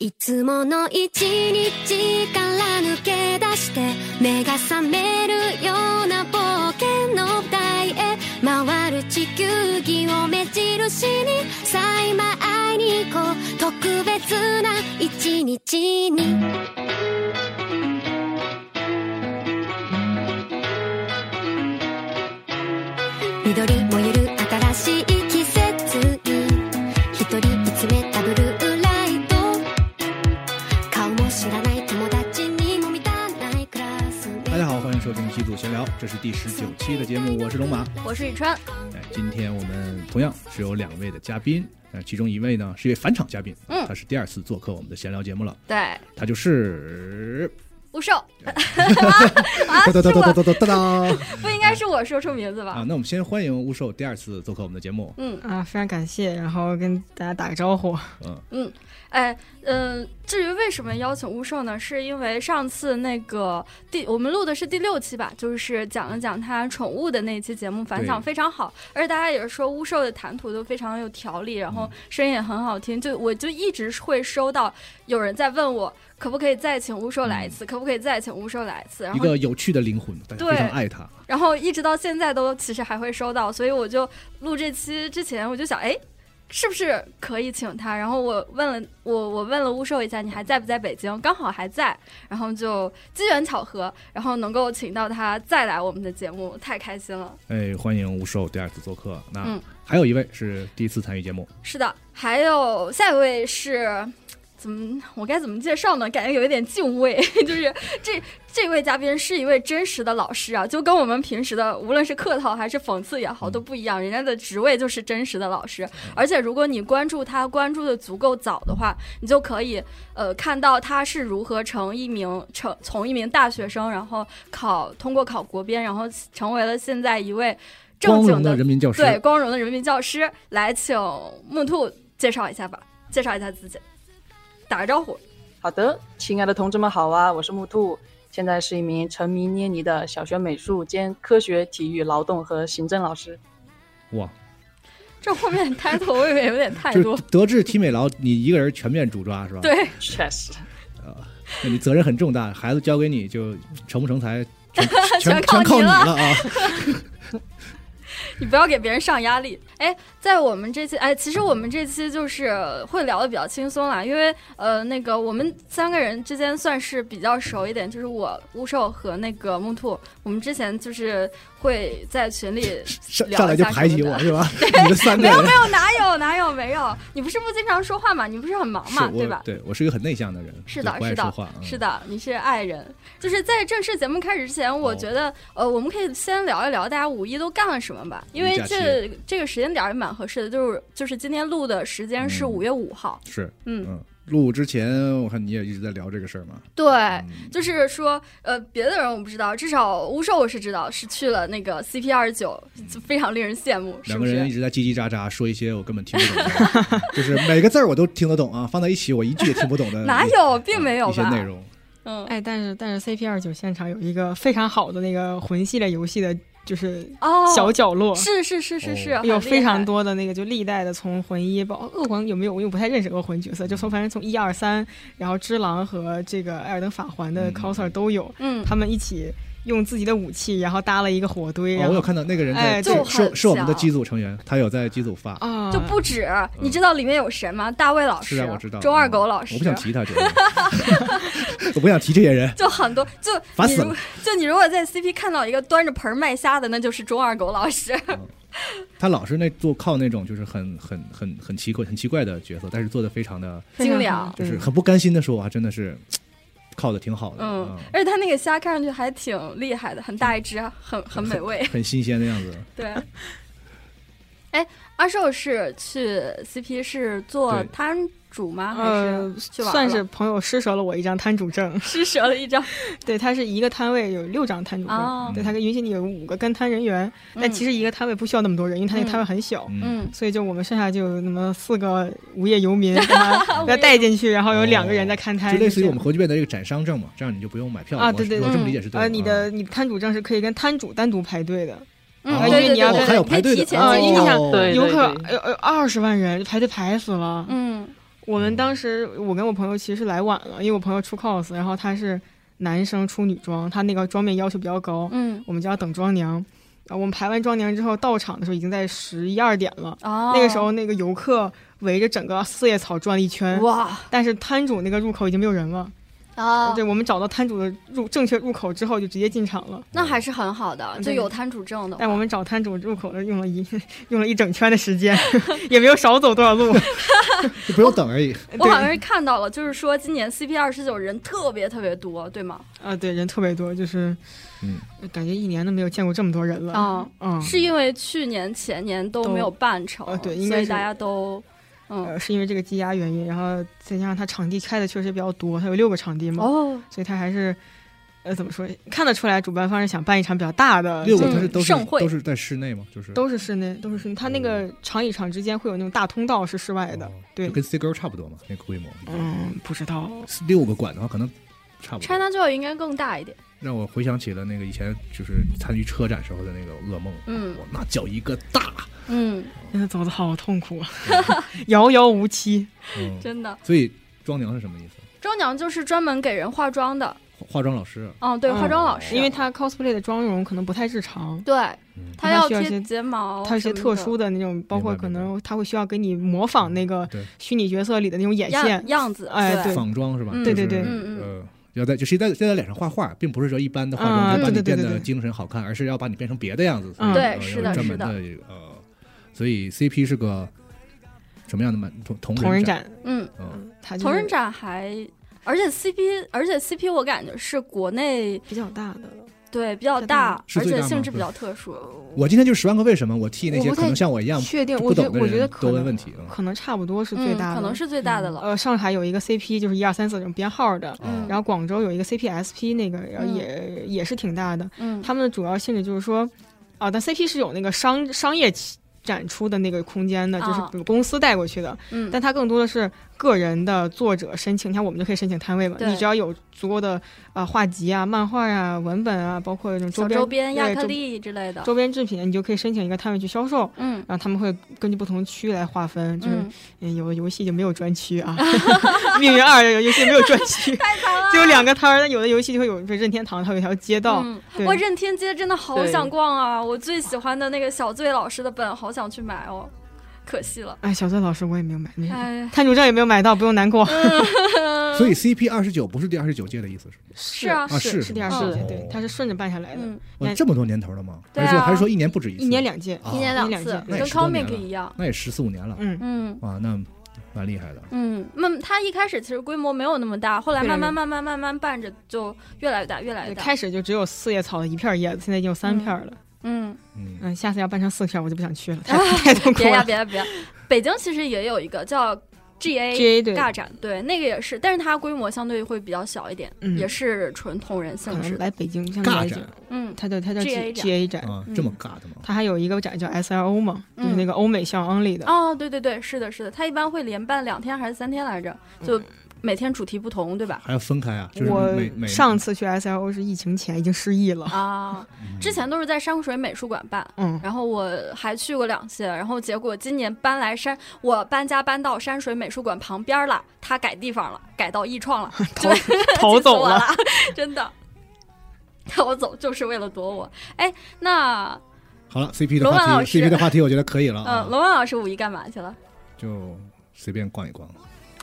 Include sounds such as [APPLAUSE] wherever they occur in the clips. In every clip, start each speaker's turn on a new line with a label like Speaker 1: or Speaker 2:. Speaker 1: いつもの一日から抜け出して目が覚めるような冒険の台へ回る地球儀を目印にさ今会いに行こう特別な一日に緑もゆる新しい季節に一人見つめたブルーライト顔も知らない友達にも満たないクラスメイト
Speaker 2: 大家好，欢迎收听机组闲聊，这是第十九期的节目，我是龙马。
Speaker 3: 我是宇川，
Speaker 2: 哎，今天我们同样是有两位的嘉宾，那其中一位呢是一位返场嘉宾，
Speaker 3: 嗯
Speaker 2: 他是第二次做客我们的闲聊节目了，
Speaker 3: 对，
Speaker 2: 他就是，
Speaker 3: 不瘦
Speaker 2: [LAUGHS]
Speaker 3: 啊，
Speaker 2: 哒
Speaker 3: 是
Speaker 2: 哒哒哒
Speaker 3: 我
Speaker 2: 哒哒哒哒
Speaker 3: 不应该是我说出名字
Speaker 2: 啊！
Speaker 3: 吧？
Speaker 2: 那我们先欢迎乌兽第二次做客我们的节目，
Speaker 3: 嗯
Speaker 4: 啊，非常感谢，然后跟大家打个招呼。
Speaker 2: 嗯，
Speaker 3: 嗯，哎，嗯，至于为什么邀请乌兽呢？是因为上次那个第我们录的是第六期吧，就是讲了讲他宠物的那期节目，反响
Speaker 2: 对
Speaker 3: 非常好，而且大家也是说乌兽的谈吐都非常有条理，然后
Speaker 2: 嗯
Speaker 3: 声音也很好听，就我就一直会收到有人在问我可不可以再请乌兽来一次，可不可以再请乌兽来一次，然
Speaker 2: 嗯一
Speaker 3: 后
Speaker 2: 个有趣的灵魂，大家
Speaker 3: 对
Speaker 2: 非常爱他，
Speaker 3: 然后一直到现在都其实还会收到，所以我就录这期之前我就想，哎，是不是可以请他？然后我问了我我问了乌兽一下，你还在不在北京？刚好还在，然后就机缘巧合，然后能够请到他再来我们的节目，太开心了。
Speaker 2: 哎，欢迎乌兽第二次做客。那、
Speaker 3: 嗯
Speaker 2: 还有一位是第一次参与节目，
Speaker 3: 是的，还有下一位是。怎么，我该怎么介绍呢？感觉有一点敬畏， [LAUGHS] 就是这这位嘉宾是一位真实的老师啊，就跟我们平时的无论是客套还是讽刺也
Speaker 2: 嗯
Speaker 3: 好都不一样，人家的职位就是真实的老师。而且如果你关注他关注的足够早的话，你就可以呃看到他是如何成一名成从一名大学生，然后考通过考国编，然后成为了现在一位正
Speaker 2: 光
Speaker 3: 经
Speaker 2: 荣
Speaker 3: 的
Speaker 2: 的人民教师，
Speaker 3: 对，光荣的人民教师，来请木兔介绍一下吧，介绍一下自己，打个招呼。
Speaker 5: 好的，亲爱的同志们好啊，我是木兔，现在是一名沉迷捏泥的小学美术兼科学、体育、劳动和行政老师。
Speaker 2: 哇，
Speaker 3: 这后面抬头未免有点太
Speaker 2: 就
Speaker 3: 多 [LAUGHS]
Speaker 2: 是。德智体美劳你一个人全面主抓是吧？，
Speaker 3: 对，
Speaker 5: 确实，
Speaker 2: 那你责任很重大，孩子交给你就成不成才
Speaker 3: [LAUGHS]
Speaker 2: 全全
Speaker 3: 全靠
Speaker 2: 靠
Speaker 3: 你
Speaker 2: 你
Speaker 3: 了
Speaker 2: 了
Speaker 3: [LAUGHS]
Speaker 2: 啊！
Speaker 3: 你不要给别人上压力。哎，在我们这期，哎，其实我们这期就是会聊的比较轻松啦，因为呃，那个我们三个人之间算是比较熟一点，就是我乌兽和那个木兔，我们之前就是会在群里
Speaker 2: [LAUGHS] 上
Speaker 3: 聊
Speaker 2: 上来
Speaker 3: 一
Speaker 2: 就
Speaker 3: 下
Speaker 2: 排
Speaker 3: 什
Speaker 2: 挤
Speaker 3: 么
Speaker 2: 我
Speaker 3: 的
Speaker 2: 是吧？
Speaker 3: [LAUGHS]
Speaker 2: 你们三个
Speaker 3: 没有
Speaker 2: 人
Speaker 3: 没有哪有哪有没有，你不是不经常说话嘛？你不是很忙嘛，
Speaker 2: 是
Speaker 3: 对吧
Speaker 2: 我？对我是一个很内向的人，
Speaker 3: 是
Speaker 2: 就
Speaker 3: 的
Speaker 2: 不爱
Speaker 3: 是的
Speaker 2: 说话，嗯
Speaker 3: 是，的，你是爱人。就是在正式节目开始之前，我
Speaker 2: 哦
Speaker 3: 觉得、呃，我们可以先聊一聊大家五一都干了什么吧，因为
Speaker 2: 假期
Speaker 3: 这这个时间点儿也蛮合适的，就是就是今天录的时间是
Speaker 2: 嗯
Speaker 3: 五月五号，
Speaker 2: 是
Speaker 3: 嗯，
Speaker 2: 嗯。录之前，我看你也一直在聊这个事儿嘛。
Speaker 3: 对。
Speaker 2: 嗯
Speaker 3: 就是说，呃，别的人我不知道，至少乌兽我是知道是去了那个 CP 二十九，就非常令人羡慕，是
Speaker 2: 两
Speaker 3: 不
Speaker 2: 个人一
Speaker 3: 是？
Speaker 2: 直在叽叽喳喳说一些我根本听不懂
Speaker 3: [LAUGHS]
Speaker 2: 的，就是每个字儿我都听得懂啊，放在一起我一句也听不懂
Speaker 3: [LAUGHS]
Speaker 2: 的。
Speaker 3: 哪有，并没有
Speaker 2: 嗯一些
Speaker 3: 吧？
Speaker 2: 内容？
Speaker 3: 嗯，
Speaker 4: 哎，但是但是 CP 二九现场有一个非常好的那个魂系列游戏的，就是
Speaker 3: 哦，
Speaker 4: 小角落，
Speaker 3: 是是是是是，
Speaker 2: 哦
Speaker 3: 很
Speaker 4: 有
Speaker 3: 厉
Speaker 4: 非
Speaker 3: 害
Speaker 4: 常多的那个就历代的从魂一包恶魂有没有？我因为我不太认识恶魂角
Speaker 2: 嗯
Speaker 4: 色，就从反正从一二三，然后之狼和这个艾尔登法环的
Speaker 2: 嗯
Speaker 4: coser 都有，
Speaker 3: 嗯，
Speaker 4: 他们一起用自己的武器，然后搭了一个火堆，
Speaker 2: 哦，
Speaker 4: 然
Speaker 2: 我有
Speaker 4: 后
Speaker 2: 看到那个人在
Speaker 4: 哎
Speaker 2: 是
Speaker 3: 就是很
Speaker 2: 是我们的
Speaker 3: 像
Speaker 2: 机组成员，他有在机组发，
Speaker 4: 啊
Speaker 3: 就不止，你知道里面有谁吗？大卫老
Speaker 2: 嗯是
Speaker 3: 师，
Speaker 2: 啊，我知道。
Speaker 3: 周二狗
Speaker 2: 嗯
Speaker 3: 老师，
Speaker 2: 我不想提他，这个人 [LAUGHS] 我不想提这些人。
Speaker 3: 就很多，就
Speaker 2: 烦
Speaker 3: 你
Speaker 2: 死
Speaker 3: 如就你如果在 CP 看到一个端着盆儿卖虾的，那就是中二狗老师。
Speaker 2: 他老是那做靠那种就是很很很很奇怪很奇怪的角色，但是做的非常的
Speaker 4: 非常
Speaker 3: 精良
Speaker 4: 好
Speaker 2: 就是
Speaker 4: 对
Speaker 2: 很不甘心的说，啊，真的是靠的挺好的，
Speaker 3: 嗯， [LAUGHS] 而且他那个虾看上去还挺厉害的，很大一只，很很
Speaker 2: [LAUGHS]
Speaker 3: 美味。
Speaker 2: 很新鲜的样子。
Speaker 3: 对。哎，阿寿是去 CP 是做
Speaker 2: 对
Speaker 3: 摊主吗？还
Speaker 4: 呃
Speaker 3: 是，去玩了
Speaker 4: 算是朋友施舍了我一张摊主证， [LAUGHS]
Speaker 3: 施舍了
Speaker 2: [LAUGHS]
Speaker 3: 一张
Speaker 4: 对，它是一个摊位有六张摊主证，
Speaker 3: 哦，
Speaker 2: 嗯
Speaker 4: 对，它允许你有五个跟摊人员，但其
Speaker 3: 实
Speaker 4: 实一个摊位不需要那么多人，因为它那
Speaker 3: 嗯
Speaker 4: 个摊位很小，
Speaker 2: 嗯，
Speaker 3: 嗯，
Speaker 4: 所以就我们剩下就有那么四个无业游民，把他把他带进去，然后有两个人在看摊，
Speaker 2: 哦就类似于
Speaker 4: 这
Speaker 2: 我
Speaker 4: 样
Speaker 2: 们核聚变的这个展商证嘛，这样你就不用买票
Speaker 4: 啊
Speaker 2: 我
Speaker 4: 对对
Speaker 2: 我
Speaker 3: 对
Speaker 2: 这么理解是对的。嗯
Speaker 4: 呃，你的你摊主证是可以跟摊主单独排队的，
Speaker 3: 嗯，
Speaker 2: 啊
Speaker 3: 对
Speaker 4: 因为
Speaker 3: 对
Speaker 4: 你要
Speaker 3: 对对
Speaker 2: 还有
Speaker 3: 可以
Speaker 2: 排队的
Speaker 3: 提前
Speaker 4: 啊
Speaker 3: 进
Speaker 4: 因为
Speaker 3: 场
Speaker 4: 你想
Speaker 2: 哦
Speaker 5: 对
Speaker 4: 游客有有二十万人排队排死了，
Speaker 3: 嗯，
Speaker 4: 我们当时我跟我朋友其实是来晚了，因为我朋友出 cos，然后他是男生出女装，他那个妆面要求比较高，
Speaker 3: 嗯，
Speaker 4: 我们就要等妆娘。啊，我们排完妆娘之后到场的时候已经在十一二点了。
Speaker 3: 哦，
Speaker 4: 那个时候，那个游客围着整个四叶草转了一圈，
Speaker 3: 哇
Speaker 4: 但是摊主那个入口已经没有人了。
Speaker 3: 啊
Speaker 4: 对，，我们找到摊主的入正确入口之后，就直接进场了。
Speaker 3: 那还是很好的，就
Speaker 4: 对哎
Speaker 3: 有摊主证的话。
Speaker 4: 但我们找摊主入口的用了一 [LAUGHS] 用了一整圈的时间， [LAUGHS] 也没有少走多少路。
Speaker 2: 就不用等而已。
Speaker 3: 我好像
Speaker 4: 对，
Speaker 3: 是看到了，就是说今年 CP 二十九人特别特别多，对吗？
Speaker 4: 啊，对，人特别多，就是，呃
Speaker 2: 嗯，
Speaker 4: 感觉一年都没有见过这么多人了。
Speaker 3: 啊，
Speaker 4: 嗯，
Speaker 3: 是因为去年前年都没有办成，
Speaker 4: 都呃对应
Speaker 3: 所
Speaker 4: 该
Speaker 3: 以
Speaker 4: 是
Speaker 3: 大家都，嗯，
Speaker 4: 呃，是因为这个积压原因，然后再加上它场地开的确实比较多，它有六个场地嘛，
Speaker 3: 哦，
Speaker 4: 所以它还是，呃，怎么说，看得出来主办方是想办一场比较大的，
Speaker 2: 六
Speaker 4: 就
Speaker 2: 个
Speaker 4: 是
Speaker 2: 它是都是
Speaker 3: 盛会
Speaker 2: 都是在室内嘛，就是
Speaker 4: 都是室内，都是室内，它那个场与场之间会有那种大通道是室外的，
Speaker 2: 哦
Speaker 4: 对
Speaker 2: 就跟 C girl 差不多嘛，那个规模。
Speaker 4: 嗯，不知道，
Speaker 2: 六个馆的话，可能差不多。
Speaker 3: ChinaJoy 应该更大一点，
Speaker 2: 让我回想起了那个以前就是参与车展时候的那个噩梦。
Speaker 3: 嗯
Speaker 2: 哇，那叫一个大。
Speaker 3: 嗯，
Speaker 4: 那个走的好痛苦啊， [LAUGHS] 遥遥无期。 [LAUGHS]
Speaker 2: 嗯，
Speaker 3: 真的。
Speaker 2: 所以妆娘是什么意思？
Speaker 3: 周娘就是专门给人化妆的，
Speaker 2: 化化妆老师。啊
Speaker 3: 嗯，对，
Speaker 4: 嗯
Speaker 3: 化妆老师，
Speaker 4: 因为他 cosplay 的妆容可能不太日常，
Speaker 3: 对
Speaker 2: 嗯，
Speaker 3: 她
Speaker 4: 她
Speaker 3: 要
Speaker 4: 需要一
Speaker 3: 贴
Speaker 4: 些
Speaker 3: 睫毛，
Speaker 4: 他有一些特殊
Speaker 3: 的
Speaker 4: 的那种，包括
Speaker 2: 明白
Speaker 4: 可
Speaker 2: 明白嗯
Speaker 4: 能他会需要给你模仿那个
Speaker 2: 对
Speaker 4: 虚拟角色里的那种眼线
Speaker 3: 样。样子，
Speaker 4: 哎对
Speaker 2: 仿妆是吧？
Speaker 3: 嗯
Speaker 2: 就是
Speaker 4: 对对
Speaker 3: 嗯
Speaker 4: 对
Speaker 3: 嗯
Speaker 2: 呃，要在就现在现在脸上画画，并不是说一般的化妆
Speaker 4: 啊
Speaker 2: 就把你
Speaker 4: 对对对
Speaker 2: 变
Speaker 4: 对
Speaker 2: 得
Speaker 4: 对
Speaker 2: 精神好看，而是要把你变成别的样子。
Speaker 4: 嗯
Speaker 3: 对
Speaker 2: 呃
Speaker 3: 是
Speaker 2: 有
Speaker 3: 的
Speaker 2: 专
Speaker 3: 是
Speaker 2: 门
Speaker 3: 的
Speaker 2: 的一个呃，所以 CP 是个什么样的漫同同
Speaker 4: 同人
Speaker 2: 展？
Speaker 4: 展，
Speaker 3: 嗯，
Speaker 2: 嗯，
Speaker 4: 它啊就是
Speaker 3: 同人展还，而且 CP，而且 CP 我感觉是国内
Speaker 4: 比较大的了。
Speaker 3: 对比较
Speaker 4: 是
Speaker 3: 大，
Speaker 2: 是
Speaker 3: 而
Speaker 2: 最
Speaker 3: 且
Speaker 2: 大吗
Speaker 3: 性质比
Speaker 2: 对
Speaker 3: 较特殊，
Speaker 4: 嗯
Speaker 2: 我今天就是十万个为什么，我替那些
Speaker 4: 我不
Speaker 2: 可
Speaker 4: 太
Speaker 2: 能像我一样
Speaker 4: 确定，
Speaker 2: 不
Speaker 4: 我觉得
Speaker 2: 懂的
Speaker 4: 我觉得
Speaker 2: 人
Speaker 4: 可
Speaker 2: 多
Speaker 4: 能
Speaker 2: 问问题啊。
Speaker 4: 可能差不多是
Speaker 3: 嗯，
Speaker 4: 最大的，
Speaker 3: 可能是最大的了，
Speaker 4: 呃，上海有一个 CP，就是一二三四这种编号的，
Speaker 3: 嗯
Speaker 4: 然后广州有一个 CPSP，那个然后也、也是挺大的。
Speaker 3: 嗯，
Speaker 4: 他们的主要性质就是说，啊、但 CP 是有那个商商业起展出的那个空间的，就是
Speaker 3: 啊
Speaker 4: 比如公司带过去的，
Speaker 3: 嗯，
Speaker 4: 但它更多的是个人的作者申请，你看我们就可以申请摊位嘛，
Speaker 3: 对
Speaker 4: 你只要有足够的啊、画集啊、漫画啊、文本啊，包括那种
Speaker 3: 小
Speaker 4: 周边
Speaker 3: 周边、亚
Speaker 4: 对
Speaker 3: 克
Speaker 4: 周
Speaker 3: 力之类的，
Speaker 4: 周边制品，你就可以申请一个摊位去销售。
Speaker 3: 嗯
Speaker 4: 然后他们会根据不同区来划分，就是
Speaker 3: 嗯，
Speaker 4: 嗯，有的游戏就没有专区啊， [LAUGHS] 《命运二》有游戏没有专
Speaker 3: [LAUGHS]
Speaker 4: 区， [LAUGHS] 只有两个摊儿。那有的游戏就会有，比如任天堂它有一条街道，
Speaker 3: 嗯
Speaker 4: 对
Speaker 3: 哇，任天街真的好
Speaker 4: 对
Speaker 3: 想逛啊！我最喜欢的那个小醉老师的本，好想去买哦，可惜了。
Speaker 4: 哎，小醉老师我也没有买那个， [LAUGHS]
Speaker 3: 哎，嗯
Speaker 4: 摊主证也没有买到，不用难过。嗯
Speaker 2: 所以 CP 二十九不是第二十九届的意思是吗？
Speaker 4: 是
Speaker 3: 啊
Speaker 2: 啊是
Speaker 4: 是
Speaker 2: 是
Speaker 4: 第二
Speaker 3: 吗
Speaker 4: 十
Speaker 2: 哦
Speaker 4: 届，对，它是顺着办下来的，
Speaker 3: 嗯，
Speaker 2: 哇，
Speaker 4: 那
Speaker 2: 这么多年头了吗？
Speaker 3: 对
Speaker 2: 还是说
Speaker 3: 啊
Speaker 2: 还是说一年不止一次？
Speaker 4: 一年两届。
Speaker 2: 啊
Speaker 3: 一年
Speaker 4: 一
Speaker 3: 两
Speaker 4: 年
Speaker 3: 次
Speaker 4: 两，次
Speaker 2: 那
Speaker 3: 嗯跟
Speaker 2: 也十多年
Speaker 3: Comic
Speaker 2: 了
Speaker 3: 一样。
Speaker 2: 那也十四五年了。
Speaker 4: 嗯，
Speaker 3: 嗯
Speaker 2: 哇，那蛮厉害的。
Speaker 3: 嗯，那它一开始其实规模没有那么大，后来
Speaker 4: 对
Speaker 3: 慢慢慢慢慢慢办着就越来越大，越来越
Speaker 4: 对
Speaker 3: 大。
Speaker 4: 开始就只有四叶草的一片叶子，现在已经有三片了。
Speaker 3: 嗯，
Speaker 2: 嗯，
Speaker 4: 嗯，下次要办成四片，我就不想去了，
Speaker 3: [LAUGHS]
Speaker 4: 太太痛苦
Speaker 3: 别呀
Speaker 4: 了。
Speaker 3: 别呀别呀，北京其实也有一个叫 GA。
Speaker 4: G A 对，
Speaker 3: 尬展对那个也是，但是它规模相对会比较小一点，
Speaker 4: 嗯
Speaker 3: 也是纯同人
Speaker 4: 可
Speaker 3: 性质
Speaker 4: 能
Speaker 3: 的。
Speaker 4: 来北京像
Speaker 2: 尬
Speaker 4: 来
Speaker 2: 展
Speaker 3: 嗯
Speaker 4: 它叫它叫
Speaker 3: GA 展
Speaker 4: G A 展，
Speaker 2: 啊，这么尬的吗？
Speaker 4: 它还有一个展叫 S L O 嘛，就是
Speaker 3: 嗯
Speaker 4: 那个欧美向 Only 的。
Speaker 3: 哦，对对对，是的，是的，他一般会连办两天还是三天来着？就每天主题不同，对吧？
Speaker 2: 还要分开啊？就是每
Speaker 4: 我
Speaker 2: 每
Speaker 4: 上次去 S L O 是疫情前，已经失忆了。 [LAUGHS]
Speaker 3: 啊，之前都是在山水美术馆办，
Speaker 4: 嗯，
Speaker 3: 然后我还去过两次，然后结果今年搬来山，我搬家搬到山水美术馆旁边了，他改地方了，改到艺创了， [LAUGHS]
Speaker 4: 逃逃
Speaker 3: 气死
Speaker 4: 走
Speaker 3: 我
Speaker 4: 了。
Speaker 3: 了， [LAUGHS] 真的。逃走就是为了躲我。哎，那
Speaker 2: 好了，CP 的
Speaker 3: 罗曼
Speaker 2: 话
Speaker 3: 老
Speaker 2: 题
Speaker 3: 师
Speaker 2: ，CP 的话题我觉得可以了
Speaker 3: [LAUGHS] 呃，
Speaker 2: 啊，
Speaker 3: 罗曼老师五一干嘛去了？
Speaker 2: 就随便逛一逛，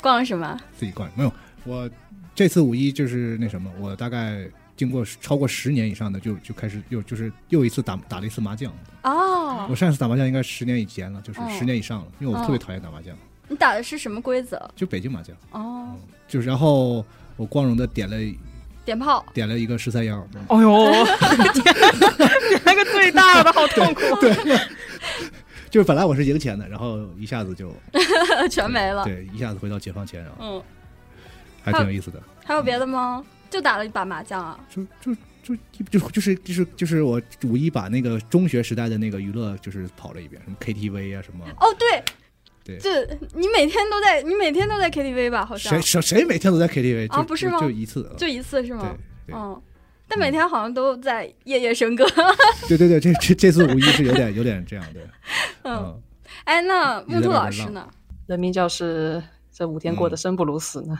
Speaker 3: 逛了什么？
Speaker 2: 自己逛没有。我这次五一就是那什么，我大概经过超过十年以上的就就开始又就是又一次打打了一次麻将。
Speaker 3: 哦
Speaker 2: 我，上一次打麻将应该十年以前了，就是
Speaker 3: 哦
Speaker 2: 十年以上了，因为我特别讨厌打麻将，
Speaker 3: 你打的是什么规则？
Speaker 2: 就北京麻将，
Speaker 3: 哦，
Speaker 2: 就是然后我光荣的点了
Speaker 3: 点炮。
Speaker 2: 点了一个十三幺，
Speaker 4: 哦呦， [LAUGHS] 点那个最大的，好痛苦。
Speaker 2: 就是本来我是赢钱的，然后一下子就
Speaker 3: [LAUGHS] 全没了。
Speaker 2: 对，一下子回到解放前，然后
Speaker 3: 嗯，
Speaker 2: 还挺有意思的。
Speaker 3: 还有别的吗？就打了一把麻将啊。
Speaker 2: 就就就就就是就是就是我五一把那个中学时代的那个娱乐就是跑了一遍，什么 KTV 啊什么，
Speaker 3: 哦，对，
Speaker 2: 对
Speaker 3: 这你每天都在，你每天都在 KTV 吧？好像
Speaker 2: 谁谁谁每天都在 KTV 就
Speaker 3: 啊不是吗
Speaker 2: 就就一次，
Speaker 3: 就一次是吗？
Speaker 2: 对
Speaker 3: 嗯，但每天好像都在夜
Speaker 2: [LAUGHS]
Speaker 3: 夜笙歌。
Speaker 2: 对对对对，这这这次五一是有点有点这样的，
Speaker 3: [LAUGHS] 嗯，
Speaker 2: 嗯，
Speaker 3: 哎，那木兔老
Speaker 2: 一直在外
Speaker 3: 师
Speaker 2: 面
Speaker 3: 呢？
Speaker 5: 人名叫是这五天过得生不如死呢。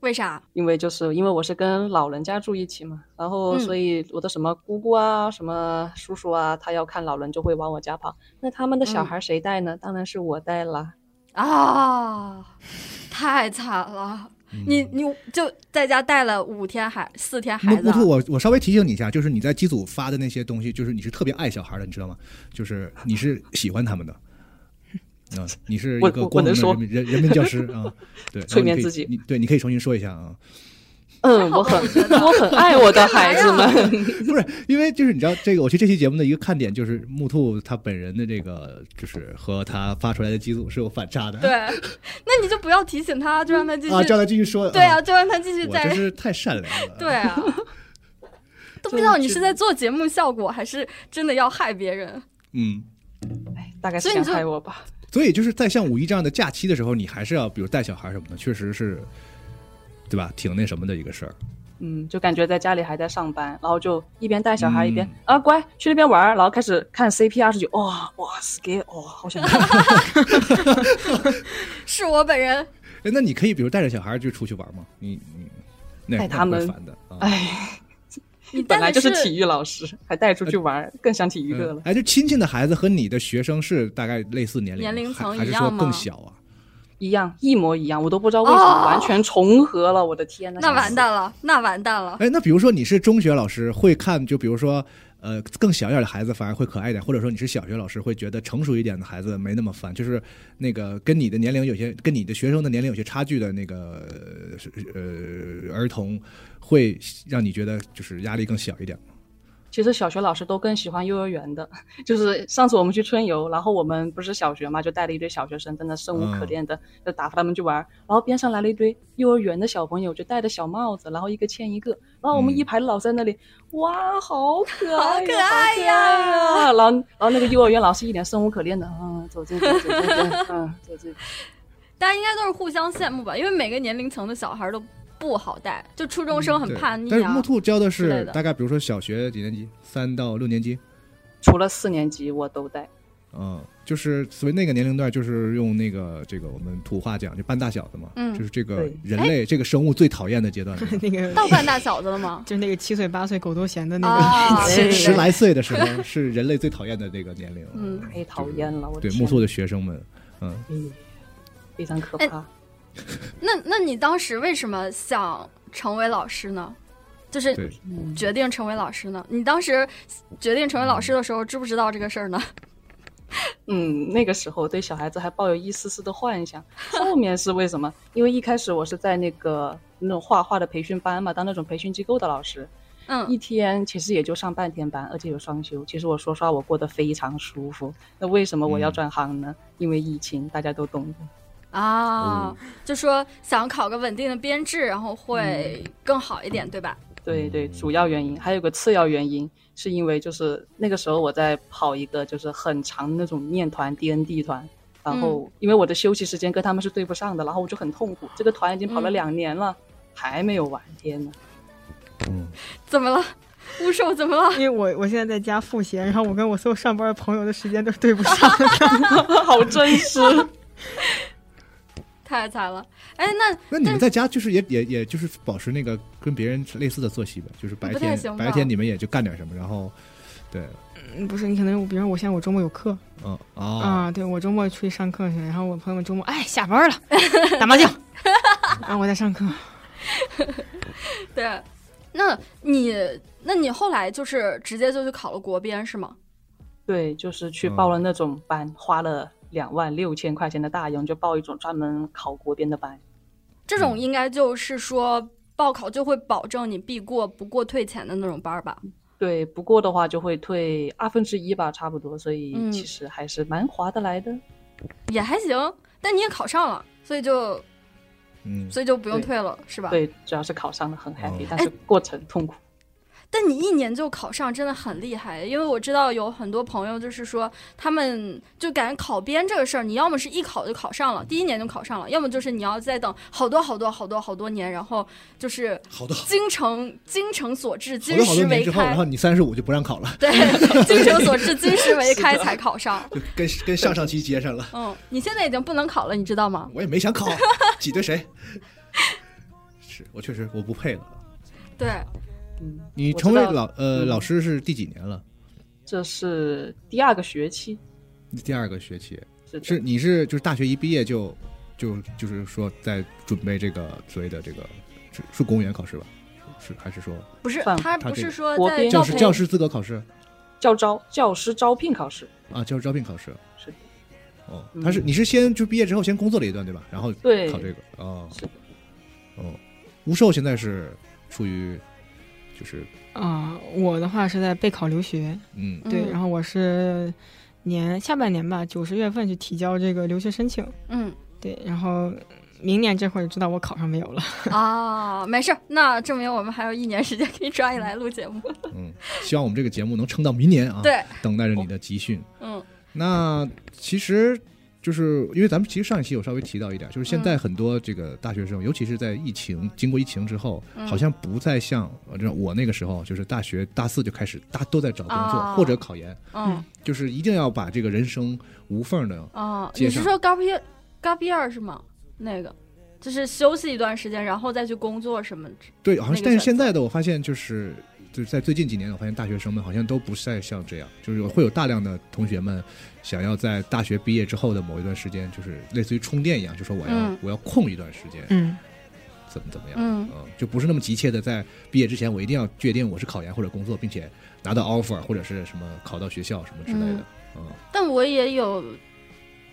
Speaker 3: 为啥？
Speaker 5: 因为就是因为我是跟老人家住一起嘛，然后
Speaker 3: 嗯
Speaker 5: 所以我的什么姑姑啊、什么叔叔啊，他要看老人就会往我家跑。那他们的小
Speaker 3: 嗯
Speaker 5: 孩谁带呢？当然是我带啦。
Speaker 3: 啊， [LAUGHS] 太惨了！
Speaker 2: 嗯
Speaker 3: 你你就在家带了五天孩四天孩
Speaker 2: 木
Speaker 3: 子
Speaker 2: 木
Speaker 3: 啊，
Speaker 2: 兔，我我稍微提醒你一下，就是你在机组发的那些东西，就是你是特别爱小孩的，你知道吗？就是你是喜欢他们的，啊，你是一
Speaker 5: 我
Speaker 2: 个
Speaker 5: 我
Speaker 2: 光荣
Speaker 5: 我能
Speaker 2: 的
Speaker 5: 说
Speaker 2: 人民人人民教师
Speaker 5: [LAUGHS]
Speaker 2: 啊，对，然后
Speaker 5: 催
Speaker 2: 你
Speaker 5: 眠
Speaker 2: 可以
Speaker 5: 自己
Speaker 2: 你对，你可以重新说一下啊，
Speaker 5: 嗯，我很 [LAUGHS]
Speaker 2: [LAUGHS]
Speaker 5: 我很爱我的孩子们。
Speaker 2: 不是因为就是你知道这个，我觉得这期节目的一个看点就是木兔他本人的这个，就是和他发出来的机组是有反差的，
Speaker 3: 对，那你就不要提醒他，就让他继续。
Speaker 2: 啊，叫他继续说，
Speaker 3: 对啊，，就让他继续
Speaker 2: 我
Speaker 3: 在。
Speaker 2: 真是太善良了，
Speaker 3: 对。
Speaker 5: [LAUGHS]
Speaker 3: 啊，都不知道你是在做节目效果，还是真的要害别人。
Speaker 2: 嗯，
Speaker 5: [LAUGHS] 哎大概是
Speaker 3: 所以你
Speaker 5: 想
Speaker 3: 就
Speaker 5: 害我吧。
Speaker 2: 所以就是在像五一这样的假期的时候，你还是要比如带小孩什么的，确实是，对吧？挺那什么的一个事儿。
Speaker 5: 嗯，就感觉在家里还在上班，然后就一边带小孩
Speaker 2: 嗯
Speaker 5: 一边、啊乖去那边玩儿，然后开始看 CP 二十九，哇哇 scare，哇好想看。
Speaker 3: 是我本
Speaker 5: [LAUGHS]
Speaker 3: 人，
Speaker 2: 哎那你可以比如带着小孩就出去玩吗？你你那
Speaker 5: 带他们
Speaker 2: 那会烦的
Speaker 3: [LAUGHS]
Speaker 2: 啊。
Speaker 5: 哎，
Speaker 3: 你带
Speaker 5: 本
Speaker 3: 的
Speaker 5: 来就是是体育老师，还带出去玩儿，更想体育课了
Speaker 2: 嗯。哎，就亲戚的孩子和你的学生是大概类似年龄吗，
Speaker 3: 年龄层
Speaker 2: 还还是
Speaker 3: 一
Speaker 2: 说
Speaker 3: 样吗
Speaker 2: 更小啊？育
Speaker 5: 一样，一模一样，我都不知道为什么
Speaker 3: 哦
Speaker 5: 完全重合了。我的天呐，
Speaker 3: 那完
Speaker 5: 的。
Speaker 3: 蛋了，那完蛋了。
Speaker 2: [LAUGHS] 哎，那比如说你是中学老师，会看就比如说呃更小一点的孩子反而会可爱一点，或者说你是小学老师，会觉得成熟一点的孩子没那么烦，就是那个跟你的年龄有些跟你的学生的年龄有些差距的那个呃是呃儿童，会让你觉得就是压力更小一点。
Speaker 5: 其实小学老师都更喜欢幼儿园的， [LAUGHS] 就是上次我们去春游，然后我们不是小学嘛，就带了一堆小学生，真的生无
Speaker 2: 嗯
Speaker 5: 可恋的，就打发他们去玩儿。然后边上来了一堆幼儿园的小朋友，就戴着小帽子，然后一个牵一个。然后我们
Speaker 2: 嗯
Speaker 5: 一排老师在那里，哇，好可
Speaker 3: 好
Speaker 5: 爱
Speaker 3: 可爱
Speaker 5: 呀，好可
Speaker 3: 呀
Speaker 5: 爱呀！然后然后那个幼儿园老师一脸生无可恋的，嗯，走这边，走这边，嗯，走这边。
Speaker 3: 大家应该都是互相羡慕吧，因为每个年龄层的小孩都不好带，就初中生很
Speaker 2: 嗯对
Speaker 3: 叛逆
Speaker 2: 但是
Speaker 3: 啊
Speaker 2: 木。兔教的
Speaker 3: 之类
Speaker 2: 是
Speaker 3: 的
Speaker 2: 大概比如说小学几年级，三到六年级，
Speaker 5: [LAUGHS] 除了四年级我都带，
Speaker 2: 嗯，就是所谓那个年龄段，就是用那个这个我们土话讲，就半大小子嘛，
Speaker 3: 嗯
Speaker 2: 就是这个
Speaker 5: 对
Speaker 2: 人类这个生物最讨厌的阶
Speaker 3: [LAUGHS]
Speaker 2: 段，
Speaker 4: 那个
Speaker 3: 到半大小子
Speaker 2: [LAUGHS]
Speaker 3: 了吗？
Speaker 4: 就是那个七岁八岁狗都嫌的那个，
Speaker 3: 啊，
Speaker 5: 对对
Speaker 2: 十来岁的时
Speaker 3: [LAUGHS]
Speaker 2: 候是人类最讨厌的那个年龄，
Speaker 3: 嗯
Speaker 5: 太讨厌了，我的
Speaker 2: 对
Speaker 5: 天
Speaker 2: 木兔的学生们，嗯，
Speaker 5: 嗯非常可
Speaker 3: 哎
Speaker 5: 怕。
Speaker 3: 那那你当时为什么想成为老师呢？就是
Speaker 2: 对，
Speaker 5: 嗯
Speaker 3: 决定成为老师呢？你当时决定成为老师的时候，知不知道这个事儿呢？
Speaker 5: 嗯，那个时候对小孩子还抱有一丝丝的幻想。后面是为什么？因为一开始我是在那个那种画画的培训班嘛，当那种培训机构的老师，一
Speaker 3: 嗯，
Speaker 5: 天其实也就上半天班，而且有双休。其实我说实话，我过得非常舒服。那为什么我要
Speaker 2: 嗯
Speaker 5: 转行呢？因为疫情，大家都懂的。
Speaker 3: 啊，就说想考个稳定的编制，然后会更好一点，对吧？
Speaker 5: 对对，
Speaker 3: 嗯
Speaker 5: 主要原因，还有个次要原因，是因为就是那个时候我在跑一个就是很长的那种面团 D N D 团，然后
Speaker 3: 嗯
Speaker 5: 因为我的休息时间跟他们是对不上的，然后我就很痛苦。这个团已经跑了
Speaker 3: 嗯
Speaker 5: 两年了，还没有完，
Speaker 3: [LAUGHS]
Speaker 5: 天呐，
Speaker 3: 怎么了？乌兽怎么了？
Speaker 4: [LAUGHS]
Speaker 3: [LAUGHS]
Speaker 4: 因为我我现在在家赋闲，然后我跟我所有上班的朋友的时间都对不上。
Speaker 5: 好真
Speaker 3: [LAUGHS]
Speaker 5: 实。
Speaker 3: 太惨了！哎，那
Speaker 2: 那你们在家就是也也也就是保持那个跟别人类似的作息呗，就是白
Speaker 3: 不太
Speaker 2: 天
Speaker 3: 行吧
Speaker 2: 白天你们也就干点什么，然后，对，
Speaker 4: 嗯 [LAUGHS] 不是，你可能比如说我现在我周末有课
Speaker 2: 嗯
Speaker 4: 啊、
Speaker 2: 啊，
Speaker 4: 对我周末出去上课去，然后我朋友们周末哎下班了打
Speaker 3: [LAUGHS]
Speaker 4: 麻将，然后我在上课。
Speaker 3: 对，那你那你后来就是直接就去考了国编是吗？
Speaker 5: 对，就是去报了
Speaker 2: 嗯
Speaker 5: 那种班，花了两万六千块钱的大洋，就报一种专门考国编的班。
Speaker 3: 这种应该就是说报考就会保证你必过不过退钱的那种班儿吧？
Speaker 5: 对，不过的话就会退二分之一吧，差不多，所以
Speaker 3: 嗯
Speaker 5: 其实还是蛮划得来的。
Speaker 3: 也还行，但你也考上了，所以就
Speaker 2: 嗯，
Speaker 3: 所以就不用
Speaker 5: 对
Speaker 3: 退了是吧？哎
Speaker 5: 对，主要是考上了，很 happy，
Speaker 2: 哦
Speaker 5: 但是过程痛苦。
Speaker 3: 但你一年就考上真的很厉害，因为我知道有很多朋友就是说，他们就感觉考编这个事儿，你要么是一考就考上了，第一年就考上了，要么就是你要再等好多好多好多好多年，然后就是
Speaker 2: 好多
Speaker 3: 精诚精诚所至，
Speaker 2: 好
Speaker 3: 金
Speaker 2: 多好多
Speaker 3: 石
Speaker 2: 年
Speaker 3: 为
Speaker 2: 之后，然
Speaker 3: 开
Speaker 2: 后。你三十五就不让考了， [LAUGHS]
Speaker 3: 对，精诚所至，金石为开才考上。
Speaker 2: 就跟跟上上期接上
Speaker 3: [LAUGHS]
Speaker 2: 了。
Speaker 3: 嗯，你现在已经不能考了，你知道吗？
Speaker 2: 我也没想考，挤兑谁？是我确实我不配了。
Speaker 3: 对，
Speaker 5: 嗯，
Speaker 2: 你
Speaker 5: 我
Speaker 2: 成
Speaker 5: 知
Speaker 2: 为
Speaker 5: 道
Speaker 2: 老呃
Speaker 5: 嗯
Speaker 2: 老师是第几年了？
Speaker 5: 这是第二个学期，
Speaker 2: 第二个学期
Speaker 5: 是的
Speaker 2: 是你是就是大学一毕业就就就是说在准备这个所谓的这个是是公务员考试吧？是是还是说
Speaker 3: 不是
Speaker 5: 反
Speaker 3: 他
Speaker 2: 他
Speaker 3: 不
Speaker 2: 这
Speaker 3: 是
Speaker 2: 个
Speaker 3: 说
Speaker 5: 国
Speaker 3: 在
Speaker 5: 编
Speaker 2: 教
Speaker 3: 招
Speaker 2: 师
Speaker 3: 培
Speaker 2: 教师资格考试
Speaker 5: 教招教师招聘考试。
Speaker 2: 啊？教师招聘考试
Speaker 5: 是的
Speaker 2: 哦，
Speaker 5: 嗯
Speaker 2: 他是你是先就毕业之后先工作了一段对吧？然后
Speaker 5: 对
Speaker 2: 考这个哦
Speaker 5: 是的，
Speaker 2: 哦，吴寿现在是处于就是
Speaker 4: 啊、我的话是在备考留学，
Speaker 2: 嗯
Speaker 4: 对，
Speaker 3: 嗯
Speaker 4: 然后我是年下半年吧，九十月份去提交这个留学申请，
Speaker 3: 嗯
Speaker 4: 对，然后明年这会儿就知道我考上没有了。
Speaker 3: 啊，没事儿，那证明我们还有一年时间可以抓你来录节目。
Speaker 2: 嗯，希望我们这个节目能撑到明年啊！
Speaker 3: 对，
Speaker 2: 等待着你的集训。
Speaker 3: 嗯
Speaker 2: 那其实就是因为咱们其实上一期有稍微提到一点，就是现
Speaker 3: 嗯
Speaker 2: 在很多这个大学生，尤其是在疫情经过疫情之后，
Speaker 3: 嗯
Speaker 2: 好像不再像呃这种我那个时候，就是大学大四就开始大家都在找工作、
Speaker 3: 啊
Speaker 2: 或者考研，
Speaker 3: 嗯
Speaker 2: 就是一定要把这个人生无缝的。
Speaker 3: 啊，
Speaker 2: 介
Speaker 3: 你
Speaker 2: 绍
Speaker 3: 是说嘎毕嘎毕二是吗？那个就是休息一段时间，然后再去工作什么之？
Speaker 2: 对，好像
Speaker 3: 那个
Speaker 2: 但是
Speaker 3: 选
Speaker 2: 现在的我发现就是。就是在最近几年，我发现大学生们好像都不再像这样，就是会有大量的同学们想要在大学毕业之后的某一段时间，就是类似于充电一样，就说我要、
Speaker 3: 嗯
Speaker 2: 我要空一段时间，
Speaker 4: 嗯，
Speaker 2: 怎么怎么样，
Speaker 3: 嗯
Speaker 2: 啊就不是那么急切的在毕业之前，我一定要决定我是考研或者工作，并且拿到 offer 或者是什么考到学校什么之类的，嗯，
Speaker 3: 但我也有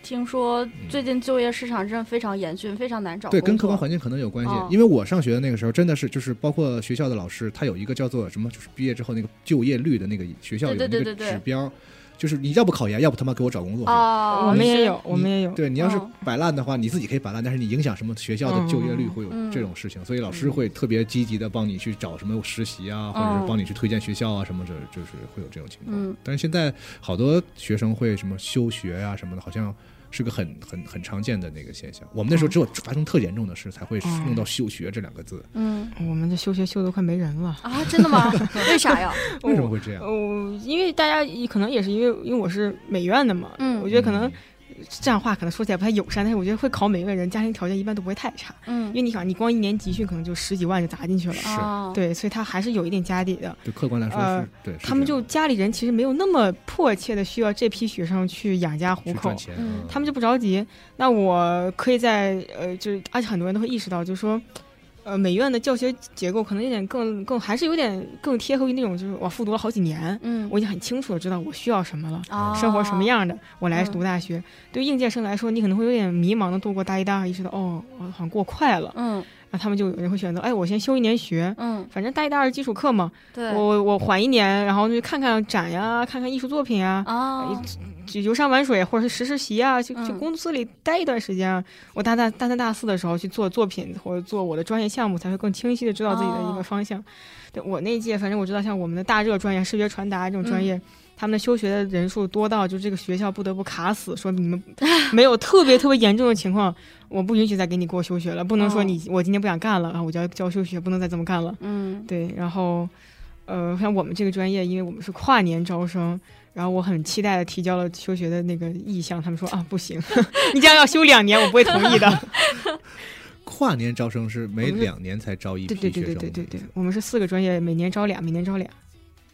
Speaker 3: 听说，最近就业市场真的非常严峻，非常难找工
Speaker 2: 对，
Speaker 3: 作。
Speaker 2: 跟客观环境可能有关系，
Speaker 3: 哦
Speaker 2: 因为我上学的那个时候真的是就是包括学校的老师，他有一个叫做什么，就是毕业之后那个就业率的那个学校有
Speaker 3: 对
Speaker 2: 那
Speaker 3: 对
Speaker 2: 个
Speaker 3: 对对对
Speaker 2: 指标，就是你要不考研，要不他妈给我找工作。
Speaker 3: 哦，
Speaker 4: 我们也
Speaker 3: 是
Speaker 4: 有，我们也有，
Speaker 2: 对你要是
Speaker 3: 哦
Speaker 2: 摆烂的话，你自己可以摆烂，但是你影响什么学校的
Speaker 4: 嗯
Speaker 2: 就业率会有
Speaker 3: 嗯
Speaker 2: 这种事情，所以老师会特别积极的帮你去找什么实习啊，或者是帮你去推荐学校啊什么的，就是会有这种情况。
Speaker 3: 嗯
Speaker 2: 但是现在好多学生会什么休学啊什么的，好像是个很很很常见的那个现象。我们那时候只有发生特严重的事才会
Speaker 4: 嗯
Speaker 2: 用到休学这两个字，
Speaker 3: 嗯
Speaker 4: 我们这休学休都快没人了。
Speaker 3: 啊，真的
Speaker 4: [LAUGHS]
Speaker 3: 吗？为啥呀？
Speaker 2: 为什么会这样？
Speaker 4: 哦，因为大家也可能也是因为因为我是美院的嘛，
Speaker 3: 嗯
Speaker 4: 我觉得可能这样话可能说起来不太友善，但是我觉得会考美院的人家庭条件一般都不会太差，因
Speaker 3: 嗯
Speaker 4: 为你想你光一年集训可能就十几万就砸进去了，
Speaker 2: 是
Speaker 3: 啊，
Speaker 4: 对，所以他还是有一点家底的。
Speaker 2: 对客观来说是、
Speaker 4: 呃
Speaker 2: 对，是
Speaker 4: 他们
Speaker 2: 这
Speaker 4: 就
Speaker 2: 样
Speaker 4: 家里人其实没有那么迫切的需要这批学生去养家糊
Speaker 2: 去
Speaker 4: 口
Speaker 2: 赚，钱，
Speaker 3: 嗯
Speaker 4: 他们就不着急。那我可以在呃，就是而且很多人都会意识到，就是说，呃，美院的教学结构可能有点更更还是有点更贴合于那种就是我复读了好几年，
Speaker 3: 嗯，
Speaker 4: 我已经很清楚的知道我需要什么了。
Speaker 3: 啊
Speaker 4: 生活什么？样的，我来
Speaker 3: 嗯
Speaker 4: 读大学。对于应届生来说，你可能会有点迷茫的度过大一、大二，意识到哦，我好像过快了。
Speaker 3: 嗯
Speaker 4: 那他们就有人会选择，哎，我先休一年学，
Speaker 3: 嗯，
Speaker 4: 反正大一、大二基础课嘛，
Speaker 3: 对，
Speaker 4: 我我缓一年，然后就看看展呀，看看艺术作品呀，
Speaker 3: 啊，
Speaker 4: 就游山玩水，或者是实实习啊，就就
Speaker 3: 嗯
Speaker 4: 公司里待一段时间啊。我大大大三大四的时候去做作品或者做我的专业项目，才会更清晰的知道自己的一个
Speaker 3: 哦
Speaker 4: 方向。对我那一届，反正我知道，像我们的大热专业视觉传达这种
Speaker 3: 嗯
Speaker 4: 专业。他们的休学的人数多到，就这个学校不得不卡死，说你
Speaker 3: [LAUGHS]
Speaker 4: 们没有特别特别严重的情况，我不允许再给你给我休学了，不能说
Speaker 3: 哦
Speaker 4: 你、我今天不想干了，然后啊我就要交休学，不能再这么干了。
Speaker 3: 嗯
Speaker 4: 对，然后，呃，像我们这个专业，因为我们是跨年招生，然后我很期待的提交了休学的那个意向，他们说啊，不行， [LAUGHS] 你这样要休两年，我不会同
Speaker 3: [LAUGHS]
Speaker 4: 意的。
Speaker 2: 跨年招生是每
Speaker 4: 我们是
Speaker 2: 两年才招一批
Speaker 4: 对对
Speaker 2: 学
Speaker 4: 对
Speaker 2: 生
Speaker 4: 对
Speaker 2: 的
Speaker 4: 对
Speaker 2: 意思，
Speaker 4: 对对，我们是四个专业，每年招俩，每年招俩，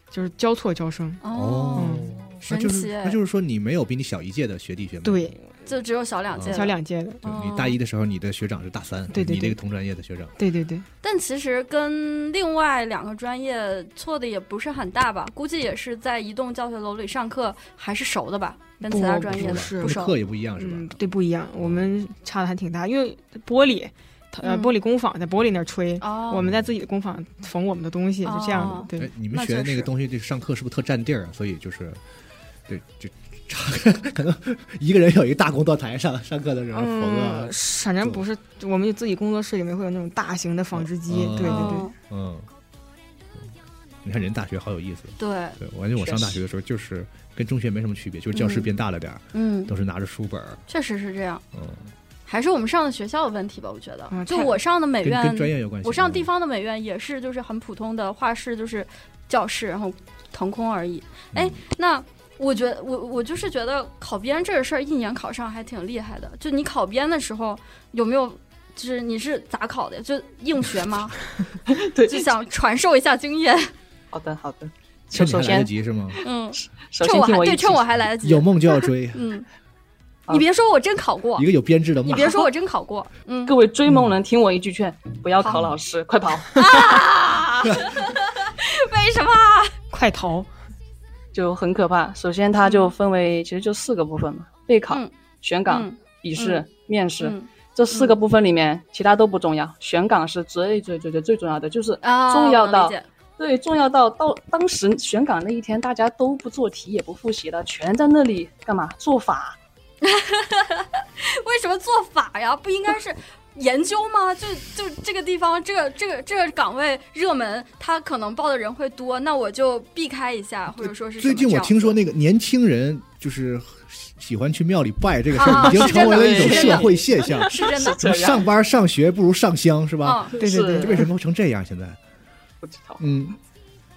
Speaker 4: 就是交错招生。
Speaker 2: 哦
Speaker 3: 哦，
Speaker 4: 嗯，
Speaker 2: 那
Speaker 3: 神
Speaker 2: 就是
Speaker 3: 奇哎
Speaker 2: 那就是说你没有比你小一届的学弟学妹，
Speaker 4: 对，
Speaker 3: 就只有小两届了，
Speaker 4: 小两届的，
Speaker 2: 对
Speaker 3: 哦
Speaker 2: 你大一的时候你的学长是大三，
Speaker 4: 对对
Speaker 2: 你这
Speaker 4: 对
Speaker 2: 个同专业的学长，
Speaker 4: 对对对，
Speaker 3: 但其实跟另外两个专业错的也不是很大吧，估计也是在一栋教学楼里上课，还是熟的吧，跟其他
Speaker 4: 不
Speaker 3: 专业
Speaker 4: 不
Speaker 3: 的
Speaker 4: 是
Speaker 3: 不熟
Speaker 2: 课也不一啊样是吧？
Speaker 4: 嗯，对，不一样，我们差的还挺大，因为玻璃，它呃，
Speaker 3: 嗯
Speaker 4: 玻璃工坊在玻璃那儿吹。
Speaker 3: 哦，
Speaker 4: 我们在自己的工坊缝我们的东西，就这样
Speaker 3: 哦
Speaker 4: 的。
Speaker 2: 哎
Speaker 4: 对，，
Speaker 2: 你们
Speaker 3: 那
Speaker 2: 学
Speaker 3: 确
Speaker 2: 那个
Speaker 3: 实
Speaker 2: 东西，这上课是不是特占地儿啊？所以就是，对，就差 [LAUGHS] 可能一个人有一个大工作台上上课的时候缝啊
Speaker 4: 嗯，，反正不是，我们有自己工作室里面会有那种大型的纺织机，
Speaker 2: 嗯
Speaker 4: 对对对
Speaker 3: 哦，
Speaker 2: 嗯，你看人大学好有意思，
Speaker 3: 对，
Speaker 2: 对，我感觉我上大学的时候就是跟中学没什么区别，就是教室变大了点儿，
Speaker 3: 嗯，
Speaker 2: 都是拿着书本儿，
Speaker 3: 确实是这样，
Speaker 2: 嗯，
Speaker 3: 还是我们上的学校的问题吧，我觉得。
Speaker 4: 嗯
Speaker 3: 就
Speaker 4: 太
Speaker 3: 我上的美
Speaker 2: 跟
Speaker 3: 院
Speaker 2: 跟，专业有关系。
Speaker 3: 哎我上地
Speaker 2: 嗯
Speaker 3: 方的美院也是，就是很普通的画室，就是教室，然后腾空而已。
Speaker 5: 嗯
Speaker 3: 哎，那我觉得我我就是觉得考编这个事儿，一年考上还挺厉害的。就你考编的时候有没有？就是你是咋考的？就硬学吗？
Speaker 5: [LAUGHS] 对，
Speaker 3: 就想传授一下经
Speaker 5: [LAUGHS]
Speaker 3: 验。
Speaker 5: 好的好的。
Speaker 2: [LAUGHS]
Speaker 5: 首
Speaker 2: 趁你
Speaker 5: 首
Speaker 2: 还来得
Speaker 5: 先
Speaker 2: 及是吗？
Speaker 3: 嗯，
Speaker 5: 首
Speaker 3: 趁
Speaker 5: 先
Speaker 3: 我
Speaker 5: 听
Speaker 3: 还
Speaker 5: 我一
Speaker 3: 对，
Speaker 5: 起啊
Speaker 3: 趁我还来得及。，
Speaker 2: 有梦就要追
Speaker 3: [LAUGHS] 嗯，
Speaker 5: 好
Speaker 3: 你别说我真考过
Speaker 2: 一，个有编制的
Speaker 3: 你
Speaker 2: 骂。
Speaker 3: 别说我真考
Speaker 5: [LAUGHS]
Speaker 3: 过。嗯，
Speaker 5: 各位追梦人，听我一句劝，不要考老师，快跑！
Speaker 3: [LAUGHS] 为什么？
Speaker 4: 快逃！
Speaker 2: 哦
Speaker 5: 就很可怕。首先，它就分为其实就四个部分嘛：备考
Speaker 3: 嗯、
Speaker 5: 选岗
Speaker 3: 嗯、
Speaker 5: 笔试
Speaker 3: 嗯、
Speaker 5: 面试。
Speaker 3: 嗯
Speaker 5: 这四个部分里面，其他都不重要，选岗是最最最最最重要的，就是
Speaker 3: 啊，
Speaker 5: 重要
Speaker 3: 我能
Speaker 5: 到
Speaker 3: 理解
Speaker 5: 对重要到到当时选岗那一天，大家都不做题也不复习了，全在那里干嘛做法？
Speaker 3: 为什么做法呀？不应该是研究吗？就就这个地方，这个这个这个岗位热门，他可能报的人会多，那我就避开一下，或者说是什
Speaker 2: 最
Speaker 3: 么
Speaker 2: 近我
Speaker 3: 这样
Speaker 2: 听说那个年轻人就是喜喜欢去庙里拜这个事
Speaker 3: 啊
Speaker 2: 儿，已经
Speaker 3: 是
Speaker 2: 成为
Speaker 3: 真的
Speaker 2: 了一种
Speaker 3: 是真的
Speaker 2: 社会现象。
Speaker 3: 是
Speaker 2: [LAUGHS]
Speaker 3: 真的，
Speaker 2: 什么上班上学不如上香是吧？
Speaker 3: 嗯，
Speaker 4: 对对对
Speaker 5: 是
Speaker 2: 这为什么成这样？现在，
Speaker 5: 不知道，
Speaker 2: 嗯，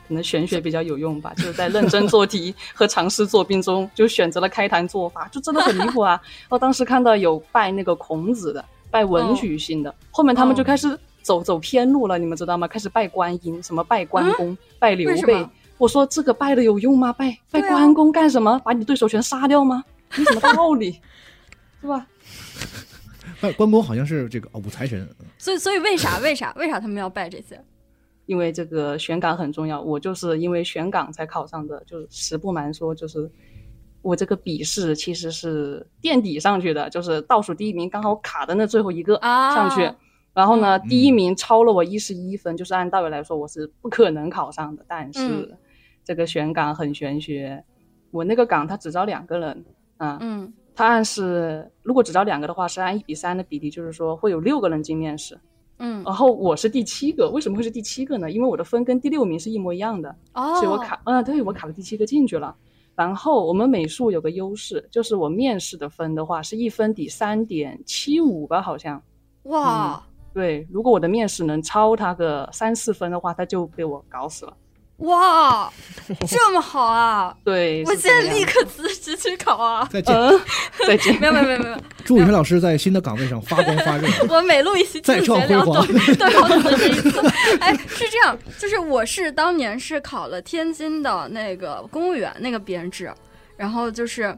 Speaker 5: 可能玄学比较有用吧，就是在认真做
Speaker 3: [LAUGHS]
Speaker 5: 题和尝试做并中，就选择了开坛做法，就真的很离
Speaker 3: [LAUGHS]
Speaker 5: 谱啊！我当时看到有拜那个孔子的，拜
Speaker 3: 哦
Speaker 5: 文曲星的，后面他们就开始走走偏路了，你们知道吗？开始拜观音，什么拜关公、拜刘
Speaker 3: 啊为什
Speaker 5: 备
Speaker 3: 么。
Speaker 5: 我说这个拜的有用吗？拜拜
Speaker 3: 对啊
Speaker 5: 关公干什么？把你对手全杀掉吗？没什么道
Speaker 3: [LAUGHS]
Speaker 5: 理，是吧？
Speaker 2: 关关公好像是这个哦，武财神，
Speaker 3: 所以所以为啥为啥为啥他们要拜这些？
Speaker 5: 因为这个选岗很重要，我就是因为选岗才考上的。就是实不瞒说，就是我这个笔试其实是垫底上去的，就是倒数第一名刚好卡的那最后一个
Speaker 3: 啊
Speaker 5: 上去。然后呢，
Speaker 2: 嗯
Speaker 5: 第一名超了我一十一分，就是按道理来说我是不可能考上的。但是
Speaker 3: 嗯
Speaker 5: 这个选岗很玄学，我那个岗他只招两个人啊，
Speaker 3: 嗯
Speaker 5: 他按是如果只招两个的话，是按一比三的比例，就是说会有六个人进面试。
Speaker 3: 嗯
Speaker 5: 然后我是第七个，为什么会是第七个呢？因为我的分跟第六名是一模一样的，
Speaker 3: 哦，
Speaker 5: 所以我卡，嗯、对我卡了第七个进去了。然后我们美术有个优势，就是我面试的分的话是一分抵三点七五吧，好像。
Speaker 3: 哇
Speaker 5: 对，如果我的面试能超他个三四分的话，他就被我搞死了。
Speaker 2: 嗯 [LAUGHS]
Speaker 3: 哇，这么好啊！
Speaker 5: 对，
Speaker 3: 我
Speaker 5: 是
Speaker 3: 现
Speaker 5: 这
Speaker 3: 在
Speaker 5: 样
Speaker 3: 立刻辞职去考啊！
Speaker 2: 再见，
Speaker 5: 呃，再见。
Speaker 3: 没有没有没有没有，
Speaker 2: 祝宇轩老师在新的岗位上发光发热。 [LAUGHS]
Speaker 3: [LAUGHS] 我每录一期
Speaker 2: 再创辉煌
Speaker 3: 自觉聊懂都要这一次。哎，是这样，就是我是当年是考了天津的那个公务员那个编制，然后就是。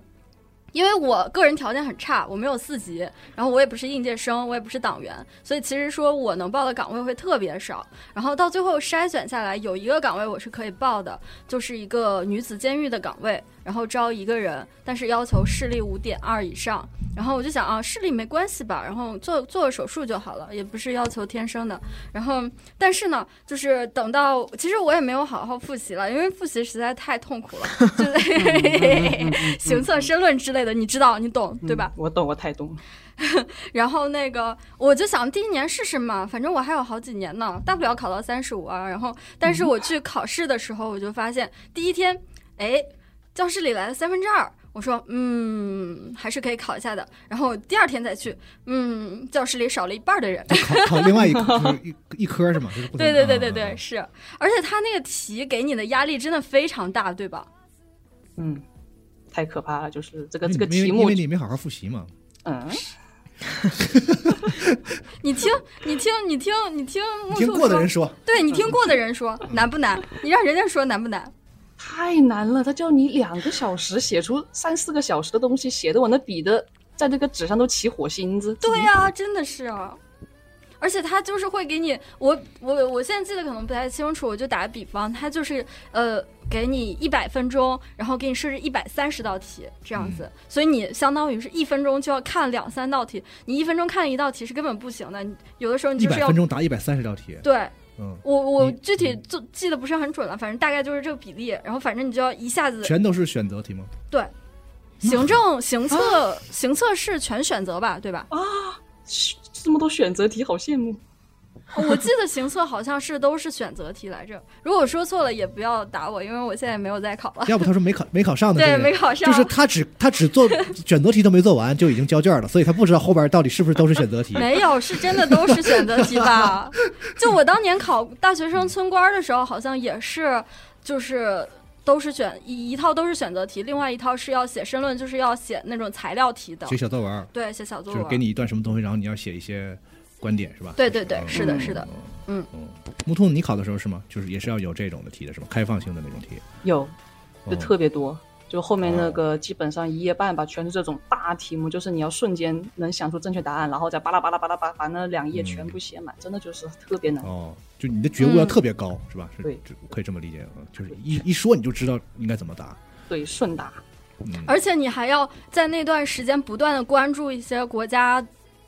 Speaker 3: 因为我个人条件很差，我没有四级，然后我也不是应届生，我也不是党员，所以其实说我能报的岗位会特别少。然后到最后筛选下来，有一个岗位我是可以报的，就是一个女子监狱的岗位，然后招一个人，但是要求视力五点二以上。然后我就想啊，视力没关系吧，然后做做个手术就好了，也不是要求天生的。然后，但是呢，就是等到其实我也没有好好复习了，因为复习实在太痛苦了，就 [LAUGHS]
Speaker 5: 嗯
Speaker 3: 在 [LAUGHS] 行测申论之类的，你知道，你懂对吧？
Speaker 5: 嗯我懂，我太懂了。
Speaker 3: 然后那个我就想第一年试试嘛，反正我还有好几年呢，大不了考到三十五啊。然后，但
Speaker 2: 嗯
Speaker 3: 是我去考试的时候，我就发现第一天，哎，教室里来了三分之二。我说，嗯，还是可以考一下的。然后第二天再去，嗯，教室里少了一半的人。
Speaker 2: 考考另外
Speaker 3: [LAUGHS]
Speaker 2: 一科就是一一科是吗？就是不同
Speaker 3: 对对对
Speaker 2: 啊
Speaker 3: 对对，是。而且他那个题给你的压力真的非常大，对吧？
Speaker 5: 嗯，太可怕了，就是这个
Speaker 2: 因
Speaker 5: 这
Speaker 2: 为嗯
Speaker 5: 个
Speaker 2: 因为
Speaker 5: 题目
Speaker 2: 因为，你没好好复习嘛。
Speaker 5: 嗯，
Speaker 3: 你听，你听，你听，你听木
Speaker 2: 你听
Speaker 3: 兔
Speaker 2: 过的
Speaker 3: 说
Speaker 2: 人说，嗯
Speaker 3: 对你听过的人说难不难？你让人家说难不难？
Speaker 5: 太难了，他叫你两个小时写出三四个小时的东西，写的我那笔的在那个纸上都起火星子。
Speaker 3: 对呀、真的是啊。而且他就是会给你，我我我现在记得可能不太清楚，我就打个比方，他就是呃给你一百分钟，然后给你设置一百三十道题这样
Speaker 2: 嗯
Speaker 3: 子，所以你相当于是一分钟就要看两三道题，你一分钟看一道题是根本不行的，你有的时候你
Speaker 2: 一
Speaker 3: 就是
Speaker 2: 百
Speaker 3: 要
Speaker 2: 分钟答一百三十道题，
Speaker 3: 对
Speaker 2: 嗯，
Speaker 3: 我我
Speaker 2: 你嗯
Speaker 3: 具体就记得不是很准了，反正大概就是这个比例，然后反正你就要一下子
Speaker 2: 全都啊是选择题吗？
Speaker 3: 行政行测、行测试全选择吧，对吧？
Speaker 5: 这么多选择题，好羡慕。
Speaker 3: 哦 [LAUGHS] 我记得行测好像是都是选择题来着，如果说错了也不要打我，因为我现在没有在考
Speaker 2: [LAUGHS]
Speaker 3: 了。
Speaker 2: 要不他说没考没考上的，
Speaker 3: 对，
Speaker 2: 这个
Speaker 3: 没考上。
Speaker 2: 就是他只他只做选择题都没做完就已经交卷了，所以他不知道后边到底是不是都是选择题。
Speaker 3: [LAUGHS] 没有，是真的都是选择题吧？就我当年考大学生村官的时候，好像也是，就是都是选一一套都是选择题，另外一套是要写申论，就是要写那种材料题的
Speaker 2: 写，小作文儿，
Speaker 3: 对，写小
Speaker 2: 就
Speaker 3: 作
Speaker 2: 是
Speaker 3: 文。
Speaker 2: 给你一段什么东西，然后你要写一些观点，是吧？
Speaker 3: 对对对
Speaker 2: 嗯
Speaker 3: 是的是的，
Speaker 2: 嗯
Speaker 3: 嗯
Speaker 2: 嗯。木兔，你考的时候是吗？就是也是要有这种的题的是吗？开放性的那种题，
Speaker 5: 有，就
Speaker 2: 哦
Speaker 5: 特别多。就后面那
Speaker 2: 哦
Speaker 5: 个基本上一页半吧，全是这种大题目，就是你要瞬间能想出正确答案，然后再巴拉巴拉巴拉巴拉把那两页全部写满，真的就是特别难。
Speaker 2: 哦，就你的觉
Speaker 3: 嗯
Speaker 2: 悟要特别高，是吧？是
Speaker 5: 对，
Speaker 2: 这可以这么理解，嗯就是一一说你就知道应该怎么答。
Speaker 5: 对，顺答。
Speaker 2: 嗯，
Speaker 3: 而且你还要在那段时间不断的关注一些国家。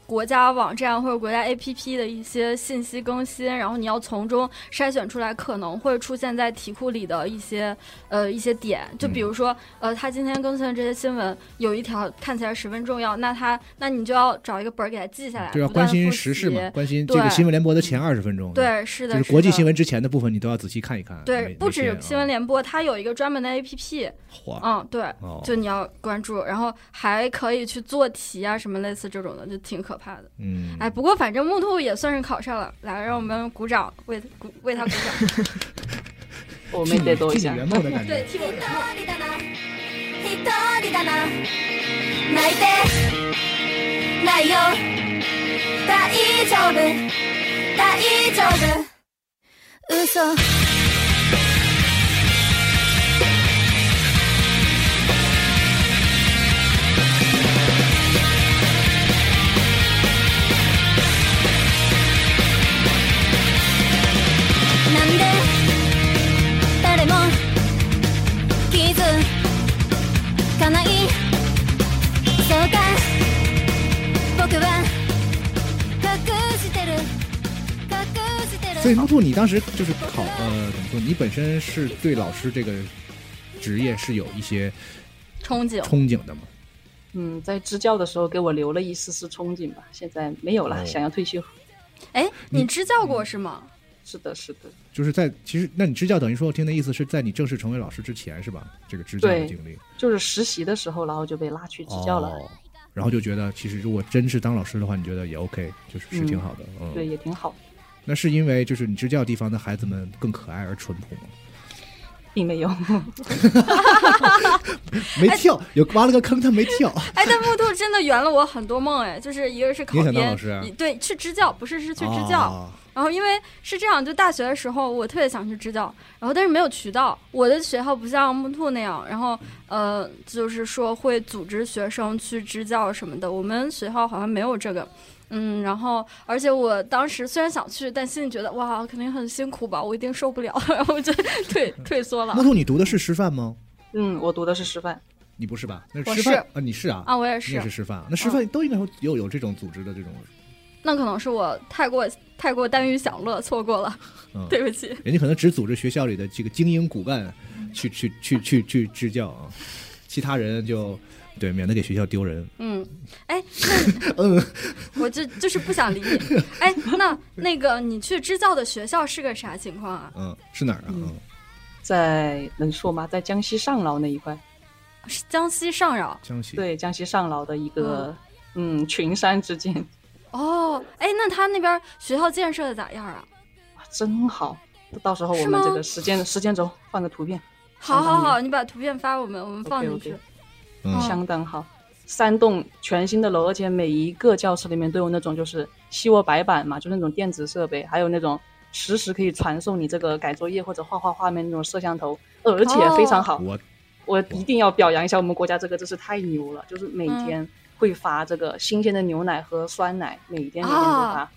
Speaker 3: 国家网站或者国家 APP 的一些信息更新，然后你要从中筛选出来可能会出现在题库里的一些呃一些点，就比如说、呃，他今天更新的这些新闻有一条看起来十分重要，那他那你就要找一个本儿给它记下来，
Speaker 2: 就要
Speaker 3: 不断
Speaker 2: 关
Speaker 3: 地
Speaker 2: 心
Speaker 3: 复
Speaker 2: 时事嘛，
Speaker 3: 习
Speaker 2: 关心这个
Speaker 3: 对
Speaker 2: 新闻联播的前二十分钟。，
Speaker 3: 对，是的，
Speaker 2: 就是国际
Speaker 3: 的
Speaker 2: 新。闻之前的部分，你都要仔细看一看。
Speaker 3: 对
Speaker 2: 每，
Speaker 3: 不止新闻。
Speaker 2: 每天啊
Speaker 3: 联播，它有一个专门的 APP，
Speaker 2: 嚯，
Speaker 3: 嗯，对，
Speaker 2: 哦
Speaker 3: 就你要关注，然后还可以去做题啊，什么类似这种的，就挺可怕的。
Speaker 2: 嗯，
Speaker 3: 哎，不过反正木兔也算是考上了，来，让我们鼓掌，为鼓为他
Speaker 2: [LAUGHS]
Speaker 3: 鼓掌。
Speaker 5: 我
Speaker 2: 替
Speaker 5: 们
Speaker 2: 你
Speaker 5: 得多一
Speaker 2: 替
Speaker 5: 下
Speaker 2: 你。圆
Speaker 3: [LAUGHS]
Speaker 2: 梦的感
Speaker 3: 对
Speaker 2: 觉。，
Speaker 3: 替我鼓掌。
Speaker 1: 一人だな一人だな泣いてないよ大丈夫大丈夫嘘なんで誰も気づかないそうか僕は隠してる隠してる
Speaker 2: 所以木兔，你当时就是考呃怎么说？你本身是对老师这个职业是有一些
Speaker 3: 憧憬，
Speaker 2: 憧憬的吗？
Speaker 5: 嗯，在支教的时候给我留了一丝丝憧憬吧，现在没有了，
Speaker 2: 哦
Speaker 5: 想要退休。
Speaker 3: 哎，
Speaker 2: 你
Speaker 3: 你支教过是吗？
Speaker 5: 是的，是的，
Speaker 2: 就是在其实，那你支教等于说，我听的意思是在你正式成为老师之前是吧？这个支教的
Speaker 5: 对
Speaker 2: 经历，
Speaker 5: 就是实习的时候，然后就被拉去支教了。
Speaker 2: 哦然后就觉得，其实如果真是当老师的话，你觉得也 OK，就是是
Speaker 5: 嗯
Speaker 2: 挺好的。嗯，
Speaker 5: 对，也挺好，
Speaker 2: 那是因为就是你支教地方的孩子们更可爱而淳朴吗？
Speaker 5: 并没有。 [LAUGHS]
Speaker 2: 没跳，有挖了个坑，他没跳。
Speaker 3: 哎，但木兔真的圆了我很多梦哎，就是一个是考
Speaker 2: 你也想当老
Speaker 3: 编
Speaker 2: 师啊，
Speaker 3: 一对，去支教，不是是去支教。
Speaker 2: 啊
Speaker 3: 然后因为是这样，就大学的时候我特别想去支教，然后但是没有渠道。我的学校不像木兔那样，然后呃，就是说会组织学生去支教什么的，我们学校好像没有这个。嗯，然后而且我当时虽然想去，但心里觉得哇，肯定很辛苦吧，我一定受不了， [LAUGHS] 然后我就退退缩了
Speaker 2: 木。兔，你读的是师范吗？
Speaker 5: 嗯，我读的是师范，
Speaker 2: 你不是吧？那
Speaker 3: 我
Speaker 2: 师范
Speaker 3: 是
Speaker 2: 啊，你是啊，
Speaker 3: 啊，我也
Speaker 2: 你
Speaker 3: 是，
Speaker 2: 也是师范啊。那师范都应该有有这种组织的这种，
Speaker 3: 那可能是我太过太过耽于享乐，错过了，
Speaker 2: 嗯，
Speaker 3: 对不起。
Speaker 2: 人家可能只组织学校里的这个精英骨干去去去去去支教啊，其他人就对，免得给学校丢人。
Speaker 3: 嗯，哎，
Speaker 2: 嗯
Speaker 3: 那我就就是不想理你。哎，那那个你去支教的学校是个啥情况啊？
Speaker 2: 嗯，是哪儿啊？嗯
Speaker 5: 嗯，在能说吗？在江西上饶那一块，
Speaker 3: 是江西上饶
Speaker 2: 江西。
Speaker 5: 对，江西上饶的一个嗯群山之间，
Speaker 3: 哦。哎，那他那边学校建设的咋样啊？
Speaker 5: 哇，真好。到时候我
Speaker 3: 是
Speaker 5: 们这
Speaker 3: 吗
Speaker 5: 个时间时间轴放个图片，
Speaker 3: 好好
Speaker 5: 相当
Speaker 3: 好，你把图片发我们，我们放进去。
Speaker 5: OK，OK
Speaker 2: 嗯，
Speaker 5: 相当好。三栋全新的楼，而且每一个教室里面都有那种就是吸握白板嘛，就是那种电子设备，还有那种实时可以传送你这个改作业或者画画画面那种摄像头，而且非
Speaker 3: 哦
Speaker 5: 常好。
Speaker 2: 我
Speaker 5: 我一定要表扬一下我们国家这个，真是太牛了！就是每
Speaker 3: 嗯
Speaker 5: 天会发这个新鲜的牛奶和酸奶，每天每天都发，
Speaker 3: 啊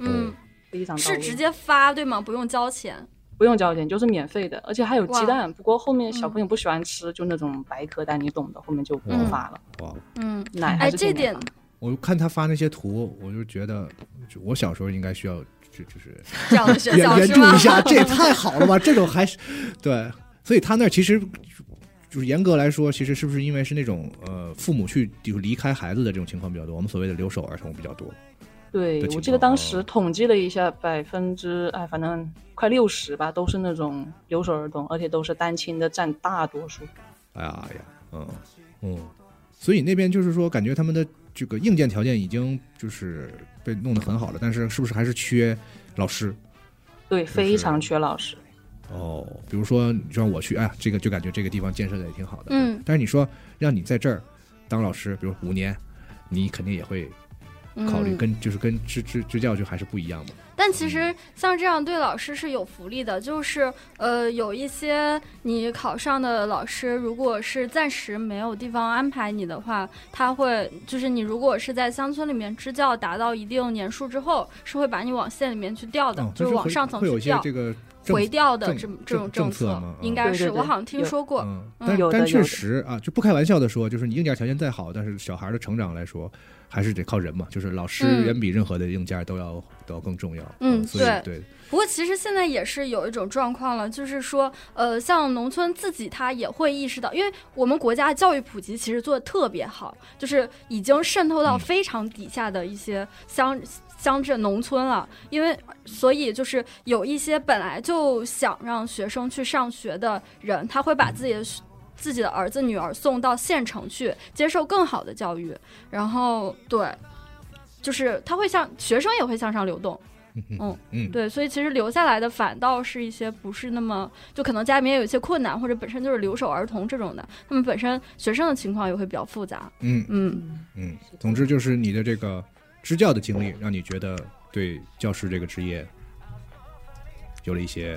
Speaker 3: 嗯，
Speaker 5: 非常到
Speaker 3: 是
Speaker 5: 位。
Speaker 3: 直接发对吗？不用交钱。
Speaker 5: 不用交钱，就是免费的，而且还有
Speaker 3: 哇
Speaker 5: 鸡蛋。不过后面小朋友不喜欢吃，就那种白壳蛋，你懂的，后面就不
Speaker 2: 嗯
Speaker 5: 发了。
Speaker 2: 哇，
Speaker 3: 嗯，
Speaker 5: 奶还
Speaker 3: 哎，
Speaker 5: 是
Speaker 3: 这
Speaker 5: 挺难
Speaker 3: 点
Speaker 5: 发
Speaker 2: 我看他发那些图，我就觉得，就我小时候应该需要，就就是
Speaker 3: 这样的学
Speaker 2: [LAUGHS] 援
Speaker 3: 校
Speaker 2: 援
Speaker 3: 是
Speaker 2: 助
Speaker 3: 吗
Speaker 2: 一？下，这也太好了吧？这种还是对，所以他那儿其实就是严格来说，其实是不是因为是那种呃父母去就是离开孩子的这种情况比较多？我们所谓的留守儿童比较多，
Speaker 5: 对
Speaker 2: 的情
Speaker 5: 我记得当
Speaker 2: 况
Speaker 5: 时
Speaker 2: 哦
Speaker 5: 统计了一下，百分之哎，反正快六十吧，都是那种留守儿童，而且都是单亲的，占大多数。
Speaker 2: 哎呀哎呀，嗯嗯，所以那边就是说，感觉他们的这个硬件条件已经就是被弄得很好了，但是是不是还是缺老师？
Speaker 5: 对，非常
Speaker 2: 是
Speaker 5: 缺老师。
Speaker 2: 哦，比如说你让我去，哎呀，这个就感觉这个地方建设的也挺好的，
Speaker 3: 嗯
Speaker 2: 但是你说让你在这儿当老师，比如五年，你肯定也会考虑
Speaker 3: 嗯
Speaker 2: 跟、就是跟支支支教就还是不一样嘛。
Speaker 3: 但其
Speaker 2: 嗯
Speaker 3: 实像这样对老师是有福利的，就是呃，有一些你考上的老师，如果是暂时没有地方安排你的话，他会就是你如果是在乡村里面支教达到一定年数之后，是会把你往县里面去调的，
Speaker 2: 哦，
Speaker 3: 就是
Speaker 2: 会
Speaker 3: 往上层
Speaker 2: 会有
Speaker 3: 去
Speaker 2: 一些
Speaker 3: 调。
Speaker 2: 这个政
Speaker 3: 回调的
Speaker 2: 政
Speaker 3: 这么
Speaker 2: 政
Speaker 3: 这种
Speaker 2: 政策嗯
Speaker 3: 策
Speaker 2: 吗
Speaker 3: 应该
Speaker 5: 对
Speaker 3: 是，
Speaker 5: 对
Speaker 3: 我
Speaker 5: 对
Speaker 3: 好像听
Speaker 5: 有
Speaker 3: 说过。
Speaker 2: 嗯，但
Speaker 5: 有的
Speaker 2: 但
Speaker 5: 有
Speaker 2: 确
Speaker 5: 的
Speaker 2: 实啊，就不开玩笑的说，就是你硬件条件再好，但是小孩的成长来说，还是得靠人嘛。就是老师
Speaker 3: 嗯
Speaker 2: 远比任何的硬件都要、都要更重要。啊
Speaker 3: 嗯
Speaker 2: 所以
Speaker 3: 对
Speaker 2: 对，
Speaker 3: 不过其实现在也是有一种状况了，就是说，呃，像农村自己他也会意识到，因为我们国家教育普及其实做的特别好，就是已经渗透到
Speaker 2: 嗯
Speaker 3: 非常底下的一些乡。乡镇农村了，因为所以就是有一些本来就想让学生去上学的人，他会把自己的学自己的儿子女儿送到县城去接受更好的教育，然后对，就是他会向学生也会向上流动，
Speaker 2: 嗯嗯
Speaker 3: 对，所以其实留下来的反倒是一些不是那么，就可能家里面有一些困难，或者本身就是留守儿童这种的，他们本身学生的情况也会比较复杂。
Speaker 2: 嗯
Speaker 3: 嗯，
Speaker 2: 嗯。总之就是你的这个支教的经历，让你觉得对教师这个职业有了一些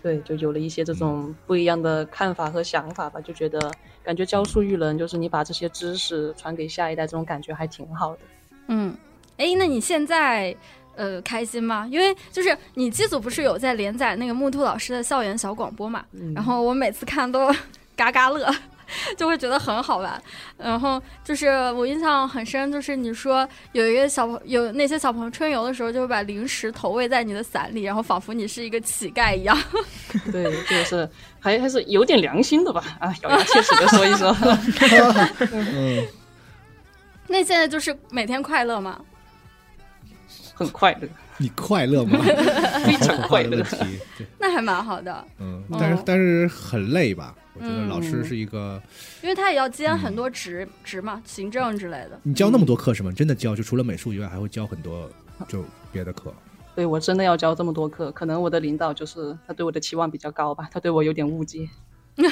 Speaker 5: 对，就有了一些
Speaker 2: 嗯
Speaker 5: 这种不一样的看法和想法吧，就觉得感觉教书育人，就是你把这些知识传给下一代，这种感觉还挺好的。 [LAUGHS]
Speaker 3: 嗯，哎，那你现在呃开心吗？因为就是你机组不是有在连载那个木兔老师的校园小广播嘛，
Speaker 5: 嗯
Speaker 3: 然后我每次看都 [LAUGHS] 嘎嘎乐，就会觉得很好玩。然后就是我印象很深，就是你说有一个小朋有那些小朋友春游的时候，就会把零食投喂在你的伞里，然后仿佛你是一个乞丐一样。 [LAUGHS]
Speaker 5: 对，这个是还还是有点良心的吧？啊，咬牙切齿的说一说。 [LAUGHS]
Speaker 2: 嗯
Speaker 3: 那现在就是每天快乐吗？
Speaker 5: 很快乐。
Speaker 2: [LAUGHS] 你快乐 [LAUGHS] 吗？非
Speaker 5: 常快乐
Speaker 2: 问题。对，
Speaker 3: 那还蛮好的，
Speaker 2: 嗯，但是但是很累吧？我觉得老师是一个，
Speaker 3: 因为他也要兼很多职、职嘛，行政之类的。
Speaker 2: 你教那么多课是吗？真的教，就除了美术以外，还会教很多就别的课。
Speaker 5: 对我真的要教这么多课，可能我的领导就是他对我的期望比较高吧，他对我有点误解。嗯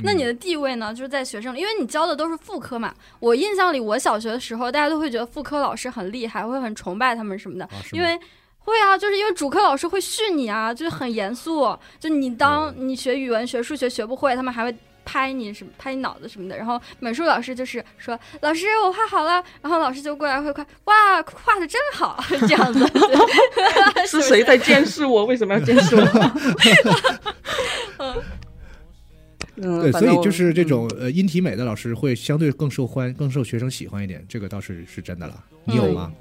Speaker 3: 那你的地位呢？就是在学生里，因为你教的都是副科嘛。我印象里，我小学的时候，大家都会觉得副科老师很厉害，会很崇拜他们什么的，
Speaker 2: 啊是吗
Speaker 3: 因为。会啊，就是因为主课老师会训你啊，就是很严肃。就你当
Speaker 5: 嗯
Speaker 3: 你学语文、学数学学不会，他们还会拍你什么拍你脑子什么的。然后美术老师就是说：“老师，我画好了。”然后老师就过来会夸：“哇，画的真好！”这样
Speaker 5: [LAUGHS]
Speaker 3: 子，
Speaker 5: 是谁在监视我？为什么要监 [LAUGHS] 视我？嗯，
Speaker 2: 对，
Speaker 5: 反
Speaker 2: 所以
Speaker 5: 正我
Speaker 2: 就是这种呃音体美的老师会相对更受欢，更受学生喜欢一点，这个倒是是真的了。你
Speaker 3: 嗯
Speaker 2: 有吗？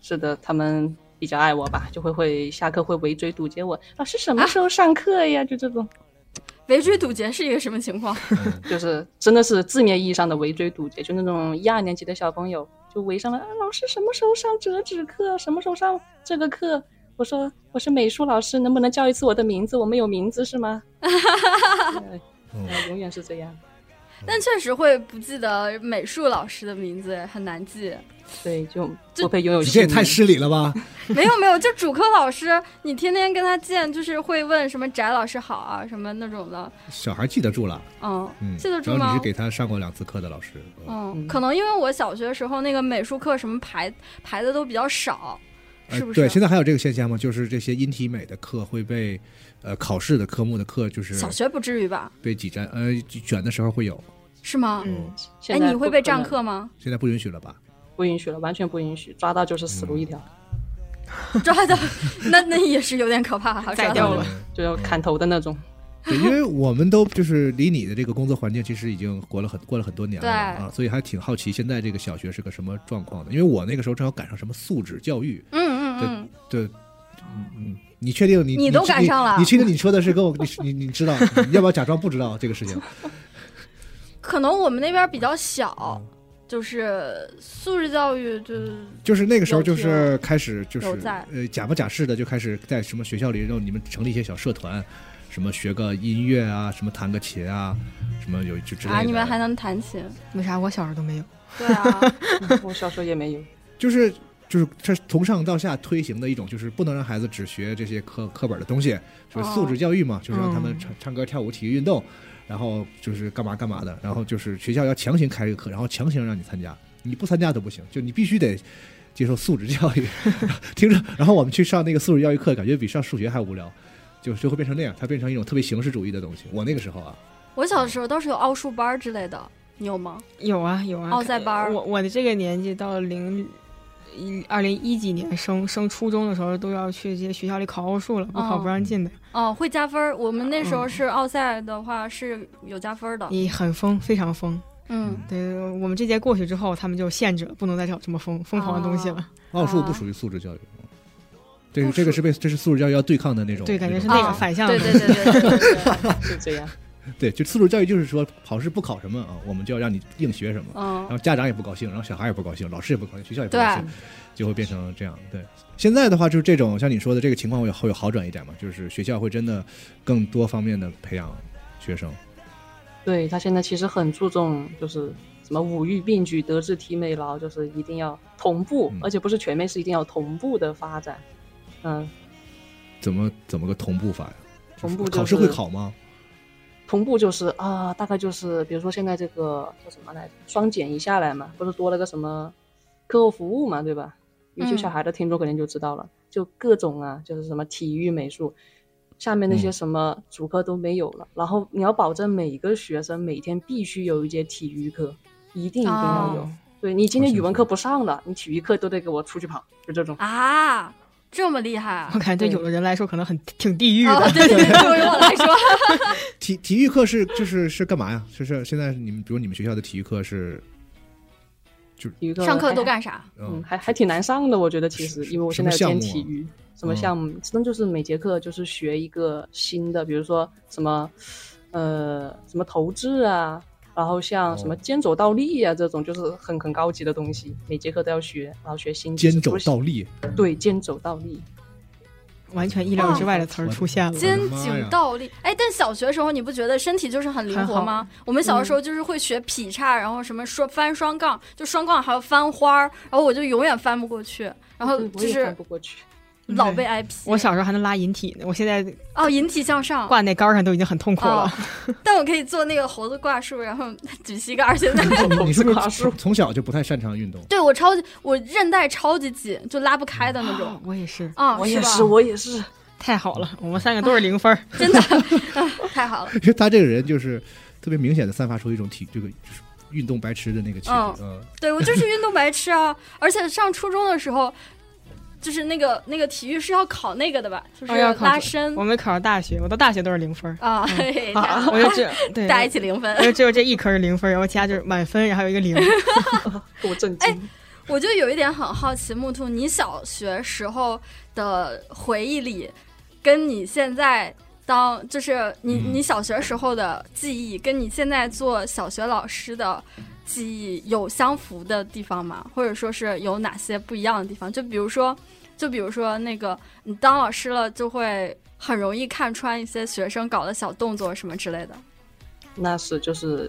Speaker 5: 是的，他们比较爱我吧，就会会下课会围追堵截我，老师什
Speaker 3: 啊
Speaker 5: 么时候上课呀？就这种，
Speaker 3: 围追堵截是一个什么情况？
Speaker 5: 就是真的是字面意义上的围追堵截，就那种一二年级的小朋友就围上来，啊，老师什么时候上折纸课？什么时候上这个课？我说我是美术老师，能不能叫一次我的名字？我没有名字是吗？对
Speaker 2: 嗯，
Speaker 5: 永远是这样。
Speaker 3: 但确实会不记得美术老师的名字，很难记。
Speaker 5: 对，就不配拥有
Speaker 2: 你
Speaker 5: 姓
Speaker 2: 这也
Speaker 5: 名
Speaker 2: 太失礼了吧！
Speaker 3: 没有没有，就主科老师，你天天跟他见，就是会问什么翟老师好啊，什么那种的。
Speaker 2: 小孩记得住了，
Speaker 3: 嗯，
Speaker 2: 嗯，
Speaker 3: 记得
Speaker 2: 主
Speaker 3: 住
Speaker 2: 要你
Speaker 3: 吗
Speaker 2: 是？给他上过两次课的老师，嗯
Speaker 3: 嗯，可能因为我小学时候那个美术课什么排排的都比较少，
Speaker 2: 呃
Speaker 3: 是不是？
Speaker 2: 对，现在还有这个现象吗？就是这些音体美的课会被呃考试的科目的课就是
Speaker 3: 小学不至于吧？
Speaker 2: 被挤占，呃卷的时候会有，
Speaker 3: 是吗？
Speaker 4: 嗯，
Speaker 3: 哎，
Speaker 5: 现在
Speaker 3: 你会
Speaker 5: 不
Speaker 3: 被
Speaker 5: 可
Speaker 3: 占
Speaker 5: 能
Speaker 3: 课吗？ [LAUGHS]
Speaker 2: 现在不允许了吧？ [LAUGHS]
Speaker 5: 不允许了，完全不允许，抓到就是死路一条，
Speaker 2: 嗯
Speaker 3: 抓的，那那也是有点可怕哈，
Speaker 4: 宰
Speaker 3: 抓
Speaker 4: 掉
Speaker 3: 到
Speaker 4: 了
Speaker 2: 嗯
Speaker 5: 就要砍头的那种。
Speaker 2: 对，因为我们都就是离你的这个工作环境其实已经过了很过了很多年了
Speaker 3: 对
Speaker 2: 啊，所以还挺好奇现在这个小学是个什么状况的。因为我那个时候正好赶上什么素质教育，
Speaker 3: 嗯嗯嗯，
Speaker 2: 对，嗯嗯，你确定你
Speaker 3: 你都赶上了
Speaker 2: 你？你确定你说的是跟我你你你知道？你要不要假装不知道这个事情？嗯
Speaker 3: 可能我们那边比较小，就是素质教育就
Speaker 2: 就是那个时候就是开始就是
Speaker 3: 有在
Speaker 2: 呃假模假式的就开始在什么学校里让你们成立一些小社团，什么学个音乐啊，什么弹个琴啊，什么有就之类的。
Speaker 3: 啊，你们还能弹琴？
Speaker 4: 为啥我小时候都没有？
Speaker 3: 对啊，
Speaker 2: 嗯
Speaker 5: 我小时候也没有。
Speaker 2: 就是就是这是从上到下推行的一种，就是不能让孩子只学这些课课本的东西，就是素质教育嘛，就是让他们
Speaker 4: 哦嗯
Speaker 2: 唱唱歌、跳舞、体育运动，然后就是干嘛干嘛的，然后就是学校要强行开这个课，然后强行让你参加，你不参加都不行，就你必须得。接受素质教育， [LAUGHS] 听着，然后我们去上那个素质教育课，感觉比上数学还无聊，就就会变成那样，它变成一种特别形式主义的东西。我那个时候啊，
Speaker 3: 我小时候倒是有奥数班儿之类的，你有吗？
Speaker 4: 有啊有啊，
Speaker 3: 奥赛班哦儿
Speaker 4: 我我的这个年纪到了零一二零一几年升升初中的时候，都要去这些学校里考奥数了，不考
Speaker 3: 哦
Speaker 4: 不让进的。
Speaker 3: 哦，会加分儿。我们那时候
Speaker 4: 嗯
Speaker 3: 是奥赛的话是有加分儿的。
Speaker 4: 你很疯，非常疯。
Speaker 3: 嗯，
Speaker 4: 对我们这届过去之后，他们就限制了，不能再找这么疯疯狂的东西了。
Speaker 2: 奥数
Speaker 3: 啊
Speaker 4: 哦
Speaker 2: 不属于素质教育，这
Speaker 3: 不
Speaker 2: 是这个
Speaker 3: 属
Speaker 2: 是被这是素质教育要对抗的那种，
Speaker 4: 对，感觉
Speaker 2: 那
Speaker 4: 是
Speaker 2: 种
Speaker 4: 那个
Speaker 3: 哦
Speaker 4: 反向的。
Speaker 3: 对对对对对对对，
Speaker 5: 是这样，
Speaker 2: 对，就素质教育就是说，考试不考什么啊，我们就要让你硬学什么，然
Speaker 3: 嗯，
Speaker 2: 后家长也不高兴，然后小孩也不高兴，老师也不高兴，学校也不
Speaker 3: 对
Speaker 2: 高兴，就会变成这样。对，现在的话就是这种像你说的这个情况会会有好转一点嘛，就是学校会真的更多方面的培养学生。
Speaker 5: 对他现在其实很注重就是什么五育并举、德智体美劳，就是一定要同步，
Speaker 2: 嗯
Speaker 5: 而且不是全面，是一定要同步的发展。嗯，
Speaker 2: 怎么怎么个同步法呀？就是
Speaker 5: 同步就是
Speaker 2: 考试会考吗？
Speaker 5: 同步就是啊，大概就是比如说现在这个叫什么来着，双减一下来嘛，不是多了个什么课后服务嘛，对吧？有些
Speaker 3: 嗯
Speaker 5: 小孩的听众肯定就知道了，就各种啊，就是什么体育、美术，下面那些
Speaker 2: 嗯
Speaker 5: 什么主课都没有了。然后你要保证每一个学生每天必须有一节体育课，一定一定要有。
Speaker 4: 哦
Speaker 5: 对你今天
Speaker 2: 好
Speaker 5: 语
Speaker 2: 幸
Speaker 5: 文
Speaker 2: 福
Speaker 5: 课不上了，你体育课都得给我出去跑，就这种。
Speaker 3: 啊，这么厉害
Speaker 4: [LAUGHS]
Speaker 3: 啊
Speaker 4: 我！感觉对有的人来说可能很挺地狱的。
Speaker 3: 哦，对对对，对于我来说，
Speaker 2: 体体育课是就是是干嘛呀？就是现在你们比如你们学校的体育课是呃
Speaker 5: 体育课
Speaker 3: 上课都
Speaker 5: 还
Speaker 3: 干啥？
Speaker 2: 哎
Speaker 5: 嗯，还还挺难上的，我觉得其
Speaker 2: 是
Speaker 5: 实，
Speaker 2: 是
Speaker 5: 因为我
Speaker 2: 什
Speaker 5: 现
Speaker 2: 么
Speaker 5: 在有
Speaker 2: 项
Speaker 5: 兼
Speaker 2: 目啊
Speaker 5: 体育，什么
Speaker 2: 嗯
Speaker 5: 项目，真的就是每节课就是学一个新的，比如说什么，呃，什么投掷啊，然后像什么
Speaker 2: 哦
Speaker 5: 肩肘倒立啊这种，就是很很高级的东西，每节课都要学，然后学新知识
Speaker 2: 肩肘
Speaker 5: 不是
Speaker 2: 倒立，
Speaker 5: 对，肩肘倒立，
Speaker 4: 完全意料之外的
Speaker 2: 哦
Speaker 4: 词儿出现了。
Speaker 3: 肩
Speaker 2: 我的妈呀
Speaker 3: 颈倒立，哎，但小学时候你不觉得身体就是很灵活吗？我们小的时候就是会学劈叉，然后什么说翻双杠，就双杠还要翻花儿，然后我就永远翻不过去，然后
Speaker 5: 对我
Speaker 3: 哦就
Speaker 5: 也翻
Speaker 3: 是
Speaker 5: 不过去。
Speaker 3: 老被挨劈。
Speaker 4: 我小时候还能拉引体呢，我现在
Speaker 3: 哦，引体向上，
Speaker 4: 挂那杆儿上都已经很痛苦了。
Speaker 3: 哦，但我可以做那个猴子挂树，然后举膝盖儿。
Speaker 2: [LAUGHS]
Speaker 3: 现在
Speaker 2: 你你是不
Speaker 5: 跨
Speaker 2: 是
Speaker 5: 树
Speaker 2: 从从小就不太擅长运动？
Speaker 3: 对我超级，我韧带超级紧，就拉不开的那种。
Speaker 4: [LAUGHS] 我也是，
Speaker 3: 啊，
Speaker 5: 我也
Speaker 3: 吧
Speaker 5: 是，我也是， [LAUGHS]
Speaker 4: 太好了，我们三个都是零分儿。
Speaker 3: 真的、啊太好了。
Speaker 2: 因为他这个人就是特别明显的散发出一种体这个就是运动白痴的那个气质，
Speaker 3: 哦
Speaker 2: 嗯，
Speaker 3: 对我就是运动白痴
Speaker 4: [LAUGHS]
Speaker 3: 啊！而且上初中的时候，就是那个那个体育是要考那个的吧，就是
Speaker 4: 哦要考
Speaker 3: 拉伸。
Speaker 4: 我没考上大学，我到大学都是零分儿
Speaker 3: 啊，嘿嘿大 [LAUGHS]
Speaker 4: 我就只对，
Speaker 3: 大家一起零分
Speaker 4: 我。就只有这一科是零分儿，然后其他就是满分，然后有一
Speaker 3: [LAUGHS]
Speaker 4: 个零。
Speaker 5: 给我震
Speaker 3: 哎
Speaker 5: 惊。
Speaker 3: 我就有一点很好奇，木兔，你小学时候的回忆里，跟你现在当就是你
Speaker 2: 嗯
Speaker 3: 你小学时候的记忆，跟你现在做小学老师的。记忆有相符的地方吗？或者说是有哪些不一样的地方？就比如说，就比如说那个，你当老师了就会很容易看穿一些学生搞的小动作什么之类的。
Speaker 5: 那是就是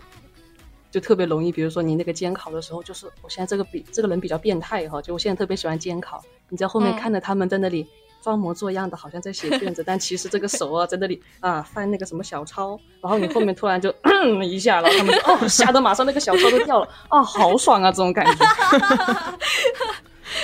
Speaker 5: 就特别容易，比如说你那个监考的时候，就是我现在这个比这个人比较变态哈，就我现在特别喜欢监考，你在后面
Speaker 3: 嗯
Speaker 5: 看着他们在那里装模作样的，好像在写卷子，但其实这个手啊在那里啊翻那个什么小抄，然后你后面突然就 [COUGHS] 一下，然后他们就哦吓得马上那个小抄都掉了，哦好爽啊这种感觉。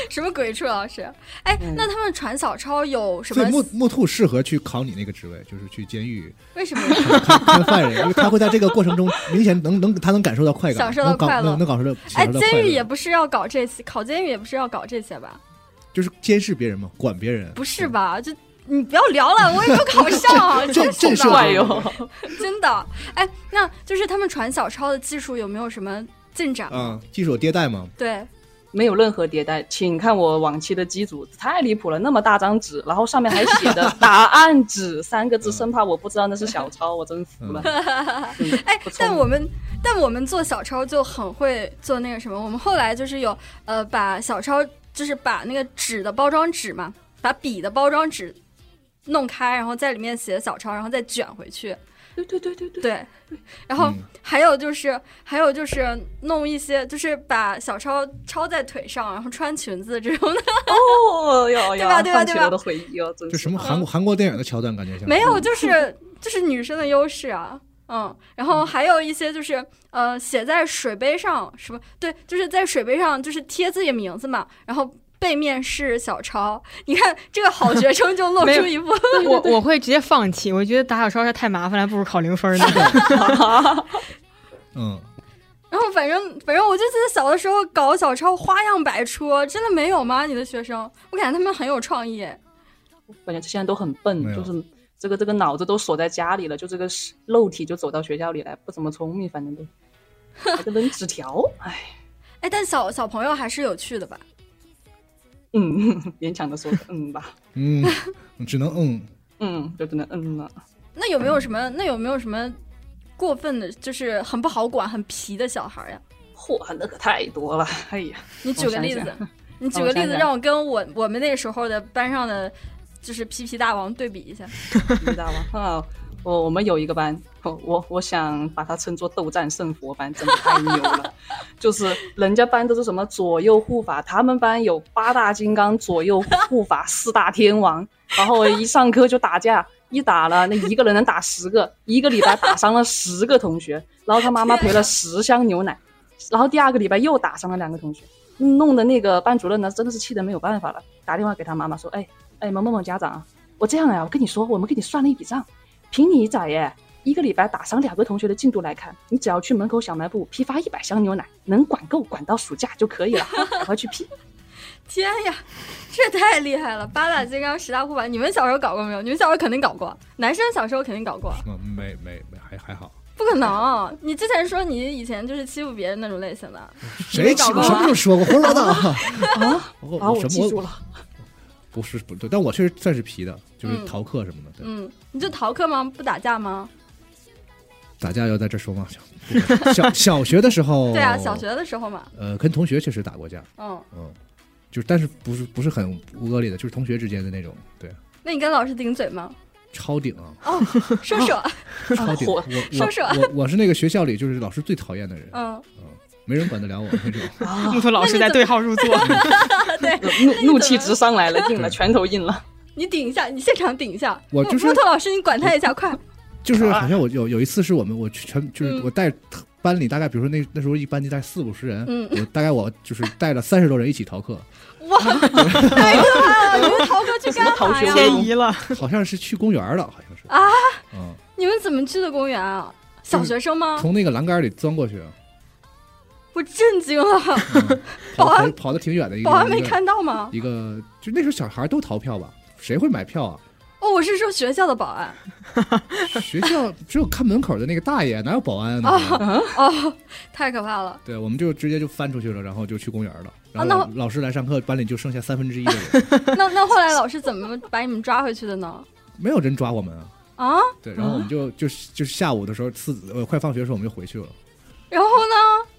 Speaker 3: 什么鬼？楚老师，哎，
Speaker 5: 嗯
Speaker 3: 那他们传小抄有什
Speaker 2: 所以
Speaker 3: 么？
Speaker 2: 木木兔适合去考你那个职位，就是去监狱
Speaker 3: 为什么？
Speaker 2: 看看犯人，因为他会在这个过程中明显能能他能感受到快感，
Speaker 3: 享受到
Speaker 2: 能搞
Speaker 3: 快乐
Speaker 2: 能能感受到享
Speaker 3: 哎，
Speaker 2: 受到
Speaker 3: 监
Speaker 2: 快
Speaker 3: 狱也
Speaker 2: 乐，
Speaker 3: 不是要搞这些，考监狱也不是要搞这些吧？
Speaker 2: 就是监视别人嘛，管别人，
Speaker 3: 不是吧？就你不要聊了， [LAUGHS] 我也没有考上，
Speaker 2: 震
Speaker 3: 真
Speaker 2: 震
Speaker 3: 是
Speaker 2: 慑
Speaker 5: 怪
Speaker 2: 他
Speaker 5: 哟、
Speaker 2: 们
Speaker 3: 真的。哎，那就是他们传小抄的技术有没有什么进展？
Speaker 2: 嗯啊，技术有迭代嘛，
Speaker 3: 对，
Speaker 5: [LAUGHS] 没有任何迭代，请看我往期的机组，太离谱了，那么大张纸，然后上面还写的 [LAUGHS] 答案纸三个字，生怕我不知道那是小抄，我真服了。嗯
Speaker 3: 哎
Speaker 5: 不，错
Speaker 3: 但我们但我们做小抄就很会做那个什么，我们后来就是有呃把小抄就是把那个纸的包装纸嘛，把笔的包装纸弄开，然后在里面写小抄，然后再卷回去。
Speaker 5: 对对对对对，
Speaker 3: [LAUGHS] 对，然后
Speaker 2: 嗯
Speaker 3: 还有就是、还有就是弄一些就是把小抄抄在腿上，然后穿裙子这种的， [LAUGHS]
Speaker 5: 哦哟
Speaker 3: 对
Speaker 5: 哟，
Speaker 3: 吧对吧
Speaker 5: 唤起
Speaker 3: 对吧
Speaker 5: 我的回忆哦，真
Speaker 2: 就是什么韩国韩国电影的桥段，感觉像
Speaker 3: 嗯没有，就是就是女生的优势啊。嗯，然后还有一些就是，呃，写在水杯上，什么对，就是在水杯上就是贴自己名字嘛，然后背面是小抄。你看这个好学生就露
Speaker 4: 没
Speaker 3: 出
Speaker 4: 有
Speaker 3: 一副 [LAUGHS]
Speaker 4: 我我会直接放弃，我觉得打小抄是太麻烦了，不如考零分呢。
Speaker 3: [LAUGHS]
Speaker 2: 嗯，
Speaker 3: 然后反正反正我就记得小的时候搞小抄花样百出，真的没有吗？你的学生，我感觉他们很有创意。
Speaker 5: 感觉这些人都很
Speaker 2: 没
Speaker 5: 笨，
Speaker 2: 有
Speaker 5: 就是这个这个脑子都锁在家里了，就这个是肉体就走到学校里来，不怎么聪明，反正 [LAUGHS] 都还在扔纸条，哎，
Speaker 3: 哎，但小小朋友还是有趣的吧？
Speaker 5: 嗯， [LAUGHS] 勉强的说个嗯吧，
Speaker 2: 嗯，只能嗯，
Speaker 5: 嗯，就真的嗯了。
Speaker 3: 那有没有什么？
Speaker 5: 嗯
Speaker 3: 那有没有什么过分的，就是很不好管、很皮的小孩呀？
Speaker 5: 嚯，那可太多了！哎呀，
Speaker 3: 你举个例
Speaker 5: 我
Speaker 3: 子
Speaker 5: 想，
Speaker 3: 你举个例
Speaker 5: 我想
Speaker 3: 子，
Speaker 5: 想
Speaker 3: 让我跟我我们那时候的班上的就是皮皮大王对比一下。
Speaker 5: [LAUGHS] 你知道吗？啊，我我们有一个班，我我我想把它称作斗战胜佛班，真的太牛了。就是人家班都是什么左右护法，他们班有八大金刚、左右护法、四大天王，然后一上课就打架。一打了，那一个人能打十个，一个礼拜打伤了十个同学，然后他妈妈赔了十箱牛奶，然后第二个礼拜又打伤了两个同学，弄得那个班主任呢真的是气得没有办法了，打电话给他妈妈说：“哎哎，某某某家长啊，我这样啊，我跟你说，我们给你算了一笔账，凭你咋耶，一个礼拜打伤两个同学的进度来看，你只要去门口小卖部批发一百箱牛奶，能管够管到暑假就可 [LAUGHS] 以了，赶快去批。
Speaker 3: 天呀，这太厉害了！八大金刚、十大护法，你们小时候搞过没有？你们小时候肯定搞过，啊男生小时候肯定搞过，啊
Speaker 2: 嗯没没没，还还好。
Speaker 3: 不可能！啊你之前说你以前就是欺负别人那种类型的，啊
Speaker 2: 谁
Speaker 3: 搞
Speaker 2: 起
Speaker 3: 过
Speaker 2: 我什么时候说过胡说八道啊？ [LAUGHS] 我
Speaker 5: [LAUGHS] 啊，
Speaker 2: 我
Speaker 5: 我
Speaker 2: 什
Speaker 5: 记
Speaker 2: 么
Speaker 5: 住
Speaker 2: 我
Speaker 5: 了，
Speaker 2: 不是不对，但我确实算是皮的，就是
Speaker 3: 嗯
Speaker 2: 逃课什么的。对
Speaker 3: 嗯，你就逃课吗？不打架吗？
Speaker 2: 打架要在这说吗？ [LAUGHS] 小小小学的时候，
Speaker 3: [LAUGHS] 对啊，小学的时候嘛，
Speaker 2: 呃，跟同学确实打过架，
Speaker 3: 嗯，
Speaker 2: 嗯，就是但是不是不是很恶劣的，就是同学之间的那种，对，
Speaker 3: 那你跟老师顶嘴吗？
Speaker 2: 超顶啊，
Speaker 3: 说说，
Speaker 2: [LAUGHS] 超顶！
Speaker 5: 火
Speaker 2: 我
Speaker 3: 哦说说
Speaker 2: 我我我是那个学校里就是老师最讨厌的人，
Speaker 3: 嗯，
Speaker 2: 没人管得了我那种。
Speaker 4: 木头老师在对号入座，
Speaker 5: 怒怒气值上来了，硬了，拳头硬 [LAUGHS] 了。
Speaker 3: 你顶一下，你现场顶一下。
Speaker 2: 我就是
Speaker 3: 木头老师，你管他一下，快！
Speaker 2: 就是好像我有有一次是我们我全就是
Speaker 3: 嗯
Speaker 2: 我带班里大概比如说那那时候一班级大概四五十人，
Speaker 3: 嗯
Speaker 2: 我大概我就是带了三十多人一起逃课，
Speaker 3: 哇，太可怕了！你们逃课去干
Speaker 5: 逃
Speaker 3: 嘛
Speaker 5: 学
Speaker 3: 呀？
Speaker 5: 天
Speaker 4: 迁移了。
Speaker 2: 好像是去公园了，好像是
Speaker 3: 啊，
Speaker 2: 嗯，
Speaker 3: 你们怎么去的公园啊？小学生吗？
Speaker 2: 从那个栏杆里钻过去，
Speaker 3: [LAUGHS] 我震惊了，
Speaker 2: 嗯
Speaker 3: 保
Speaker 2: 跑
Speaker 3: 安
Speaker 2: 跑跑的挺远的一个
Speaker 3: 保安没
Speaker 2: 一个
Speaker 3: 看到吗？
Speaker 2: 一个，就那时候小孩都逃票吧，谁会买票啊？
Speaker 3: 哦，我是说学校的保安。
Speaker 2: 学校只有看门口的那个大爷，哪有保安呢？
Speaker 3: 哦，太可怕了。
Speaker 2: 对，我们就直接就翻出去了，然后就去公园了。
Speaker 3: 啊
Speaker 2: 然
Speaker 3: 那
Speaker 2: 后老师来上课，班里就剩下三分之一的
Speaker 3: [LAUGHS]
Speaker 2: 人，
Speaker 3: 那那后来老师怎么把你们抓回去的呢？
Speaker 2: 没有人抓我们啊。
Speaker 3: 啊，
Speaker 2: 对，然后我们
Speaker 3: [LAUGHS]
Speaker 2: 就就是就是下午的时候，四呃快放学的时候，我们就回去了。
Speaker 3: 然后呢？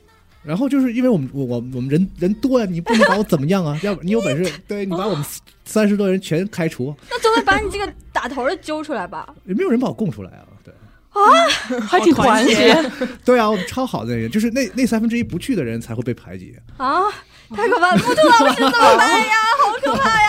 Speaker 2: 然后就是因为我们我我我们人人多呀、你不能把我怎么样啊？要不你有本
Speaker 3: [LAUGHS]
Speaker 2: 事，对你把我们三十多人全开除，
Speaker 3: 那总得把你这个打头的揪出来吧？
Speaker 2: 也没有人把我供出来啊。对，
Speaker 5: 还挺团结， [LAUGHS]
Speaker 2: 对啊，我们超好的那人，就是那那三分之一不去的人才会被排挤。
Speaker 3: 啊，太可怕了！木头老师怎么办呀？好可怕
Speaker 4: [LAUGHS]
Speaker 3: 呀！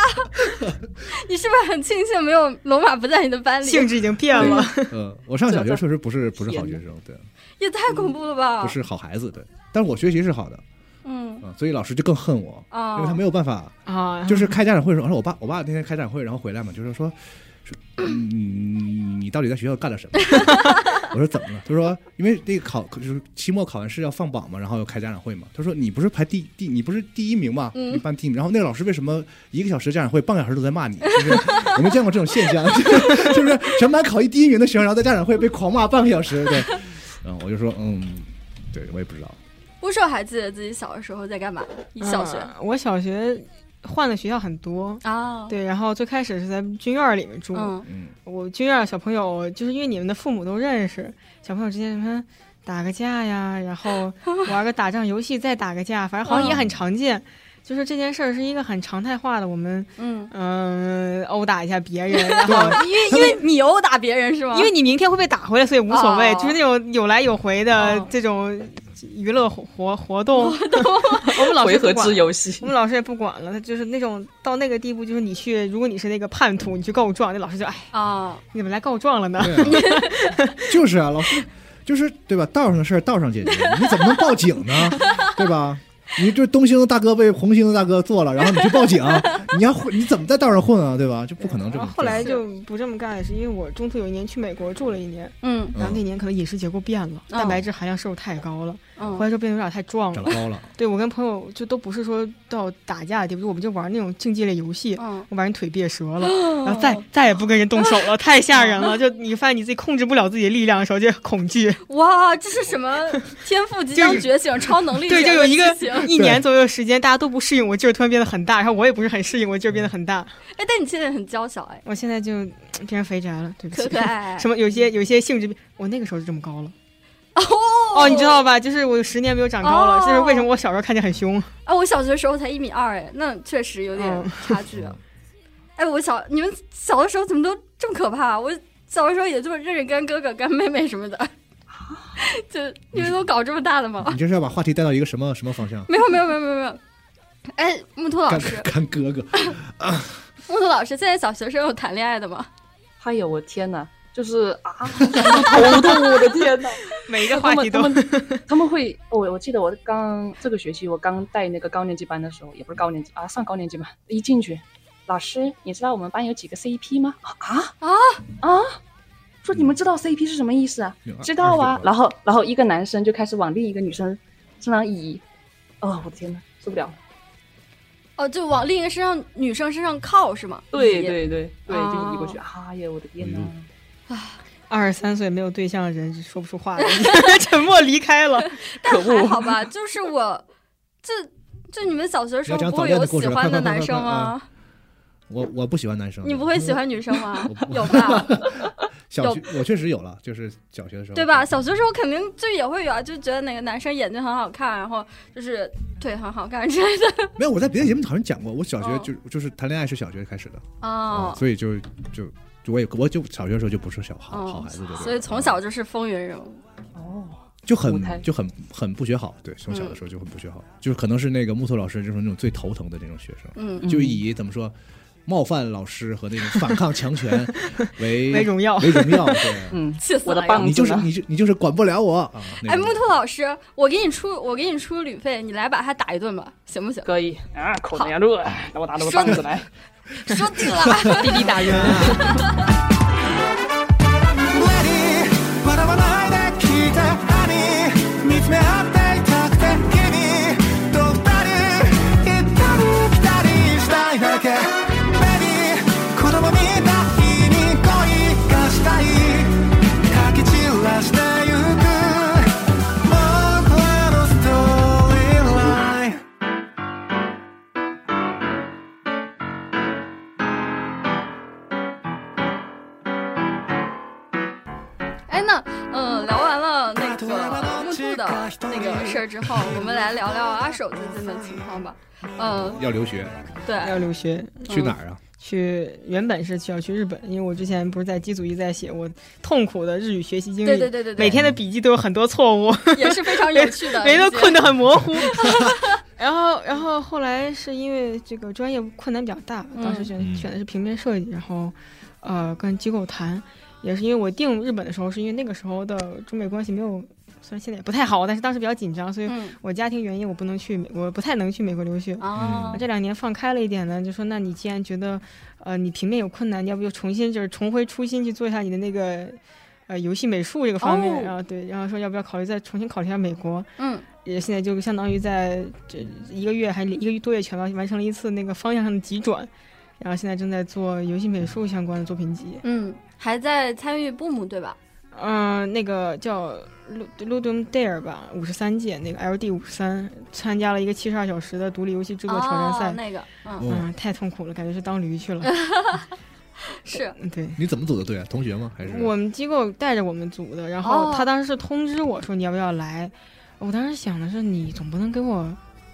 Speaker 3: 你是不是很庆幸没有龙马不在你的班里？
Speaker 4: 性质已经变了。
Speaker 2: 嗯，我上小学确实不是不是好学生，对，
Speaker 3: 也太恐怖了
Speaker 4: 嗯
Speaker 3: 吧！
Speaker 2: 不，是好孩子，对。但是我学习是好的，
Speaker 3: 嗯，
Speaker 2: 嗯，所以老师就更恨我，
Speaker 3: 哦
Speaker 2: 因为他没有办法，
Speaker 3: 嗯
Speaker 4: 啊，
Speaker 2: 就是开家长会的时候，然后我爸我爸那天开家长会，然后回来嘛，就是说，说嗯，你到底在学校干了什么？ [LAUGHS] 我说怎么了？他说因为那个考就是期末考完试要放榜嘛，然后要开家长会嘛。他说你不是排第第你不是第一名嘛，
Speaker 3: 嗯
Speaker 2: 你班第一名。然后那个老师为什么一个小时家长会半个小时都在骂你？就是我没见过这种现象， [LAUGHS] 就是就是全班考一第一名的学生，然后在家长会被狂骂半个小时。对，嗯，我就说嗯，对我也不知道。
Speaker 3: 乌兽还记得自己小的时候在干嘛？你小学
Speaker 4: 嗯我小学换的学校很多，
Speaker 3: 啊？，
Speaker 4: 嗯对，然后最开始是在军院儿里面住，
Speaker 3: 嗯，
Speaker 2: 嗯，
Speaker 4: 我军院儿小朋友就是因为你们的父母都认识，小朋友之间什么打个架呀，然
Speaker 3: [LAUGHS]
Speaker 4: 后玩个打仗游戏，再打个架，反正好像也很常见。就是这件事儿是一个很常态化的，我们
Speaker 3: 嗯，
Speaker 4: 嗯、殴打一下
Speaker 3: [LAUGHS]
Speaker 4: 别人，然后
Speaker 2: 啊
Speaker 3: 因为因为你殴打别人是吗？
Speaker 4: 因为你明天会被打回来，所以无所谓，
Speaker 3: 哦
Speaker 4: 就是那种有来有回的
Speaker 3: 哦
Speaker 4: 这种娱乐活活活动。我们老师
Speaker 5: 回
Speaker 4: 也不
Speaker 5: 合
Speaker 4: 管
Speaker 5: 制游戏
Speaker 4: [LAUGHS] 我。们老师也不管了，他就是那种到那个地步，就是你去，如果你是那个叛徒，你去告状，那老师就哎，
Speaker 3: 啊，
Speaker 4: 你怎么来告状了呢？
Speaker 2: 对啊 [LAUGHS] 就是啊，老师就是对吧？道上的事儿道上解决，你怎么能报警呢？对吧？你这东星大哥被红星大哥做了，然后你去报警，你要混，你怎么在道上混啊？对吧？就不可能这
Speaker 4: 然
Speaker 2: 么
Speaker 4: 后。后来
Speaker 2: 对
Speaker 4: 就不这么干，是因为我中途有一年去美国住了一年，
Speaker 3: 嗯
Speaker 4: 然后那年可能饮食结构变了，
Speaker 3: 嗯
Speaker 4: 蛋白质含量摄入太高了，回
Speaker 3: 嗯
Speaker 4: 来之后变得有点太壮
Speaker 2: 长
Speaker 4: 了。
Speaker 2: 高了，
Speaker 4: 对我跟朋友就都不是说到打架的地步，就我们就玩那种竞技类游戏，
Speaker 3: 嗯，
Speaker 4: 我把人腿别折
Speaker 3: [GASPS]
Speaker 4: 了，然后再再也不跟人动手了，太吓
Speaker 3: [LAUGHS]
Speaker 4: 人了。就你发现你自己控制不了自己的力量的时候，就恐惧。
Speaker 3: 哇，这是什么天赋即将觉醒、超能力？
Speaker 4: 对，就有一个
Speaker 3: 情。
Speaker 4: 一年左右的时间，大家都不适应，我劲儿突然变得很大，然后我也不是很适应，我劲儿变得很大。
Speaker 3: 哎，但你现在很娇小哎，
Speaker 4: 我现在就嗯变成肥宅了，对不起。
Speaker 3: 可可爱爱。
Speaker 4: [LAUGHS] 什么有些有些性质变，我那个时候就这么高了。
Speaker 3: 哦
Speaker 4: 哦，你知道吧？就是我有十年没有长高了，
Speaker 3: 哦
Speaker 4: 这是为什么我小时候看起来很凶。
Speaker 3: 啊，我小学的时候才一米二哎，那确实有点
Speaker 4: 嗯
Speaker 3: 差距。 [LAUGHS] 哎，我小你们小的时候怎么都这么可怕？啊我小的时候也就是认认干哥哥、干妹妹什么
Speaker 2: 啊
Speaker 3: 的， [LAUGHS] 就你们都搞这么大的吗？ [LAUGHS]
Speaker 2: 你这是要把话题带到一个什么什么方向？
Speaker 3: 没有没有没有没有没有。哎，木头老
Speaker 2: 干
Speaker 3: 师，
Speaker 2: 干哥哥，
Speaker 3: 木头老师，现在小学生有谈恋爱的吗？
Speaker 5: 哎呦，我天呐，就是啊， [LAUGHS] 头痛，我的天呐。
Speaker 4: [LAUGHS] 每一个
Speaker 5: 他
Speaker 4: 话
Speaker 5: 们
Speaker 4: 题
Speaker 5: 他
Speaker 4: 都，
Speaker 2: [LAUGHS]
Speaker 4: [LAUGHS]
Speaker 5: 们他们会，我我记得我刚这个学期我刚带那个高年级班的时候，也不是高年级啊，上高年级吧，一进去，老师，你知道我们班有几个 CP 吗？啊
Speaker 3: 啊
Speaker 5: 啊！说你们知道 CP 是什么意思啊？
Speaker 2: 嗯
Speaker 5: 知道
Speaker 2: 二
Speaker 5: 啊
Speaker 2: 十。九
Speaker 5: 然后然后一个男生就开始往另一个女生身上移，哦，我的天呐，受不了。
Speaker 3: 哦，就往另一个身上女生身上靠是吗？
Speaker 5: 对
Speaker 3: 也，
Speaker 5: 对对对，
Speaker 3: 哦
Speaker 5: 就移过去，哎呀，我的天呐
Speaker 2: 哎呦！
Speaker 4: 二十三岁没有对象的人是说不出话来， [LAUGHS] 沉默离
Speaker 3: [LAUGHS]
Speaker 4: 开了。
Speaker 5: 可
Speaker 3: 还
Speaker 2: [LAUGHS]
Speaker 5: 恶。
Speaker 3: 好吧，就是我，这就你们小学的时候
Speaker 2: 你要讲
Speaker 3: 不
Speaker 2: 早
Speaker 3: 会
Speaker 2: 恋
Speaker 3: 有
Speaker 2: 的故
Speaker 3: 喜
Speaker 2: 事了
Speaker 3: 欢
Speaker 2: 快快
Speaker 3: 的
Speaker 2: 快
Speaker 3: 男
Speaker 2: 快
Speaker 3: 生
Speaker 2: 快嗯
Speaker 3: 吗？
Speaker 2: 我我不喜欢男生，
Speaker 3: 你不会喜欢女生吗
Speaker 2: 我不？
Speaker 3: 有吧，
Speaker 2: 小学，我确实有了，就是小学的时候，
Speaker 3: 对吧？小学时候肯定就也会有啊，就觉得哪个男生眼睛很好看，然后就是腿很好看之
Speaker 4: [LAUGHS]
Speaker 3: 类的。
Speaker 2: 没有，我在别的节目好像讲过，我小学
Speaker 3: 哦
Speaker 2: 就、就是谈恋爱是小学开始的，啊
Speaker 3: 哦，
Speaker 2: 所以就就就我也我就小学的时候就不是小
Speaker 4: 嗯
Speaker 2: 好、
Speaker 3: 哦
Speaker 2: 好孩子，对不对
Speaker 3: 所以从小就是风云人物。
Speaker 5: 哦，
Speaker 2: 就
Speaker 5: 舞台
Speaker 2: 很就很很不学好，对，从小
Speaker 4: 嗯
Speaker 2: 的时候就很不学好，就是可能是那个木头老师就是那种最头疼的那种学生，
Speaker 3: 嗯，
Speaker 2: 就以怎么说冒犯老师和那种反抗强
Speaker 4: [LAUGHS]
Speaker 2: 权为
Speaker 4: 为荣耀
Speaker 2: 为荣
Speaker 4: [LAUGHS]
Speaker 2: 耀，对，啊
Speaker 5: 嗯，
Speaker 3: 气死
Speaker 5: 我的
Speaker 3: 了呀！
Speaker 5: 棒
Speaker 2: 你就是
Speaker 5: 棒子呢？
Speaker 2: 你就你就是管不了我啊，那
Speaker 3: 哎，
Speaker 2: 种
Speaker 3: 木头老师，我给你出我给你出旅费，你来把他打一顿吧，行
Speaker 4: [LAUGHS]
Speaker 3: 不行
Speaker 5: 可以啊，口袋牙路，让我拿着个
Speaker 3: 说
Speaker 5: 棒子来。
Speaker 3: 说定了，
Speaker 4: [LAUGHS] 弟弟打人啊！
Speaker 6: 笑わないで聞いて兄見つめ合っていたくて君と二人行ったり来たりしたいだけベビー子供みたいに恋がしたいかき散らしてゆく僕らのストーリーライン
Speaker 3: 哎，那嗯，聊完了那个木兔的那个事儿之后，我们来聊聊阿手最近的情况吧。嗯，
Speaker 2: 要留学
Speaker 3: 对，
Speaker 4: 要留学，
Speaker 2: 去哪儿啊？
Speaker 4: 去原本是要去日本，因为我之前不是在机组一直在写我痛苦的日语学习经历，
Speaker 3: 对对对对对
Speaker 4: 每天的笔记都有很多错误，
Speaker 3: 也是非常有趣的一些，
Speaker 4: [LAUGHS] 每天都困得很模
Speaker 3: [LAUGHS]
Speaker 4: 糊。 [LAUGHS] 然后，然后后来是因为这个专业困难比较大，
Speaker 3: 嗯
Speaker 4: 当时选、
Speaker 2: 嗯
Speaker 4: 选的是平面设计，然后呃跟机构谈，也是因为我定日本的时候，是因为那个时候的中美关系没有，虽然现在也不太好，但是当时比较紧张，所以
Speaker 3: 嗯
Speaker 4: 我家庭原因我不能去美，我不太能去美国留学。
Speaker 3: 啊
Speaker 4: 我，这两年放开了一点呢，就说那你既然觉得，呃，你平面有困难，你要不就重新就是重回初心去做一下你的那个，呃，游戏美术这个方面，
Speaker 3: 哦
Speaker 4: 然后对，然后说要不要考虑再重新考虑一下美国，
Speaker 3: 嗯
Speaker 4: 也现在就相当于在这一个月还一个多月前吧，完成了一次那个方向上的急转，然后现在正在做游戏美术相关的作品集，
Speaker 3: 嗯，还在参与布幕对吧？
Speaker 4: 嗯、那个叫 Lu- Ludum Dare 吧，五十三届那个 LD 五十三参加了一个七十二小时的独立游戏制作挑战赛。
Speaker 3: 哦、那个，嗯，
Speaker 2: 哦，
Speaker 4: 嗯，太痛苦了，感觉是当驴去了。
Speaker 3: 是
Speaker 4: 嗯对，
Speaker 2: 你怎么组的队啊？同学吗？还是
Speaker 4: 我们机构带着我们组的，然
Speaker 3: 哦
Speaker 4: 后他当时是通知我说你要不要来，我当时想的是你总不能给我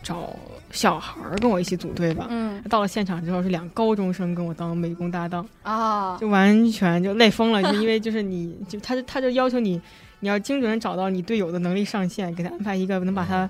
Speaker 4: 找小孩儿跟我一起组队吧。
Speaker 3: 嗯
Speaker 4: 到了现场之后是两高中生跟我当美工搭档，
Speaker 3: 啊，
Speaker 4: 就完全就累疯了，就因为就是你就他就他就要求你，你要精准找到你队友的能力上限，给他安排一个能把他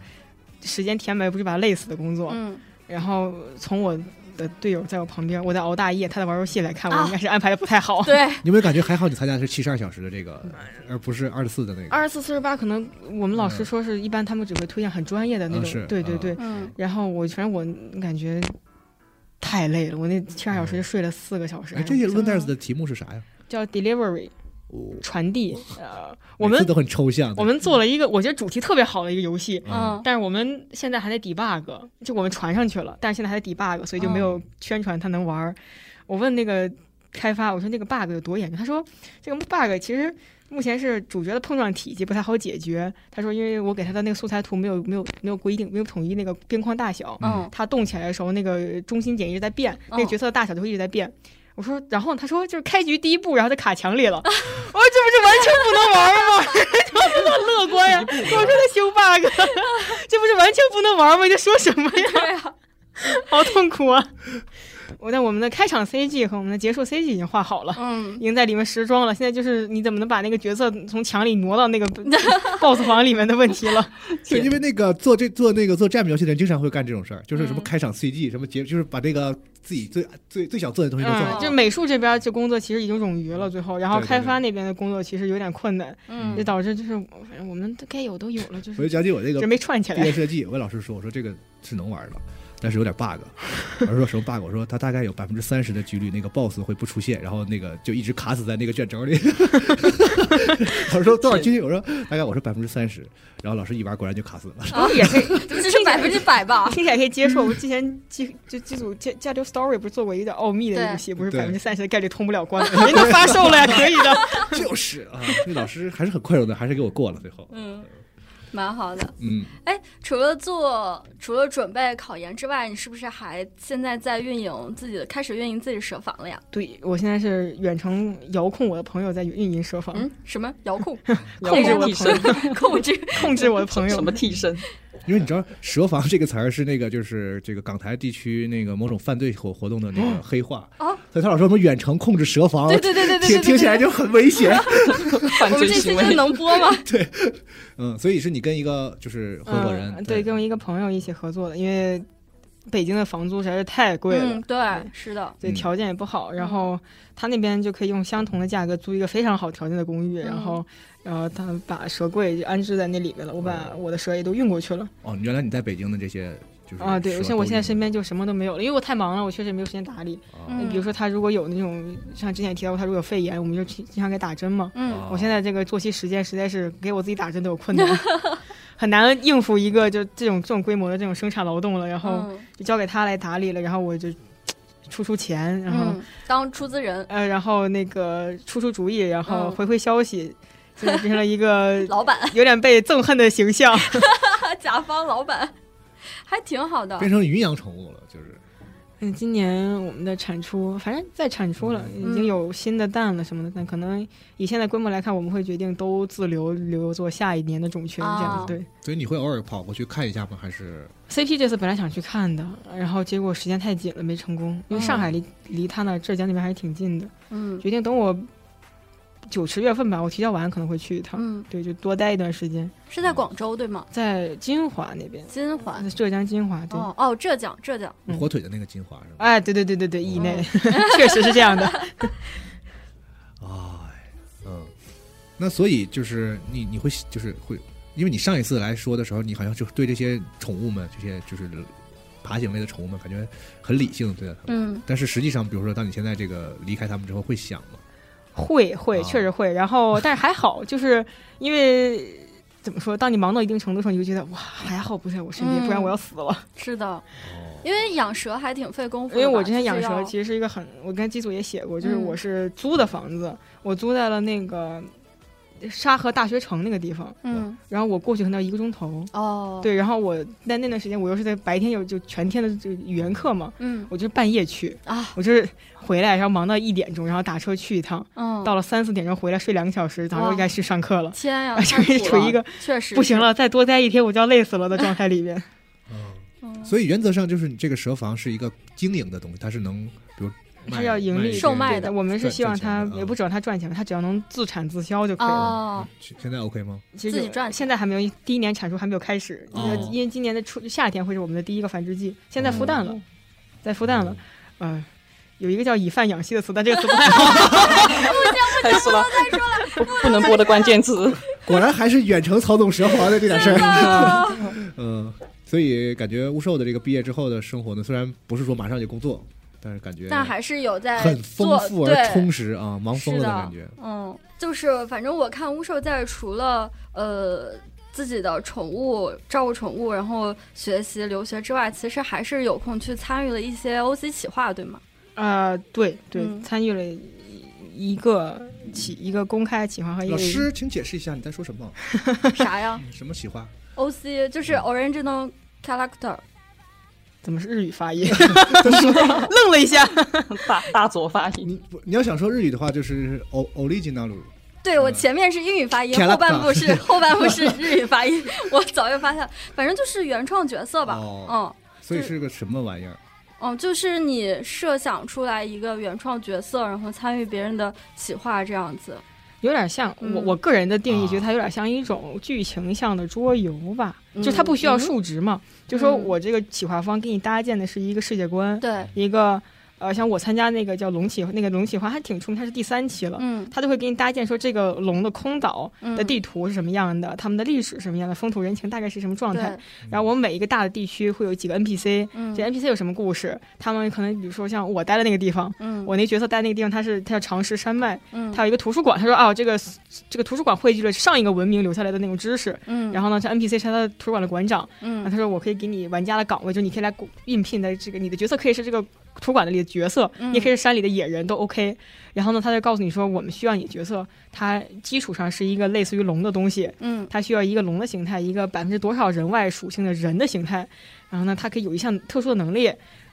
Speaker 4: 时间填满，不是把他累死的工作。
Speaker 3: 嗯，
Speaker 4: 然后从我的队友在我旁边，我在熬大夜，他在玩游戏来看，
Speaker 3: 啊
Speaker 4: 我应该是安排的不
Speaker 3: [LAUGHS]
Speaker 4: 太好。
Speaker 3: 对，
Speaker 2: 你有没有感觉还好？你参加的是七十二小时的这个，而不是二十四的那个。
Speaker 4: 二十四、四十八，可能我们老师
Speaker 2: 嗯
Speaker 4: 说是一般他们只会推荐很专业的那
Speaker 2: 啊
Speaker 4: 种，
Speaker 2: 是
Speaker 4: 对对
Speaker 2: 啊
Speaker 4: 对。
Speaker 3: 嗯，
Speaker 4: 然后我反正我感觉太累了，我那七二小时就睡了四个小时。
Speaker 2: 哎，这些论 dance 的题目是啥呀？
Speaker 4: 叫 delivery
Speaker 2: 哦
Speaker 4: 传递，呃，我
Speaker 2: 每
Speaker 4: 们
Speaker 2: 次都很抽象。
Speaker 4: 我们做了一个我觉得主题特别好的一个游戏，
Speaker 3: 嗯，
Speaker 4: 但是我们现在还在 debug，就我们传上去了，但是现在还在 debug，所以就嗯没有宣传它能玩儿。我问那个开发，我说那个 bug 有多严重？他说这个 bug 其实目前是主角的碰撞体积不太好解决。他说因为我给他的那个素材图没有没有没有规定，没有统一那个边框大小，
Speaker 3: 嗯
Speaker 4: 他动起来的时候那个中心点一直在变，那个角色的大小就会一直在变。我说，然后他说就是开局第一步，然后他卡墙里了。我说这不是完全不能玩吗？ [LAUGHS] 就很乐观呀、我说他修 bug，这不是完全不能玩吗？你在说什么呀？
Speaker 3: 对啊，
Speaker 4: 好痛苦啊！ [LAUGHS] 我在我们的开场 CG 和我们的结束 CG 已经画好了，
Speaker 3: 嗯
Speaker 4: 已， [LAUGHS] 经在里面时装了。现在就是你怎么能把那个角色从墙里挪到那个 [LAUGHS] BOSS 房里面的问题了。
Speaker 2: 对，因为那个做这做那个做 jam 游戏的人经常会干这种事儿，就是什么
Speaker 3: 嗯
Speaker 2: 开场 CG，什么结，就是把这个自己最最最想做的东西都做
Speaker 4: 嗯，
Speaker 2: 好。
Speaker 4: 就美术这边这工作其实已经冗余了，最后，然后
Speaker 2: 对对
Speaker 4: 开发那边的工作其实有点困难，
Speaker 3: 嗯
Speaker 4: 就导致就是反正我们都该有都有了，就
Speaker 2: 我就是想起我那个
Speaker 4: 这没串起
Speaker 2: 毕业
Speaker 4: 来。
Speaker 2: 设计，我跟老师说，我说这个是能玩的，但是有点 bug。老师说什么 bug？我说他大概有百分之三十的几率那个 boss 会不出现，然后那个就一直卡死在那个卷轴里。 [LAUGHS] 老师说多少几率？我说大概我说百分之三十，然后老师一玩果然就卡死了。
Speaker 4: 也可以，
Speaker 3: 这是百分之百吧？
Speaker 4: [LAUGHS] 听起来可以接受。我之前机就机组加加流 story 不是做过一个奥秘的游戏，不是
Speaker 2: 对
Speaker 4: 百分之三十的概率通不了关，人家发售了呀，可以的。
Speaker 2: [LAUGHS] 就是啊，那老师还是很宽容的，还是给我过了最后。
Speaker 3: 嗯，蛮好的。
Speaker 2: 嗯，
Speaker 3: 哎，除了做，除了准备考研之外，你是不是还现在在运营自己的，开始运营自己的社房了呀？嗯
Speaker 4: 对我现在是远程遥控我的朋友在运营设防，
Speaker 3: 嗯，什么遥控
Speaker 4: 控制我的
Speaker 5: 替
Speaker 4: 朋友
Speaker 3: [LAUGHS]
Speaker 5: 身，，
Speaker 3: 控制？
Speaker 4: 控制我的朋友
Speaker 5: 什么替身？
Speaker 2: 因为你知道“蛇房”这个词儿是那个就是这个港台地区那个某种犯罪活活动的那个黑话，
Speaker 3: 哦
Speaker 2: 所以他老说我们远程控制蛇房，
Speaker 3: 对对对对对对
Speaker 2: 听
Speaker 3: 对，
Speaker 2: 听起来
Speaker 3: 对
Speaker 2: 就很危险。
Speaker 5: 犯
Speaker 3: 我们
Speaker 5: 罪
Speaker 3: 这期
Speaker 5: 行
Speaker 3: 这
Speaker 5: 为。
Speaker 3: 能播吗？
Speaker 2: 嗯，所以是你跟一个就是合伙人，
Speaker 4: 嗯对，跟我一个朋友一起合作的，因为北京的房租实在是太贵了。
Speaker 3: 嗯，对，是的，
Speaker 4: 对，
Speaker 2: 嗯
Speaker 4: 条件也不好，
Speaker 3: 嗯
Speaker 4: 然后他那边就可以用相同的价格租一个非常好条件的公寓，
Speaker 3: 嗯
Speaker 4: 然后，然后他把蛇柜就安置在那里面了，我把我的蛇也都运过去了。
Speaker 2: 哦，原来你在北京的这些就是
Speaker 4: 啊，
Speaker 2: 嗯
Speaker 4: 对，
Speaker 2: 蛇
Speaker 4: 我像我
Speaker 2: 都
Speaker 4: 现在
Speaker 2: 有
Speaker 4: 身边就什么都没有了，因为我太忙了，我确实没有时间打理。
Speaker 2: 啊
Speaker 3: 嗯
Speaker 4: 比如说他如果有那种，像之前也提到过，他如果有肺炎，我们就经常给打针嘛。
Speaker 3: 嗯，
Speaker 4: 我现
Speaker 2: 啊
Speaker 4: 在这个作息时间实在是给我自己打针都有
Speaker 3: [LAUGHS]
Speaker 4: 困难，很难应付一个就这种这种规模的这种生产劳动了，然后
Speaker 3: 嗯
Speaker 4: 就交给他来打理了，然后我就出出钱，然后。
Speaker 3: 嗯，当出资人、
Speaker 4: 呃，然后那个出出主意，然后
Speaker 3: 嗯
Speaker 4: 回回消息，所以变成了一个
Speaker 3: 老板、
Speaker 4: 有点被憎恨的形
Speaker 3: [LAUGHS]
Speaker 4: 象。
Speaker 3: 甲方老板，还挺好的
Speaker 2: 变。成云养宠物了，就是
Speaker 4: 嗯，今年我们的产出，反正在产出了，已
Speaker 3: 嗯
Speaker 4: 经有新的蛋了什么的，但可能以现在规模来看，我们会决定都自留留作下一年的种群，这
Speaker 3: 哦
Speaker 4: 样对。
Speaker 2: 所以你会偶尔跑过去看一下吗？还是
Speaker 4: CP 这次本来想去看的，然后结果时间太紧了，没成功。因为上海离、离他那浙江那边还是挺近的，
Speaker 3: 嗯
Speaker 4: 决定等我九十月份吧，我提交完可能会去一趟。
Speaker 3: 嗯，
Speaker 4: 对，就多待一段时间，
Speaker 3: 是在广州对吗？
Speaker 4: 在金华那边。
Speaker 3: 金华
Speaker 4: 啊，浙江金华对。
Speaker 3: 哦哦，浙江浙江，
Speaker 4: 嗯
Speaker 2: 火腿的那个金华是吗？
Speaker 4: 哎，对对对对
Speaker 3: 哦
Speaker 4: 对，
Speaker 3: [LAUGHS]
Speaker 4: 以内确实是这样的。
Speaker 2: 哎，嗯，那所以就是你你会就是会，因为你上一次来说的时候，你好像就对这些宠物们，这些就是爬行类的宠物们，感觉很理性地对待它们。
Speaker 3: 嗯
Speaker 2: 但是实际上，比如说，当你现在这个离开它们之后，会想吗？
Speaker 4: 会会，
Speaker 2: 啊
Speaker 4: 确实会。然后，但是还好，就是因为怎么说，当你忙到一定程度上，你就觉得哇，还好不在我身边，
Speaker 3: 嗯
Speaker 4: 不然我要死了。
Speaker 3: 是的，
Speaker 2: 哦，
Speaker 3: 因为养蛇还挺费功夫
Speaker 4: 因
Speaker 3: 的吧。
Speaker 4: 为我之前养
Speaker 3: 就是
Speaker 4: 蛇
Speaker 3: 要
Speaker 4: 其实是一个很，我跟机组也写过，就是
Speaker 3: 嗯
Speaker 4: 我是租的房子，我租在了那个沙河大学城那个地方，
Speaker 3: 嗯，
Speaker 4: 然后我过去可能要一个钟头。
Speaker 3: 哦，，
Speaker 4: 对，然后我在那段时间，我又是在白天有就全天的就语言课嘛，
Speaker 3: 嗯
Speaker 4: 我就是半夜去，
Speaker 3: 啊，
Speaker 4: 我就是回来然后忙到一点钟，然后打车去一趟，
Speaker 3: 嗯，
Speaker 4: 到了三四点钟回来睡两个小时，早上
Speaker 3: 哇
Speaker 4: 又该去上课
Speaker 3: [LAUGHS]
Speaker 4: 了，
Speaker 3: 天呀，
Speaker 4: [LAUGHS] 就
Speaker 3: 太
Speaker 4: 是
Speaker 3: 苦
Speaker 4: 处于
Speaker 3: 了
Speaker 4: 一个
Speaker 3: 确实
Speaker 4: 不行
Speaker 3: 是，
Speaker 4: 了，再多待一天我就要累死了的状态里面。
Speaker 3: 嗯
Speaker 2: 所以原则上就是你这个蛇房是一个经营的东西，它是能比如卖
Speaker 4: 它要盈利
Speaker 2: 一些
Speaker 3: 售卖的
Speaker 4: 对我们是
Speaker 2: 赚
Speaker 4: 希望
Speaker 2: 赚
Speaker 4: 他
Speaker 2: 钱的
Speaker 4: 也不
Speaker 2: 嗯
Speaker 4: 指望他赚钱吧，他只要能自产自销就可以了。
Speaker 3: 哦，
Speaker 2: 现在 OK 吗？
Speaker 4: 其实
Speaker 3: 自己
Speaker 4: 有
Speaker 3: 赚钱
Speaker 4: 现在还没有，第一年产出还没有开始，因为
Speaker 2: 哦
Speaker 4: 因为今年的初夏天会是我们的第一个繁殖季，现在孵蛋
Speaker 3: 嗯
Speaker 4: 了，嗯在孵蛋了，
Speaker 2: 嗯
Speaker 4: 呃，有一个叫以贩养吸的词，但这个词
Speaker 3: [LAUGHS]
Speaker 4: 不太好，
Speaker 5: [LAUGHS] 太说了，不不能播的关键词。
Speaker 2: [LAUGHS] 果然还是远程操纵蛇皇的这点事儿。
Speaker 3: 啊
Speaker 2: [LAUGHS] 嗯，所以感觉巫兽的这个毕业之后的生活呢，虽然不是说马上就工作，但是感觉
Speaker 3: 但还是有在
Speaker 2: 很丰
Speaker 3: 做
Speaker 2: 富而
Speaker 3: 对
Speaker 2: 充实啊，忙
Speaker 3: 是
Speaker 2: 疯了的感觉。
Speaker 3: 嗯，就是反正我看巫兽在除了呃自己的宠物照顾宠物，然后学习留学之外，其实还是有空去参与了一些 OC 企划，对吗？
Speaker 4: 呃，对对，
Speaker 3: 嗯
Speaker 4: 参与了一个企一个公开企划和一
Speaker 2: 老
Speaker 4: 个
Speaker 2: 师，请解释一下你在说什么？
Speaker 3: 啥呀
Speaker 2: 什么企划？
Speaker 3: ？OC 就是
Speaker 2: 嗯
Speaker 3: original character，
Speaker 4: 怎么是日语发
Speaker 2: [LAUGHS]
Speaker 4: 音，愣了一下，
Speaker 5: 大大左发
Speaker 3: [LAUGHS]
Speaker 5: 音，
Speaker 2: 你不你要想说日语的话，就是 o original。
Speaker 3: 对我
Speaker 2: 嗯
Speaker 3: 前面是英语发音，
Speaker 2: Character
Speaker 3: 后半
Speaker 2: [LAUGHS]
Speaker 3: 部是后半部是日语发音，我早就发现了，反正就是原创角色吧，嗯
Speaker 2: 哦所以是个什么玩意儿？
Speaker 3: 嗯嗯，就是你设想出来一个原创角色，然后参与别人的企划这样子，
Speaker 4: 有点像我
Speaker 3: 嗯
Speaker 4: 我个人的定义，
Speaker 2: 啊
Speaker 4: 觉得它有点像一种剧情向的桌游吧，
Speaker 3: 嗯
Speaker 4: 就它不需要
Speaker 3: 嗯
Speaker 4: 数值嘛，就说
Speaker 3: 嗯
Speaker 4: 我这个企划方给你搭建的是一个世界观，
Speaker 3: 对，
Speaker 4: 一个呃，像我参加那个叫龙企那个龙企划还挺出名，它是第三期了。
Speaker 3: 嗯
Speaker 4: 它就会给你搭建说这个龙的空岛
Speaker 3: 嗯
Speaker 4: 的地图是什么样的，他们的历史是什么样的，风土人情大概是什么状态
Speaker 3: 对。，
Speaker 4: 然后我们每一个大的地区会有几个 NPC，、
Speaker 3: 嗯
Speaker 4: 这 NPC 有什么故事？他们可能比如说像我待的那个地方，
Speaker 3: 嗯，
Speaker 4: 我那角色待那个地方，他是他叫长石山脉，
Speaker 3: 嗯
Speaker 4: 他有一个图书馆。他说哦，这个这个图书馆汇聚了上一个文明留下来的那种知识。
Speaker 3: 嗯，
Speaker 4: 然后呢，这 NPC 是他的图书馆的馆长，然
Speaker 3: 嗯
Speaker 4: 后他说我可以给你玩家的岗位，就你可以来雇应聘的这个你的角色可以是这个图书馆里的角色，
Speaker 3: 嗯
Speaker 4: 你也可以是山里的野人都 OK。然后呢，他就告诉你说，我们需要你角色，它基础上是一个类似于龙的东西，
Speaker 3: 嗯
Speaker 4: 它需要一个龙的形态，一个百分之多少人外属性的人的形态。然后呢，它可以有一项特殊的能力，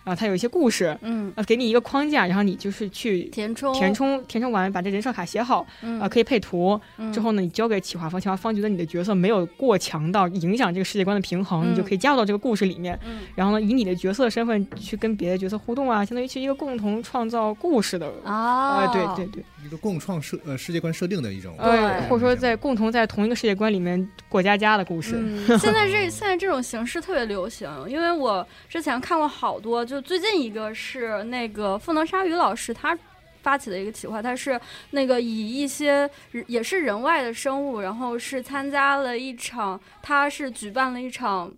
Speaker 4: 啊，它有一些故事，
Speaker 3: 嗯，
Speaker 4: 啊，给你一个框架，然后你就是去。
Speaker 3: 填充
Speaker 4: 填充填充完，把这人设卡写好
Speaker 3: 哦
Speaker 4: 啊、
Speaker 3: 嗯
Speaker 4: 可以配图。之
Speaker 3: 嗯
Speaker 4: 后呢，你交给企划方，企划方觉得你的角色没有过强到影响这个世界观的平衡，
Speaker 3: 嗯
Speaker 4: 你就可以加入到这个故事里面。
Speaker 3: 嗯
Speaker 4: 然后呢，以你的角色身份去跟别的角色互动啊，相当于是一个共同创造故事的。
Speaker 3: 啊
Speaker 4: 呃，对对对，
Speaker 2: 一个共创设呃世界观设定的一种，
Speaker 4: 呃，
Speaker 3: 对
Speaker 4: 或者说在共同在同一个世界观里面过家家的故事，
Speaker 3: 嗯，现在这现在这种形式特别流行，因为我之前看过好多，就最近一个是那个赋能鲨鱼老师他发起的一个企划，他是那个以一些人也是人外的生物，然后是参加了一场，他是举办了一场。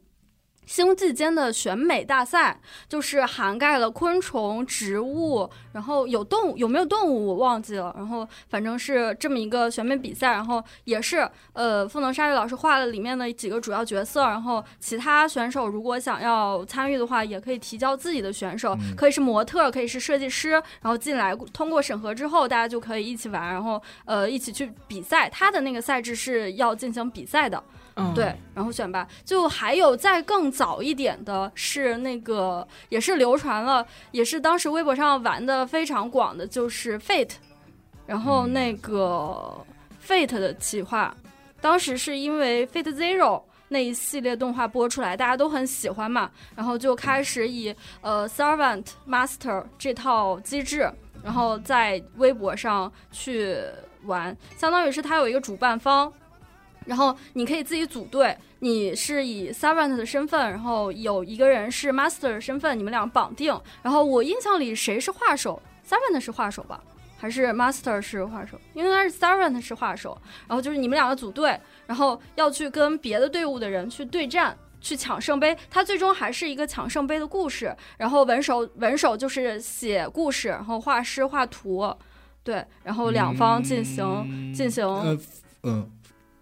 Speaker 3: 星际间的选美大赛，就是涵盖了昆虫、植物，然后有动物，有没有动物我忘记了。然后反正是这么一个选美比赛，然后也是呃，赋能鲨鱼老师画了里面的几个主要角色，然后其他选手如果想要参与的话，也可以提交自己的选手，
Speaker 2: 嗯
Speaker 3: 可以是模特，可以是设计师，然后进来通过审核之后，大家就可以一起玩，然后呃一起去比赛。他的那个赛制是要进行比赛的，
Speaker 4: 嗯，
Speaker 3: 对，然后选拔。就还有再更早一点的是那个，也是流传了，也是当时微博上玩的非常广的，就是 Fate，然后
Speaker 2: 嗯
Speaker 3: 那个 Fate 的企划，当时是因为 Fate Zero。那一系列动画播出来，大家都很喜欢嘛，然后就开始以呃 Servant Master 这套机制，然后在微博上去玩，相当于是它有一个主办方，然后你可以自己组队，你是以 servant 的身份，然后有一个人是 master 的身份，你们俩绑定。然后我印象里谁是画手？servant 是画手吧？还是 master 是画手？应该是 servant 是画手。然后就是你们两个组队，然后要去跟别的队伍的人去对战。去抢圣杯，它最终还是一个抢圣杯的故事。然后文手文手就是写故事，然后画师画图，对，然后两方进行、
Speaker 2: 嗯
Speaker 3: 进行
Speaker 2: 呃嗯，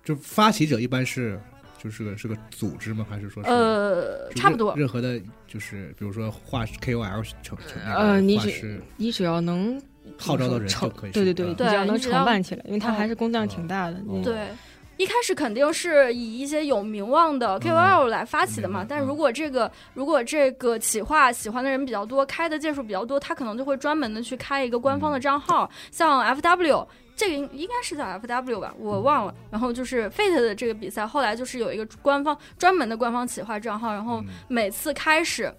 Speaker 2: 就发起者一般是就是个是个组织吗？还是说是
Speaker 3: 呃，
Speaker 2: 嗯就是
Speaker 3: 差不多。
Speaker 2: 任何的，就是比如说画 KOL 成成那个
Speaker 4: 呃你
Speaker 2: 画
Speaker 4: 只
Speaker 2: 师
Speaker 4: 你只要能
Speaker 2: 号召到人
Speaker 4: 承
Speaker 2: 就可以
Speaker 4: 对对
Speaker 2: 是
Speaker 4: 对，
Speaker 2: 嗯哦
Speaker 3: 对
Speaker 4: 比较能
Speaker 3: 你只
Speaker 4: 承
Speaker 3: 要
Speaker 4: 办起来，因为它
Speaker 3: 嗯
Speaker 4: 还是工作量挺大的。嗯
Speaker 3: 对。一开始肯定是以一些有名望的 KOL 来发起的嘛，
Speaker 2: 明白
Speaker 3: 但如果这个如果这个企划喜欢的人比较多，开的件数比较多，他可能就会专门的去开一个官方的账号，像 FW。这个应应该是叫 FW 吧，我忘了。然后就是 Fate 的这个比赛，后来就是有一个官方专门的官方企划账号，然
Speaker 4: 哦
Speaker 3: 后
Speaker 2: 嗯
Speaker 3: 每次开始，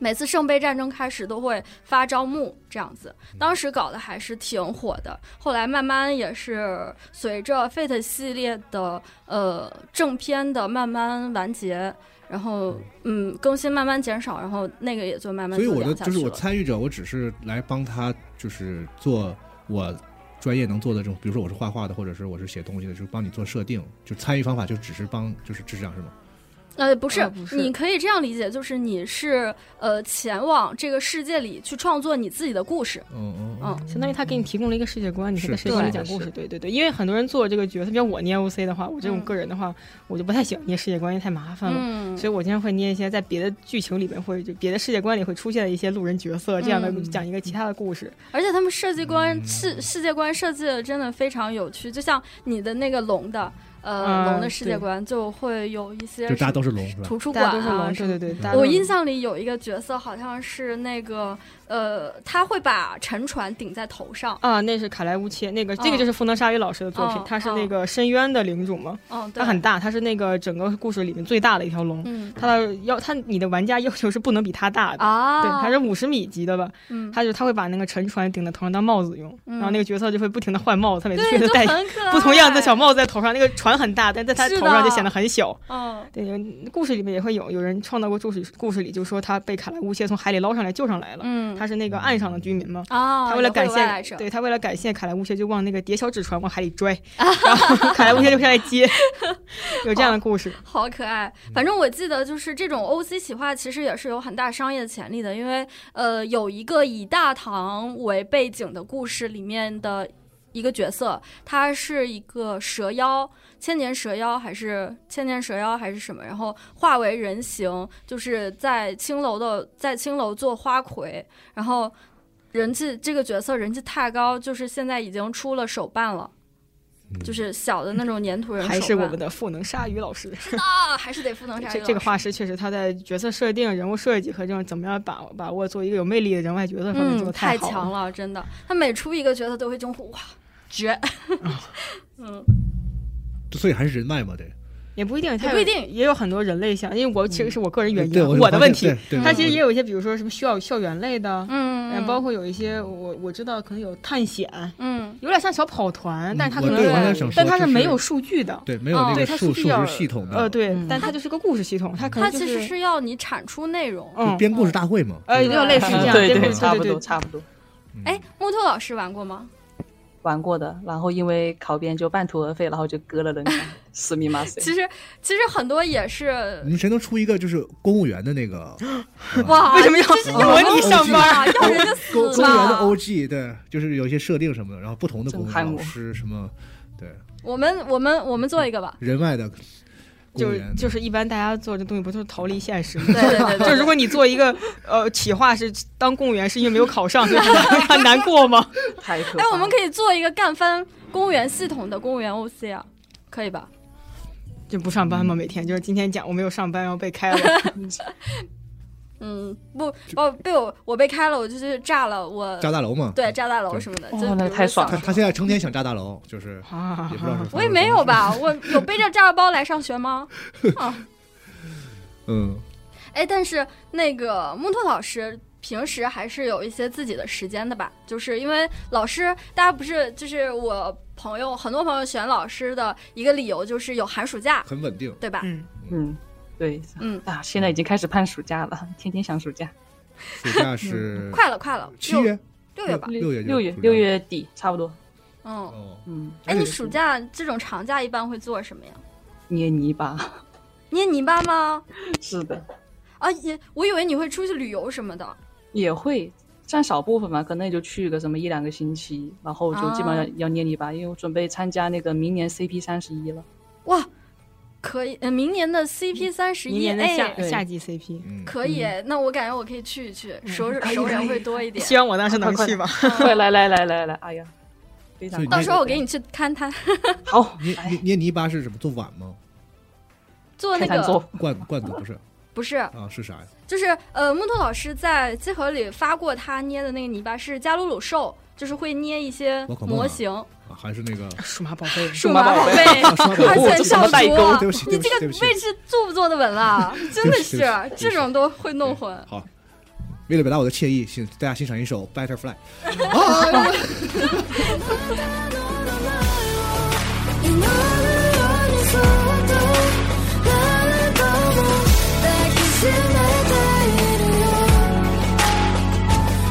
Speaker 3: 每次圣杯战争开始都会发招募这样子。
Speaker 2: 嗯
Speaker 3: 当时搞的还是挺火的，后来慢慢也是随着 Fate 系列的呃正片的慢慢完结，然后嗯更新慢慢减少，然后那个也就慢慢
Speaker 2: 所以
Speaker 3: 就
Speaker 2: 我
Speaker 3: 凉
Speaker 2: 的
Speaker 3: 下
Speaker 2: 就
Speaker 3: 去
Speaker 2: 是我
Speaker 3: 了。
Speaker 2: 参与者，我只是来帮他，就是做我专业能做的这种，比如说我是画画的，或者是我是写东西的，就是帮你做设定，就参与方法就只是帮，就是就是这样是吗？
Speaker 3: 呃，不是，
Speaker 4: 呃不是
Speaker 3: 你可以这样理解，就是你是呃前往这个世界里去创作你自己的故事。
Speaker 2: 嗯嗯
Speaker 3: 嗯
Speaker 4: 相当于他给你提供了一个世界观，你可以在
Speaker 2: 是
Speaker 4: 世界观里
Speaker 5: 对
Speaker 4: 讲故事。
Speaker 5: 是
Speaker 4: 对对对，因为很多人做这个角色，比如我捏 OC 的话，我这种
Speaker 3: 嗯
Speaker 4: 个人的话，我就不太喜欢捏世界观，因为太麻烦了。
Speaker 3: 嗯，
Speaker 4: 所以我经常会捏一些在别的剧情里面会就别的世界观里会出现的一些路人角色，这样的
Speaker 3: 嗯
Speaker 4: 讲一个其他的故事。
Speaker 3: 而且他们设计
Speaker 2: 嗯
Speaker 3: 观世世界观设计的真的非常有趣，就像你的那个龙的呃、
Speaker 4: 嗯
Speaker 3: 龙的世界观，就会有一些
Speaker 2: 就大家都是龙是吧？
Speaker 3: 图书
Speaker 4: 大
Speaker 3: 馆
Speaker 4: 家都是
Speaker 3: 啊
Speaker 4: 龙，
Speaker 3: 什
Speaker 4: 对
Speaker 3: 么
Speaker 4: 对
Speaker 3: 的。
Speaker 4: 对，
Speaker 2: 嗯
Speaker 4: 大家都
Speaker 3: 我
Speaker 4: 是
Speaker 3: 印象里有一个角色，好像是那个呃，他会把沉船顶在头上。
Speaker 4: 啊，那是卡莱乌切，那个这
Speaker 3: 哦
Speaker 4: 个就是风能鲨鱼老师的作品
Speaker 3: 哦，
Speaker 4: 他是
Speaker 3: 哦
Speaker 4: 那个深渊的领主嘛，
Speaker 3: 嗯，对，
Speaker 4: 它很大，它是那个整个故事里面最大的一条龙。
Speaker 3: 嗯
Speaker 4: 它的要它你的玩家要求是不能比它大的，
Speaker 3: 啊，
Speaker 4: 对，它是五十米级的吧？
Speaker 3: 嗯，
Speaker 4: 他就他会把那个沉船顶在头上当帽子用，
Speaker 3: 嗯
Speaker 4: 然后那个角色就会不停的换帽子，他每次
Speaker 3: 对，
Speaker 4: 去
Speaker 3: 就
Speaker 4: 都戴
Speaker 3: 很可爱，
Speaker 4: 不同样子的小帽子在头上，那个船很大，但在他
Speaker 3: 是的
Speaker 4: 头上就显得很小。
Speaker 3: 嗯，
Speaker 4: 对，故事里面也会有有人创造过故事，故事里就说他被卡莱乌切从海里捞上来救上来了，
Speaker 3: 嗯
Speaker 4: 他是那个岸上的居民嘛。
Speaker 3: 啊，
Speaker 4: 他为了感
Speaker 3: 有外来
Speaker 4: 谢，
Speaker 3: 者，
Speaker 4: 对他为了感谢卡莱乌切，就往那个叠小纸船往海
Speaker 3: [LAUGHS]
Speaker 4: 里拽，然后卡莱乌切就下来接， [LAUGHS] 有这样的故
Speaker 3: [LAUGHS]
Speaker 4: 事。
Speaker 3: 好可爱。反正我记得就是这种 OC 企划，其实也是有很大商业潜力的，因为呃，有一个以大唐为背景的故事里面的。一个角色，他是一个蛇妖，千年蛇妖还是千年蛇妖还是什么？然后化为人形，就是在青楼的，在青楼做花魁，然后人气这个角色人气太高，就是现在已经出了手办了，就是小的那种粘土人手办，
Speaker 4: 还是我们的赋能鲨鱼老师，
Speaker 3: 啊，还是得赋能鲨鱼
Speaker 4: 这
Speaker 3: 老师。
Speaker 4: 这个画师确实他在角色设定、人物设计和这种怎么样把把握做一个有魅力的人外角色方面
Speaker 3: 嗯，
Speaker 4: 做的
Speaker 3: 太
Speaker 4: 好
Speaker 3: 强
Speaker 4: 了。
Speaker 3: 了，真的。他每出一个角色都会惊呼哇，绝！
Speaker 2: 所以还是人脉嘛，对。
Speaker 4: 也不一定，他
Speaker 3: 不一
Speaker 4: 有
Speaker 3: 定嗯
Speaker 4: 也有很多人类像，因为我其实是我个人原因
Speaker 2: 对
Speaker 4: 啊，
Speaker 2: 我就
Speaker 4: 我的
Speaker 2: 发现
Speaker 4: 问题
Speaker 2: 对。对
Speaker 4: 他其实
Speaker 2: 对
Speaker 4: 也有一些，比如说什么需要校园类的，
Speaker 3: 嗯
Speaker 4: 嗯，包括有一些我我知道可能有探险，
Speaker 3: 嗯
Speaker 4: 有点像小跑团，但是他
Speaker 2: 嗯我
Speaker 4: 可能
Speaker 2: 对我还想说
Speaker 4: 但它是
Speaker 2: 就是
Speaker 4: 没有数据的，
Speaker 2: 对没有那
Speaker 3: 哦
Speaker 2: 个
Speaker 4: 对它
Speaker 2: 数数
Speaker 4: 数据
Speaker 2: 值
Speaker 4: 要
Speaker 2: 系统的，
Speaker 4: 呃，对
Speaker 5: 嗯，
Speaker 4: 但它就是个故事系统，它可
Speaker 3: 它
Speaker 4: 能就
Speaker 3: 其实是要你产出内容。
Speaker 2: 就
Speaker 4: 嗯，
Speaker 2: 编故事大会嘛。
Speaker 4: 呃，有点
Speaker 2: 嗯
Speaker 4: 类似于这样，
Speaker 5: 啊对
Speaker 4: 编故
Speaker 5: 对，
Speaker 4: 事
Speaker 5: 差不
Speaker 4: 对
Speaker 5: 多
Speaker 4: 对，
Speaker 5: 差不多
Speaker 4: 嗯
Speaker 3: 哎，木头老师玩过吗？
Speaker 5: 玩过的。然后因为考编就半途而废，然后就割了人
Speaker 3: [LAUGHS]
Speaker 5: 家，死密码谁？
Speaker 3: 其实其实很多也是
Speaker 2: 你们谁能出一个就是公务员的那个
Speaker 3: 哇，
Speaker 4: 为什么要
Speaker 3: 这是要
Speaker 4: 模拟上班
Speaker 3: 啊？要人家
Speaker 2: [LAUGHS]
Speaker 3: 死
Speaker 2: 公公务员的
Speaker 3: 吧！
Speaker 2: OG？对，就是有一些设定什么的，然后不同的公务员
Speaker 5: 震撼
Speaker 2: 老
Speaker 5: 我
Speaker 2: 师什么，对
Speaker 3: 我们我们我们做一个
Speaker 4: [LAUGHS]
Speaker 3: 吧。
Speaker 2: 人脉的公务
Speaker 4: 就
Speaker 2: 员，
Speaker 4: 就是一般大家做这东西不就是逃离现实吗？
Speaker 3: 对对对对
Speaker 4: [LAUGHS] 就如果你做一个呃企划是当公务员是因为没有考上，所以很很难过 [LAUGHS] 吗？
Speaker 5: 太可
Speaker 3: 哎，我
Speaker 5: 怕
Speaker 3: 们
Speaker 5: 了
Speaker 3: 可以做一个干翻公务员系统的公务员 OC 啊，可以吧？
Speaker 4: 就不上班吗？每天就是今天讲我没有上班，然后被 [LAUGHS] 开了，
Speaker 3: 嗯，不，哦，被我我被开了，我就去炸了，我
Speaker 2: 炸大楼嘛。
Speaker 3: 对炸大楼什么的，
Speaker 5: 哦
Speaker 3: 就比
Speaker 5: 那
Speaker 3: 如
Speaker 5: 太
Speaker 3: 说
Speaker 5: 爽
Speaker 3: 小
Speaker 2: 他他现在成天想炸大楼，就是
Speaker 4: 啊
Speaker 2: 也不知道是发生什么事。
Speaker 3: 我也没有吧，我有背着炸药包来上学
Speaker 4: [LAUGHS]
Speaker 3: 吗？
Speaker 2: 嗯，
Speaker 3: 哎，但是那个木头老师平时还是有一些自己的时间的吧？就是因为老师，大家不是就是我朋友很多朋友选老师的一个理由就是有寒暑假，
Speaker 2: 很稳定。
Speaker 3: 对吧？
Speaker 4: 嗯，
Speaker 5: 嗯，对，
Speaker 3: 嗯
Speaker 5: 啊，现在已经开始盼暑假了，天天想暑假。
Speaker 2: 暑假是
Speaker 3: 嗯快了，快了，
Speaker 2: 七月，
Speaker 3: 六六月吧？
Speaker 2: 六月就
Speaker 5: 六月
Speaker 2: 暑假
Speaker 5: 六月底差不多。
Speaker 3: 嗯，
Speaker 2: 哦，
Speaker 5: 嗯，
Speaker 3: 哎，你暑假这种长假一般会做什么呀？
Speaker 5: 捏泥巴， [LAUGHS]
Speaker 3: 捏泥巴吗？
Speaker 5: 是的，
Speaker 3: 啊，也我以为你会出去旅游什么的。
Speaker 5: 也会占少部分嘛，可能也就去个什么一两个星期，然后就基本
Speaker 3: 啊 [LAUGHS]
Speaker 5: 上要捏泥巴，因为我准备参加那个明年 CP 三十一了。
Speaker 3: 哇，可以，呃，明年的 CP 三十
Speaker 4: 明
Speaker 3: 一哎
Speaker 4: 年的夏
Speaker 3: A
Speaker 5: 对
Speaker 4: 夏季 CP，
Speaker 2: 嗯，
Speaker 3: 可以，那我感觉我可以去一去，熟人熟人会多一点。
Speaker 4: 希望我当时能
Speaker 5: 快快
Speaker 4: 去吧。
Speaker 5: 快来来来来来，哎呀，非常
Speaker 2: 所以
Speaker 3: 到
Speaker 2: 你
Speaker 3: 时候我给你去看他 [LAUGHS]
Speaker 5: 好，
Speaker 2: 捏
Speaker 5: 哎
Speaker 2: 捏捏泥巴是什么？做碗吗？
Speaker 3: 做那
Speaker 5: 开坛
Speaker 3: 个
Speaker 5: 做
Speaker 2: 罐罐子不是
Speaker 3: 不是，
Speaker 2: 啊？是啥呀？
Speaker 3: 就是呃，木头老师在集合里发过他捏的那个泥巴是加鲁鲁兽，就是会捏一些
Speaker 2: 宝可梦啊
Speaker 3: 模型。
Speaker 2: 啊还是那个？
Speaker 4: [LAUGHS] 数码宝贝，
Speaker 3: 数
Speaker 5: 码
Speaker 3: 码宝
Speaker 5: 宝贝
Speaker 2: [LAUGHS]
Speaker 3: 贝，
Speaker 2: 可
Speaker 3: 而
Speaker 2: 恶
Speaker 3: 且
Speaker 5: 这什么
Speaker 3: 校
Speaker 5: 代沟
Speaker 2: 对
Speaker 3: 主
Speaker 2: 不，起，对
Speaker 3: 你
Speaker 2: 不起
Speaker 3: 这，个
Speaker 2: 对不起
Speaker 3: 位，置坐不坐得稳
Speaker 2: [LAUGHS]
Speaker 3: 啦？真的
Speaker 2: 对不起对不起
Speaker 3: 是
Speaker 2: 对不起
Speaker 3: 这种都会弄混。
Speaker 2: 好。为了表达我的歉意，请大家欣赏一首《Butterfly》。
Speaker 1: 祈るようにそっとあなたも抱きしめているよ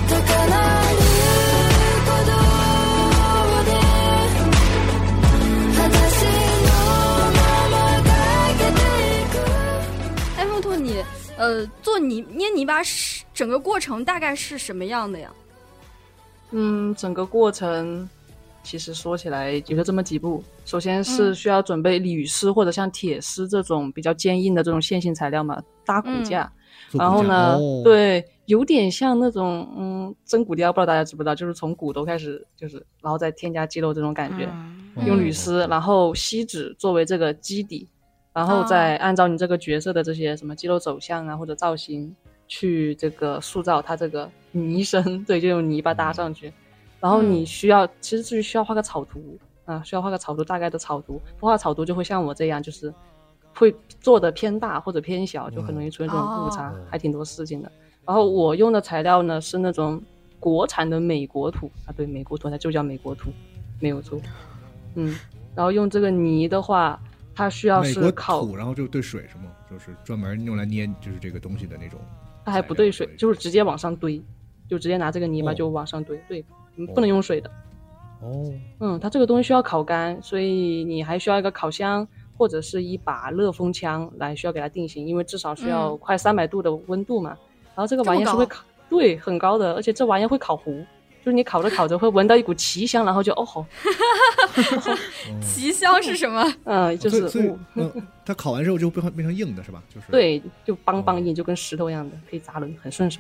Speaker 1: 宝に鼓動で私のまま駆けていく
Speaker 3: 哎，木兔，你呃做泥捏泥巴是整个过程大概是什么样的呀？
Speaker 5: 嗯，整个过程其实说起来也就这么几步。首先是
Speaker 3: 嗯
Speaker 5: 需要准备铝丝或者像铁丝这种比较坚硬的这种线性材料嘛，搭骨
Speaker 3: 嗯
Speaker 5: 架。
Speaker 2: 做
Speaker 5: 然
Speaker 2: 骨
Speaker 5: 后
Speaker 2: 架
Speaker 5: 呢，
Speaker 2: 哦、
Speaker 5: 对，有点像那种嗯蒸骨雕，不知道大家知不知道，就是从骨头开始，就是然后再添加肌肉这种感觉。
Speaker 4: 嗯
Speaker 2: 嗯
Speaker 5: 用铝丝，然后锡纸作为这个基底，然后再按照你这个角色的这些什么肌肉走向啊或者造型去这个塑造它这个泥身， [LAUGHS] 对，就用泥巴搭上去。然后你需要，其实至于需要画个草图啊，需要画个草图，大概的草图，不画草图就会像我这样，就是会做的偏大或者偏小，就很容易出现这种误差，
Speaker 2: 哦
Speaker 5: 还挺多事情的。然后我用的材料呢是那种国产的美国土啊，对，美国土它就叫美国土，没有错。嗯，然后用这个泥的话，它需要
Speaker 2: 美
Speaker 5: 是
Speaker 2: 国
Speaker 5: 烤
Speaker 2: 土，，然后就兑水是吗？就是专门用来捏就是这个东西的那种。
Speaker 5: 它还不兑水
Speaker 2: 材料，对
Speaker 5: 就是直接往上堆，就直接拿这个泥巴
Speaker 2: 哦
Speaker 5: 就往上堆，对，嗯
Speaker 2: 哦
Speaker 5: 不能用水的。
Speaker 2: 哦，
Speaker 5: 嗯，它这个东西需要烤干，所以你还需要一个烤箱或者是一把热风枪来需要给它定型，因为至少需要
Speaker 3: 嗯
Speaker 5: 快三百度的温度嘛。然后这个
Speaker 3: 这么
Speaker 5: 玩意儿是会
Speaker 3: 高
Speaker 5: 烤，对，很高的，而且这玩意儿会烤糊，就是你烤着烤着会闻到一股奇香，然后就哦吼，
Speaker 2: 嗯
Speaker 3: 奇香是什么？
Speaker 5: 嗯，就
Speaker 2: 所以
Speaker 5: 是
Speaker 2: 所以
Speaker 5: 哦
Speaker 2: 嗯，它烤完之后就变成变成硬的是吧？就是，
Speaker 5: 对，就梆梆
Speaker 2: 哦
Speaker 5: 硬，就跟石头一样的，可以砸人，很顺手。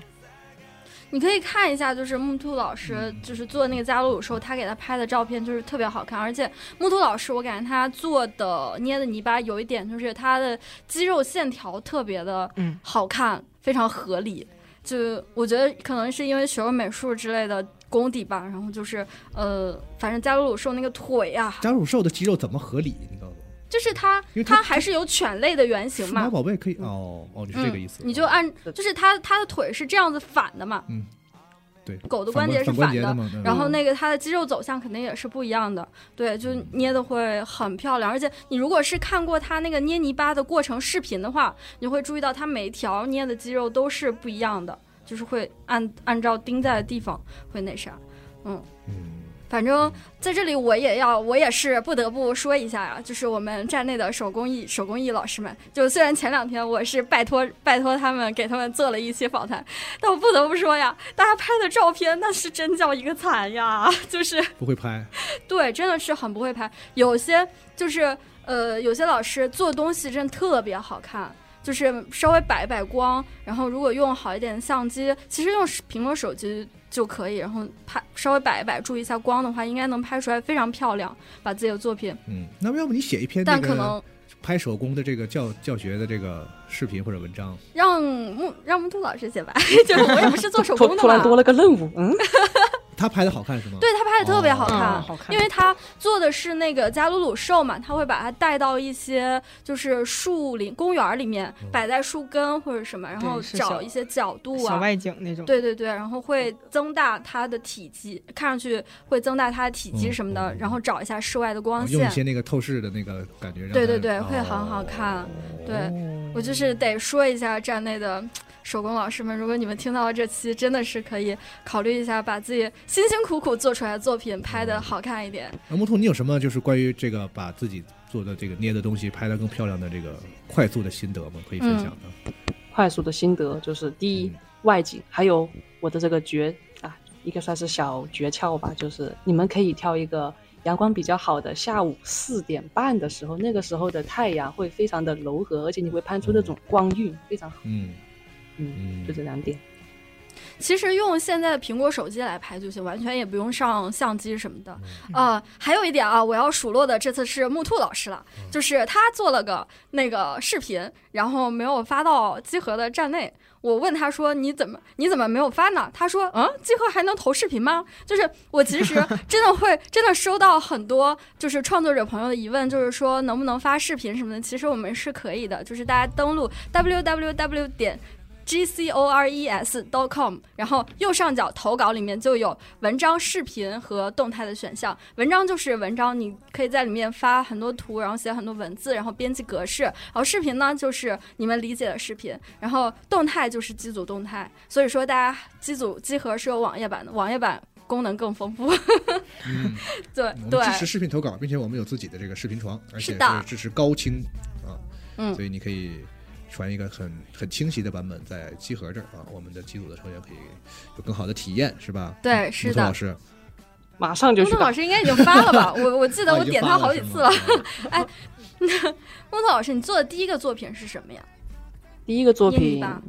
Speaker 3: 你可以看一下，就是木兔老师
Speaker 2: 嗯
Speaker 3: 就是做那个加鲁鲁兽，他给他拍的照片就是特别好看，而且木兔老师我感觉他做的捏的泥巴有一点就是他的肌肉线条特别的
Speaker 4: 嗯
Speaker 3: 好看，非常合理。就我觉得可能是因为学过美术之类的功底吧，然后就是呃，反正加鲁鲁兽那个腿呀、
Speaker 2: 加乳兽的肌肉怎么合理？你告诉我，
Speaker 3: 就是它
Speaker 2: 因为它
Speaker 3: 它还是有犬类的原型
Speaker 2: 数
Speaker 3: 嘛
Speaker 2: 码，宝贝可以哦哦，你是这个意思？
Speaker 3: 嗯你就按就是它它的腿是这样子反的嘛，
Speaker 2: 嗯，对，
Speaker 3: 狗的
Speaker 2: 反
Speaker 3: 关节是
Speaker 2: 反关
Speaker 3: 反
Speaker 2: 节
Speaker 3: 的，
Speaker 2: 嘛？嗯
Speaker 3: 然后那个它的肌肉走向肯定也是不一样的，对，就捏的会很漂亮。而且你如果是看过它那个捏泥巴的过程视频的话，你会注意到它每一条捏的肌肉都是不一样的，就是会按按照钉在的地方会那啥。
Speaker 2: 嗯，
Speaker 3: 反正在这里我也要，我也是不得不说一下呀、就是我们站内的手工艺手工艺老师们，就虽然前两天我是拜托拜托他们给他们做了一期访谈，但我不得不说呀，大家拍的照片那是真叫一个惨呀， [LAUGHS] 就是
Speaker 2: 不会拍，
Speaker 3: 对，真的是很不会拍。有些就是呃，有些老师做东西真的特别好看，就是稍微摆一摆光，然后如果用好一点的相机，其实用手苹果手机就可以，然后拍稍微摆一摆，注意一下光的话，应该能拍出来非常漂亮，把自己的作品。
Speaker 2: 嗯，那么要不你写一篇那
Speaker 3: 但可能
Speaker 2: 个拍手工的这个教教学的这个视频或者文章，
Speaker 3: 让木让木兔老师写吧， [LAUGHS] 就是我也不是做手
Speaker 5: 突
Speaker 3: 工的
Speaker 5: 突然
Speaker 3: 嘛。
Speaker 5: 多了个任务，嗯， [LAUGHS]
Speaker 2: 他拍的好看是吗？
Speaker 3: 对他拍的特别好看，
Speaker 4: 嗯好看
Speaker 3: 因为他做的是那个加鲁鲁兽嘛，他会把它带到一些就是树林、公园儿里面，
Speaker 2: 嗯
Speaker 3: 摆在树根或者什么，然后
Speaker 4: 对是
Speaker 3: 找
Speaker 4: 小
Speaker 3: 一些角度
Speaker 4: 小
Speaker 3: 啊。
Speaker 4: 外景那种。
Speaker 3: 对对对，然后会增大它的体积，看上去会增大它的体积
Speaker 2: 嗯
Speaker 3: 什么的，
Speaker 2: 嗯嗯
Speaker 3: 然后找一下室外的
Speaker 2: 啊，
Speaker 3: 光
Speaker 2: 用
Speaker 3: 线
Speaker 2: 一。些那个透视的那个感觉，让
Speaker 3: 对
Speaker 2: 它
Speaker 3: 对对，
Speaker 2: 哦
Speaker 3: 会很好看。对我就是得说一下站内的手工老师们，如果你们听到了这期，真的是可以考虑一下，把自己辛辛苦苦做出来的作品拍
Speaker 2: 嗯
Speaker 3: 的好看一点。
Speaker 2: 那木兔，你有什么就是关于这个把自己做的这个捏的东西拍得更漂亮的这个快速的心得吗？可以分享的。
Speaker 5: 快速的心得就是：第一
Speaker 2: 嗯，
Speaker 5: 外景，还有我的这个诀啊，一个算是小诀窍吧，就是你们可以挑一个阳光比较好的下午四点半的时候，那个时候的太阳会非常的柔和，而且你会攀出那种光晕，非常好。
Speaker 2: 嗯
Speaker 5: 嗯，就这两点。
Speaker 3: 其实用现在的苹果手机来拍就行，完全也不用上相机什么的。呃，还有一点啊，我要数落的这次是木兔老师了，就是他做了个那个视频，然后没有发到集合的站内。我问他说：“你怎么你怎么没有发呢？”他说：“嗯，集合还能投视频吗？”就是我其实真的会真的收到很多就是创作者朋友的疑问，就是说能不能发视频什么的。其实我们是可以的，就是大家登录 www 点 g c o r e s dot com，然后右上角投稿里面就有文章、视频和动态的选项。文章就是文章，你可以在里面发很多图，然后写很多文字，然后编辑格式。然后视频呢，就是你们理解的视频。然后动态就是机组动态。所以说，大家机组集合是有网页版的，网页版功能更丰富。
Speaker 2: 嗯，
Speaker 3: [LAUGHS] 对
Speaker 2: 我们
Speaker 3: 对，
Speaker 2: 支持视频投稿，并且我们有自己的这个视频床，而且
Speaker 3: 是的
Speaker 2: 支持高清啊，
Speaker 3: 嗯
Speaker 2: 所以你可以传一个很很清晰的版本在集合这儿啊，我们的机组的成员可以有更好的体验，是吧？
Speaker 3: 对是
Speaker 2: 木头
Speaker 3: 的
Speaker 2: 老师，
Speaker 5: 马上就
Speaker 3: 木
Speaker 5: 去
Speaker 3: 头
Speaker 5: 吧
Speaker 3: 老。师应该已经发了吧？我我记得
Speaker 2: 啊
Speaker 3: 我
Speaker 2: 已经
Speaker 3: 点
Speaker 2: 发
Speaker 3: 他好几
Speaker 2: 是吗
Speaker 3: 次了。
Speaker 2: 啊
Speaker 3: 木头老师，你做的第一个作品是什
Speaker 2: [LAUGHS]
Speaker 3: 么呀？
Speaker 5: 第一个作
Speaker 3: 英语
Speaker 5: 品
Speaker 3: 吧，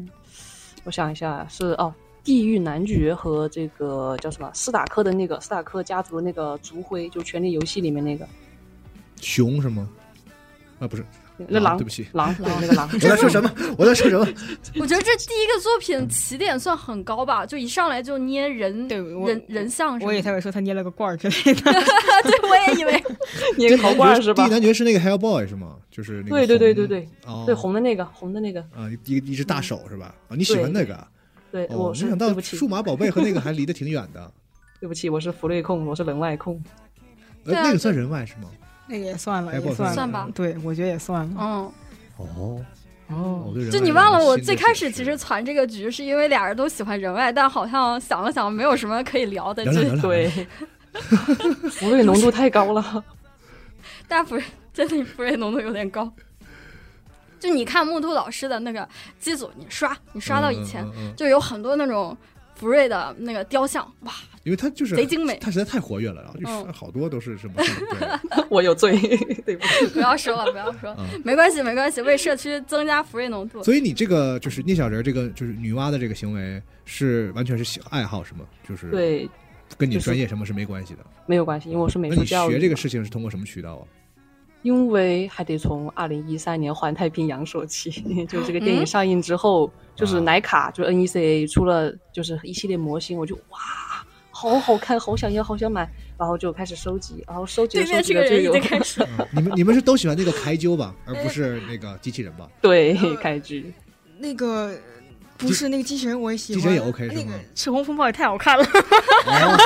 Speaker 5: 我想一下是哦，《地狱男爵》和这个叫什么斯塔克的那个斯塔克家族的那个族徽，就《权力游戏》里面那个
Speaker 2: [LAUGHS] 熊是吗？啊，
Speaker 3: [LAUGHS]
Speaker 2: 不是，
Speaker 5: 那
Speaker 2: 狼
Speaker 5: 狼，
Speaker 2: 对不起
Speaker 5: 狼，对那个狼。
Speaker 2: [LAUGHS] 我在说
Speaker 5: [LAUGHS]
Speaker 2: 什么？我在说什么？
Speaker 3: 我觉得这第一个作品起点算很高吧，就一上来就捏人
Speaker 4: 对我
Speaker 3: 人人像什么
Speaker 4: 我
Speaker 3: 的， [LAUGHS]
Speaker 4: 以为他会说他捏了个罐儿之类 [LAUGHS] 的。
Speaker 3: 对，我也以
Speaker 4: [LAUGHS]
Speaker 3: 为
Speaker 5: 捏个头
Speaker 2: 冠
Speaker 5: 冠是吧
Speaker 2: 第一？男爵是那个 Hellboy 是吗？就是那个
Speaker 5: 对对对
Speaker 2: 红
Speaker 5: 对对，
Speaker 2: 哦，
Speaker 5: 对红的那个，红的那个，
Speaker 2: 啊，一一只大手是吧？啊，你喜欢那个啊？
Speaker 5: 对，
Speaker 2: 哦，
Speaker 5: 我
Speaker 2: 没
Speaker 5: 是
Speaker 2: 想
Speaker 5: 对
Speaker 2: 到
Speaker 5: 不起
Speaker 2: 数，码宝贝和那个还离得挺
Speaker 3: [LAUGHS]
Speaker 2: 远的，
Speaker 5: 对不起，我是福瑞控，我是人外控。
Speaker 2: 呃，
Speaker 3: 对啊
Speaker 2: 那个算人外是吗？
Speaker 4: 那个也算了，
Speaker 2: 哎
Speaker 4: 也
Speaker 2: 不
Speaker 4: 算了，
Speaker 3: 算吧
Speaker 4: 对，我觉得也算了。
Speaker 3: 嗯，
Speaker 2: 哦，
Speaker 5: 哦，
Speaker 3: 就你忘了我最开始其实攒这个局是因为俩人都喜欢人外，但好像想了想没有什么可以聊的，
Speaker 2: 聊
Speaker 3: 就
Speaker 2: 聊聊聊， [LAUGHS]
Speaker 5: 对，福瑞浓度太高了。 [LAUGHS]
Speaker 3: 但不是真的不是浓度有点高。就你看木兔老师的那个机组，你刷你刷到以前，
Speaker 2: 嗯，嗯嗯嗯
Speaker 3: 就有很多那种福瑞的那个雕像，哇，
Speaker 2: 因为他就是
Speaker 3: 贼精美
Speaker 2: 他实在太活跃了，然后就
Speaker 3: 嗯
Speaker 2: 是好多都是
Speaker 3: [LAUGHS]
Speaker 2: 什么，对，
Speaker 5: 我有罪， [LAUGHS] 对不起。
Speaker 3: 不要说了，不要说了，
Speaker 2: 嗯
Speaker 3: [LAUGHS] 没关系没关系，为社区增加福瑞浓度。
Speaker 2: 所以你这个就是聂小人这个就是女娲的这个行为是完全是喜爱好是吗？就是
Speaker 5: 对，
Speaker 2: 跟你
Speaker 5: 就是
Speaker 2: 专业什么是没关系的。
Speaker 5: 没有关系，因为我是美
Speaker 2: 那
Speaker 5: 术
Speaker 2: 你
Speaker 5: 教
Speaker 2: 学这
Speaker 5: 育，
Speaker 2: 个事情是通过什么渠道啊？ [LAUGHS]
Speaker 5: 因为还得从二零一三年《环太平洋》说起， [LAUGHS] 就这个电影
Speaker 3: 嗯
Speaker 5: 上映之后，就是
Speaker 2: 啊
Speaker 5: 徕卡，就 NECA 出了就是一系列模型，我就哇。好好看，好想要，好想买，然后就开始收集，然后收集
Speaker 3: 对
Speaker 5: 着收
Speaker 3: 面
Speaker 5: 集
Speaker 3: 这
Speaker 5: 着
Speaker 3: 个
Speaker 5: 就
Speaker 3: 人已
Speaker 5: 有
Speaker 3: 经开始
Speaker 2: [LAUGHS] 嗯你们你们是都喜欢那个开鸠吧，而不是那个机器人吧？
Speaker 5: [LAUGHS] 对
Speaker 3: 嗯
Speaker 5: 开局，
Speaker 4: 那个不是那个机器人，我也喜欢。
Speaker 2: 机器人也 OK
Speaker 4: 那
Speaker 2: 是
Speaker 4: 个
Speaker 2: 吗
Speaker 4: 赤红风暴也太好看 [LAUGHS] 了，
Speaker 2: 哦，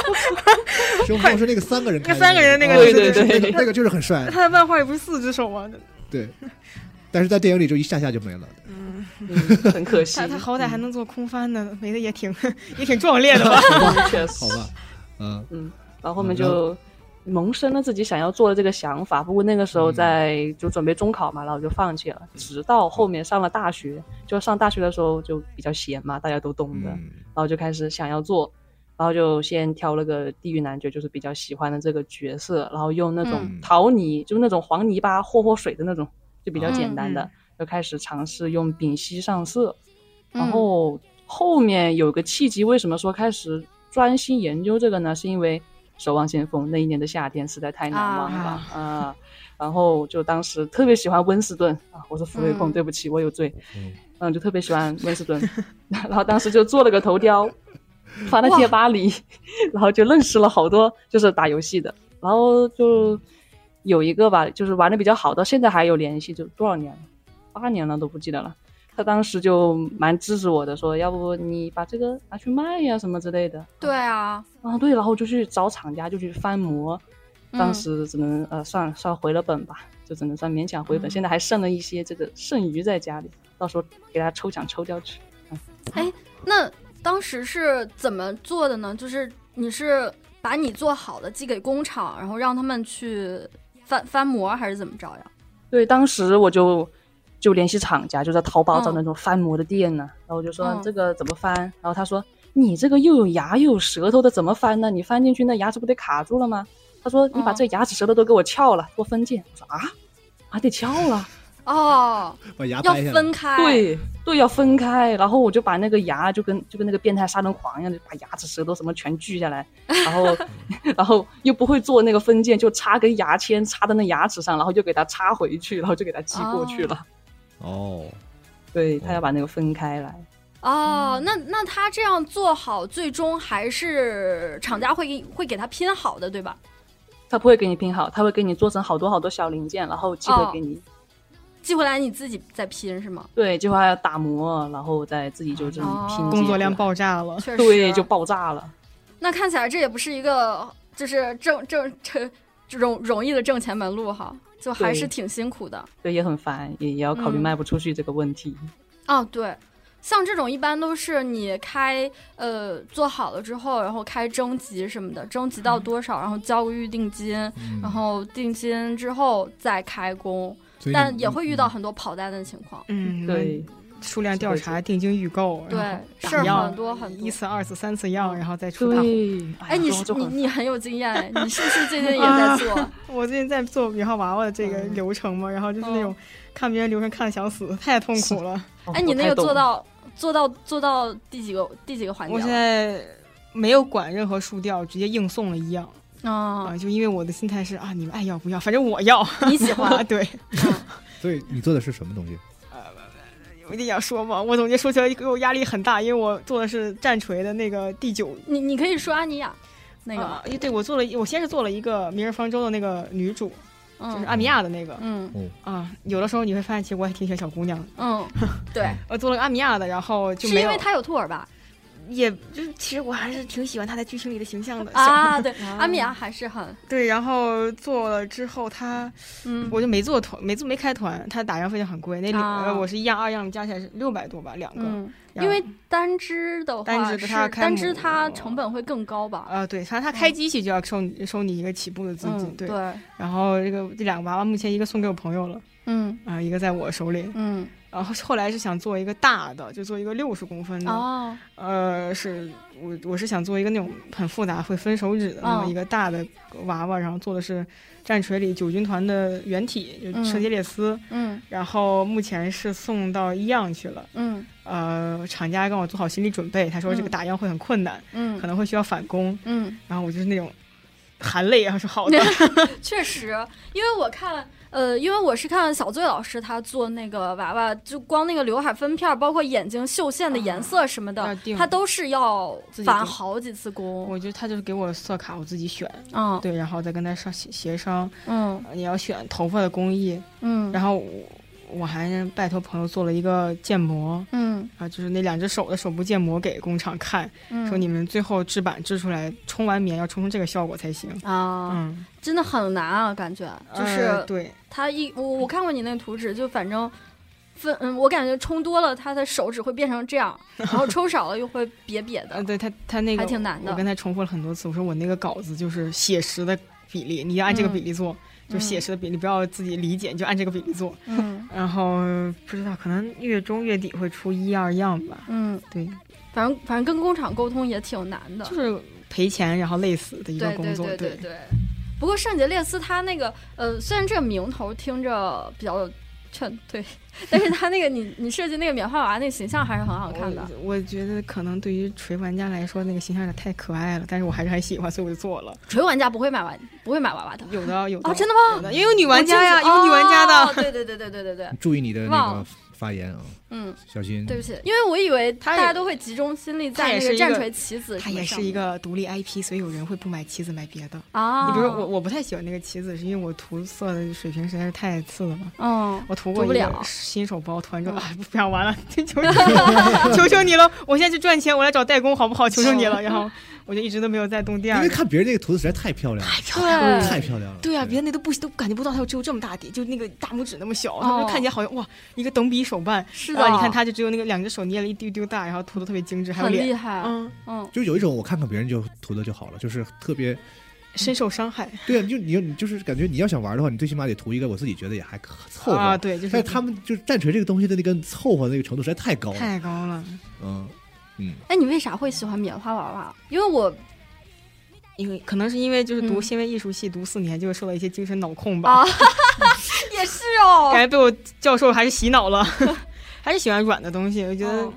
Speaker 2: 生活是那个三个人开的，
Speaker 4: 那三个人那个
Speaker 2: 哦
Speaker 5: 对对
Speaker 2: 是那个
Speaker 5: 对
Speaker 2: 那个就是很帅，
Speaker 4: 他的漫画也不是四只手吗？
Speaker 2: 对。但是在电影里就一下下就没了，
Speaker 5: 嗯，很可惜嗯
Speaker 4: 他，他好歹还能做空翻呢，没的也挺 [LAUGHS] 也挺壮烈的
Speaker 5: [LAUGHS]
Speaker 4: 吧？
Speaker 5: 确实
Speaker 2: 好吧，嗯，
Speaker 5: 然后我们
Speaker 2: 嗯然后
Speaker 5: 就萌生了自己想要做的这个想法，不过那个时
Speaker 3: 嗯
Speaker 5: 候在就准备中考嘛，然后就放弃了。直到后面上了大学，就上大学的时候就比较闲嘛，大家都懂的，然
Speaker 2: 嗯，
Speaker 5: 后就开始想要做，然后就先挑了个地狱男爵，就是比较喜欢的这个角色，然后用那种
Speaker 2: 嗯
Speaker 5: 淘泥，就是那种黄泥巴和和水的那种，就比较简单的，
Speaker 4: 嗯
Speaker 5: 就开始尝试用丙烯上色，然
Speaker 3: 嗯
Speaker 5: 后后面有个契机，为什么说开始专心研究这个呢？是因为《守望先锋》那一年的夏天实在太难忘了啊、然后就当时特别喜欢温斯顿啊，我是福瑞控，
Speaker 3: 嗯
Speaker 5: 对不起，我有罪。
Speaker 2: 嗯
Speaker 5: 嗯，就特别喜欢温斯顿，然后当时就做了个头雕，发到贴吧里，然后就认识了好多就是打游戏的，然后就有一个吧，就是玩的比较好的，现在还有联系，就多少年了，八年了都不记得了。他当时就蛮支持我的，说要不你把这个拿去卖呀、什么之类的。
Speaker 3: 对啊，
Speaker 5: 啊，对，然后就去找厂家，就去翻模，当
Speaker 3: 嗯
Speaker 5: 时只能、呃算算回了本吧，就只能算勉强回本。现在还剩了一些这个剩余在家里，到时候给他抽奖抽掉去。
Speaker 3: 那当时是怎么做的呢？就是你是把你做好的寄给工厂，然后让他们去翻翻模，还是怎么着呀？
Speaker 5: 对，当时我就就联系厂家，就在淘宝找
Speaker 3: 嗯
Speaker 5: 那种翻模的店呢、然后我就说、
Speaker 3: 嗯
Speaker 5: 这个怎么翻，然后他说你这个又有牙又有舌头的怎么翻呢？你翻进去那牙齿不得卡住了吗？他说你把这牙齿、舌头都给我撬了，做分界。我说啊，啊得撬了，
Speaker 3: 哦，
Speaker 2: 把牙
Speaker 3: 要
Speaker 2: 掰下来。
Speaker 3: 分开，，
Speaker 5: 对对，要分开。然后我就把那个牙就跟就跟那个变态杀人狂一样，就把牙齿、舌头什么全锯下来，然后 [LAUGHS] 然后又不会做那个分界，就插根牙签插在那牙齿上，然后就给它插回去，然后就给它寄过去了。
Speaker 2: 哦，
Speaker 5: 对他要把那个分开来。
Speaker 3: 哦，那那他这样做好，最终还是厂家会给会给他拼好的，对吧？
Speaker 5: 他不会给你拼好，他会给你做成好多好多小零件，然后寄回给你。
Speaker 3: 寄回来你自己再拼是吗？
Speaker 5: 对，计划要打磨，然后再自己就这
Speaker 3: 哦
Speaker 5: 么拼、
Speaker 4: 工作量，爆炸了。
Speaker 3: 确实，啊
Speaker 5: 对，就爆炸了。
Speaker 3: 那看起来这也不是一个就是挣挣挣容容易的挣钱门路哈，就还是
Speaker 5: 对
Speaker 3: 挺辛苦的。
Speaker 5: 对，也很烦，也也要考虑
Speaker 3: 嗯
Speaker 5: 卖不出去这个问题。
Speaker 3: 哦，对，像这种一般都是你开呃做好了之后，然后开征集什么的，征集
Speaker 5: 嗯
Speaker 3: 到多少，然后交个预定金，
Speaker 2: 嗯
Speaker 3: 然后定金之后再开工，
Speaker 2: 所以
Speaker 3: 但
Speaker 2: 你
Speaker 3: 也
Speaker 5: 嗯
Speaker 3: 会遇到很多跑单的情况。
Speaker 4: 嗯，
Speaker 5: 对，
Speaker 4: 数量调查、定金预
Speaker 5: 嗯
Speaker 4: 购，然
Speaker 3: 对事
Speaker 4: 后，
Speaker 3: 儿
Speaker 4: 打药
Speaker 3: 很多很
Speaker 4: 一
Speaker 3: 多。
Speaker 4: 次、二次、三次药，然后再出大货。
Speaker 5: 对，
Speaker 3: 哎，你
Speaker 5: 说
Speaker 3: 是
Speaker 5: 就
Speaker 3: 你
Speaker 5: 很
Speaker 3: 你很有经验哎，你是不是最近也在做？
Speaker 5: [LAUGHS]
Speaker 4: 我最近在做米号娃娃的这个流程嘛，然后就是那种看别人流程看的想死，太痛苦了。
Speaker 5: 哦
Speaker 3: 哎，你
Speaker 5: 我
Speaker 3: 那
Speaker 5: 太
Speaker 3: 个
Speaker 5: 懂
Speaker 3: 做
Speaker 5: 了
Speaker 3: 到做到做到第几个第几个环节
Speaker 4: 我
Speaker 3: 了？
Speaker 4: 现在没有管任何数调，直接硬送了一样
Speaker 3: 啊、
Speaker 4: 啊，就因为我的心态是啊，你们爱要不要，反正我要。 [LAUGHS]
Speaker 3: 你喜
Speaker 4: 啊，
Speaker 3: [LAUGHS] 欢？
Speaker 4: 对，
Speaker 2: 所以你做的是什么东西？
Speaker 4: 我一定要说嘛，我总结说起来给我压力很大，因为我做的是战锤的那个第九
Speaker 3: 你你可以说安妮亚，那
Speaker 4: 那
Speaker 3: 个
Speaker 4: 个、
Speaker 3: 吗，
Speaker 4: 啊哎对我做了一，我先是做了一个《明日方舟》的那个女主，就是
Speaker 3: 嗯
Speaker 4: 阿米亚的那个
Speaker 3: 嗯
Speaker 4: 啊。有的时候你会发现，其实我还挺喜欢小姑娘的。
Speaker 3: 嗯， [LAUGHS] 对，
Speaker 4: 我做了个阿米亚的，然后就是没
Speaker 3: 因
Speaker 4: 有
Speaker 3: 为她有兔耳 [LAUGHS] 吧？
Speaker 4: 也就是其实我还是挺喜欢她在剧情里的形象的
Speaker 3: [LAUGHS] 啊，对，阿米亚还是很
Speaker 4: [LAUGHS] 对，然后做了之后她，
Speaker 3: 嗯
Speaker 4: 我就没做团，没做没开团，她打样费就很贵，那里、
Speaker 3: 啊
Speaker 4: 呃我是一样二样加起来是六百多吧，两个。
Speaker 3: 嗯，
Speaker 4: 然
Speaker 3: 因
Speaker 4: 后
Speaker 3: 为单只的话
Speaker 4: 单只
Speaker 3: 是
Speaker 4: 它开
Speaker 3: 单只
Speaker 4: 模
Speaker 3: 它成本会更高吧？
Speaker 4: 呃，对，反正她开机器就要收你收你一个起步的资金，
Speaker 3: 嗯，
Speaker 4: 对。
Speaker 3: 对，
Speaker 4: 然后这个这两个娃娃，目前一个送给我朋友了，
Speaker 3: 嗯
Speaker 4: 啊、一个在我手里，
Speaker 3: 嗯，
Speaker 4: 然后后来是想做一个大的，就做一个六十公分的，
Speaker 3: 哦，
Speaker 4: 呃，是我我是想做一个那种很复杂会分手指的那么
Speaker 3: 嗯
Speaker 4: 一个大的娃娃，然后做的是战锤里九军团的原体，就
Speaker 3: 嗯
Speaker 4: 蛇蝎列斯，
Speaker 3: 嗯
Speaker 4: 然后目前是送到医样去了，
Speaker 3: 嗯
Speaker 4: 呃，厂家让我做好心理准备，他说这个
Speaker 3: 嗯
Speaker 4: 打样会很困难，可
Speaker 3: 嗯
Speaker 4: 能会需要返工，
Speaker 3: 嗯，
Speaker 4: 然后我就是那种含泪，然后说好
Speaker 3: [LAUGHS]
Speaker 4: 的，
Speaker 3: 确实，因为我看。呃，因为我是看小醉老师他做那个娃娃，就光那个刘海分片儿，包括眼睛绣线的颜色什么的，
Speaker 4: 啊要定
Speaker 3: 他都是要
Speaker 4: 自己
Speaker 3: 返
Speaker 4: 定
Speaker 3: 好几次工。
Speaker 4: 我觉得他就是给我色卡，我自己选，
Speaker 3: 嗯，
Speaker 4: 对，然后再跟他商协协商，
Speaker 3: 嗯
Speaker 4: 呃你要选头发的工艺，
Speaker 3: 嗯
Speaker 4: 然后我我还是拜托朋友做了一个建模
Speaker 3: 嗯
Speaker 4: 啊，就是那两只手的手部建模给工厂看，
Speaker 3: 嗯，
Speaker 4: 说你们最后制版制出来冲完棉要冲出这个效果才行。
Speaker 3: 啊，
Speaker 4: 嗯，
Speaker 3: 真的很难啊，感觉就是
Speaker 4: 呃对，
Speaker 3: 他一我我看过你那图纸，就反正分嗯，我感觉冲多了，他的手指会变成这
Speaker 4: [LAUGHS]
Speaker 3: 样，然后抽少了又会瘪瘪
Speaker 4: 呃，
Speaker 3: 的。
Speaker 4: 对他他那个
Speaker 3: 还挺难的
Speaker 4: 我跟他重复了很多次，我说我那个稿子就是写实的比例，你要按这个比
Speaker 3: 嗯
Speaker 4: 例做，就写实的比例，不要自己理解，你就按这个比例做。
Speaker 3: 嗯
Speaker 4: 然后不知道，可能月中月底会出一二样吧。
Speaker 3: 嗯，
Speaker 4: 对，
Speaker 3: 反正反正跟工厂沟通也挺难的
Speaker 4: 就。是赔钱然后累死的一个
Speaker 3: 对
Speaker 4: 工
Speaker 3: 对
Speaker 4: 作。
Speaker 3: 对对对。不过圣杰列斯他那个呃，虽然这个名头听着比较劝 [LAUGHS] 退，但是他那个你你设计那个棉花娃那个形象还是很好看的。
Speaker 4: 我。我觉得可能对于锤玩家来说，那个形象有点太可爱了，但是我还是很喜欢，所以我就做了。
Speaker 3: 纯玩家不会买娃不会买娃娃的。
Speaker 4: 有的有的
Speaker 3: 哦，真的吗
Speaker 4: 有？的，也有女玩家呀，
Speaker 3: 我记得
Speaker 4: 有女玩家
Speaker 3: 哦
Speaker 4: 的。
Speaker 3: 对对对对对对对，
Speaker 2: 注意你的那
Speaker 3: 忘
Speaker 2: 个
Speaker 3: 了
Speaker 2: 发言啊，
Speaker 3: 嗯，
Speaker 2: 小心。
Speaker 3: 对不起，因为我以为
Speaker 4: 他
Speaker 3: 大
Speaker 4: 也
Speaker 3: 家都会集中心力
Speaker 4: 他
Speaker 3: 在
Speaker 4: 也
Speaker 3: 那
Speaker 4: 是
Speaker 3: 个
Speaker 4: 一
Speaker 3: 战
Speaker 4: 个
Speaker 3: 锤棋子
Speaker 4: 它
Speaker 3: 什么
Speaker 4: 也
Speaker 3: 上
Speaker 4: 是一
Speaker 3: 面
Speaker 4: 个独立 IP，所以有人会不买棋子买别的。
Speaker 3: 啊，
Speaker 4: 你比如说我，我不太喜欢那个棋子，是因为我涂色的水平实在是太次了嘛。
Speaker 3: 嗯，
Speaker 4: 我涂过一
Speaker 3: 涂不了
Speaker 4: 个新手包，涂完之后
Speaker 3: 嗯
Speaker 4: 啊，不想玩了， [LAUGHS] 求求你了，求求你了！我现在去赚钱，我来找代工好不好？求求你了！
Speaker 3: 哦
Speaker 4: 然后我就一直都没有再动第
Speaker 2: 因
Speaker 4: 二
Speaker 2: 为
Speaker 4: 个。
Speaker 2: 看别人那个图实在太漂亮了，
Speaker 3: 对
Speaker 2: 太漂亮了。
Speaker 4: 对啊，别的那都不都感觉不到，它有只有这么大点，就那个大拇指那么小，它
Speaker 3: 哦
Speaker 4: 就看起来好像哇，一个等比手办。
Speaker 3: 是
Speaker 4: 哇，
Speaker 3: 的，
Speaker 4: 啊你看它就只有那个两只手捏了一丢丢大，然后涂的特别精致，还有
Speaker 3: 很厉
Speaker 4: 脸，
Speaker 3: 害，
Speaker 4: 嗯，
Speaker 3: 嗯
Speaker 2: 就有一种我看看别人就涂的就好了，就是特别
Speaker 4: 深受伤害
Speaker 2: 对啊，就你你就是感觉你要想玩的话，你最起码得涂一个我自己觉得也还可凑合。
Speaker 4: 啊，对，就是
Speaker 2: 但是他们就是战锤这个东西的那个凑合那个程度实在太高了，
Speaker 4: 太高了，
Speaker 2: 嗯嗯，
Speaker 3: 哎，你为啥会喜欢棉花娃娃？因为我
Speaker 4: 因为可能是因为就是读
Speaker 3: 嗯
Speaker 4: 新闻艺术系读四年，就受到一些精神脑控吧，
Speaker 3: 啊， [LAUGHS] 也是哦
Speaker 4: 感。觉被我教授还是洗
Speaker 3: [LAUGHS]
Speaker 4: 脑了，还是喜欢软的东西。我觉得
Speaker 3: 哦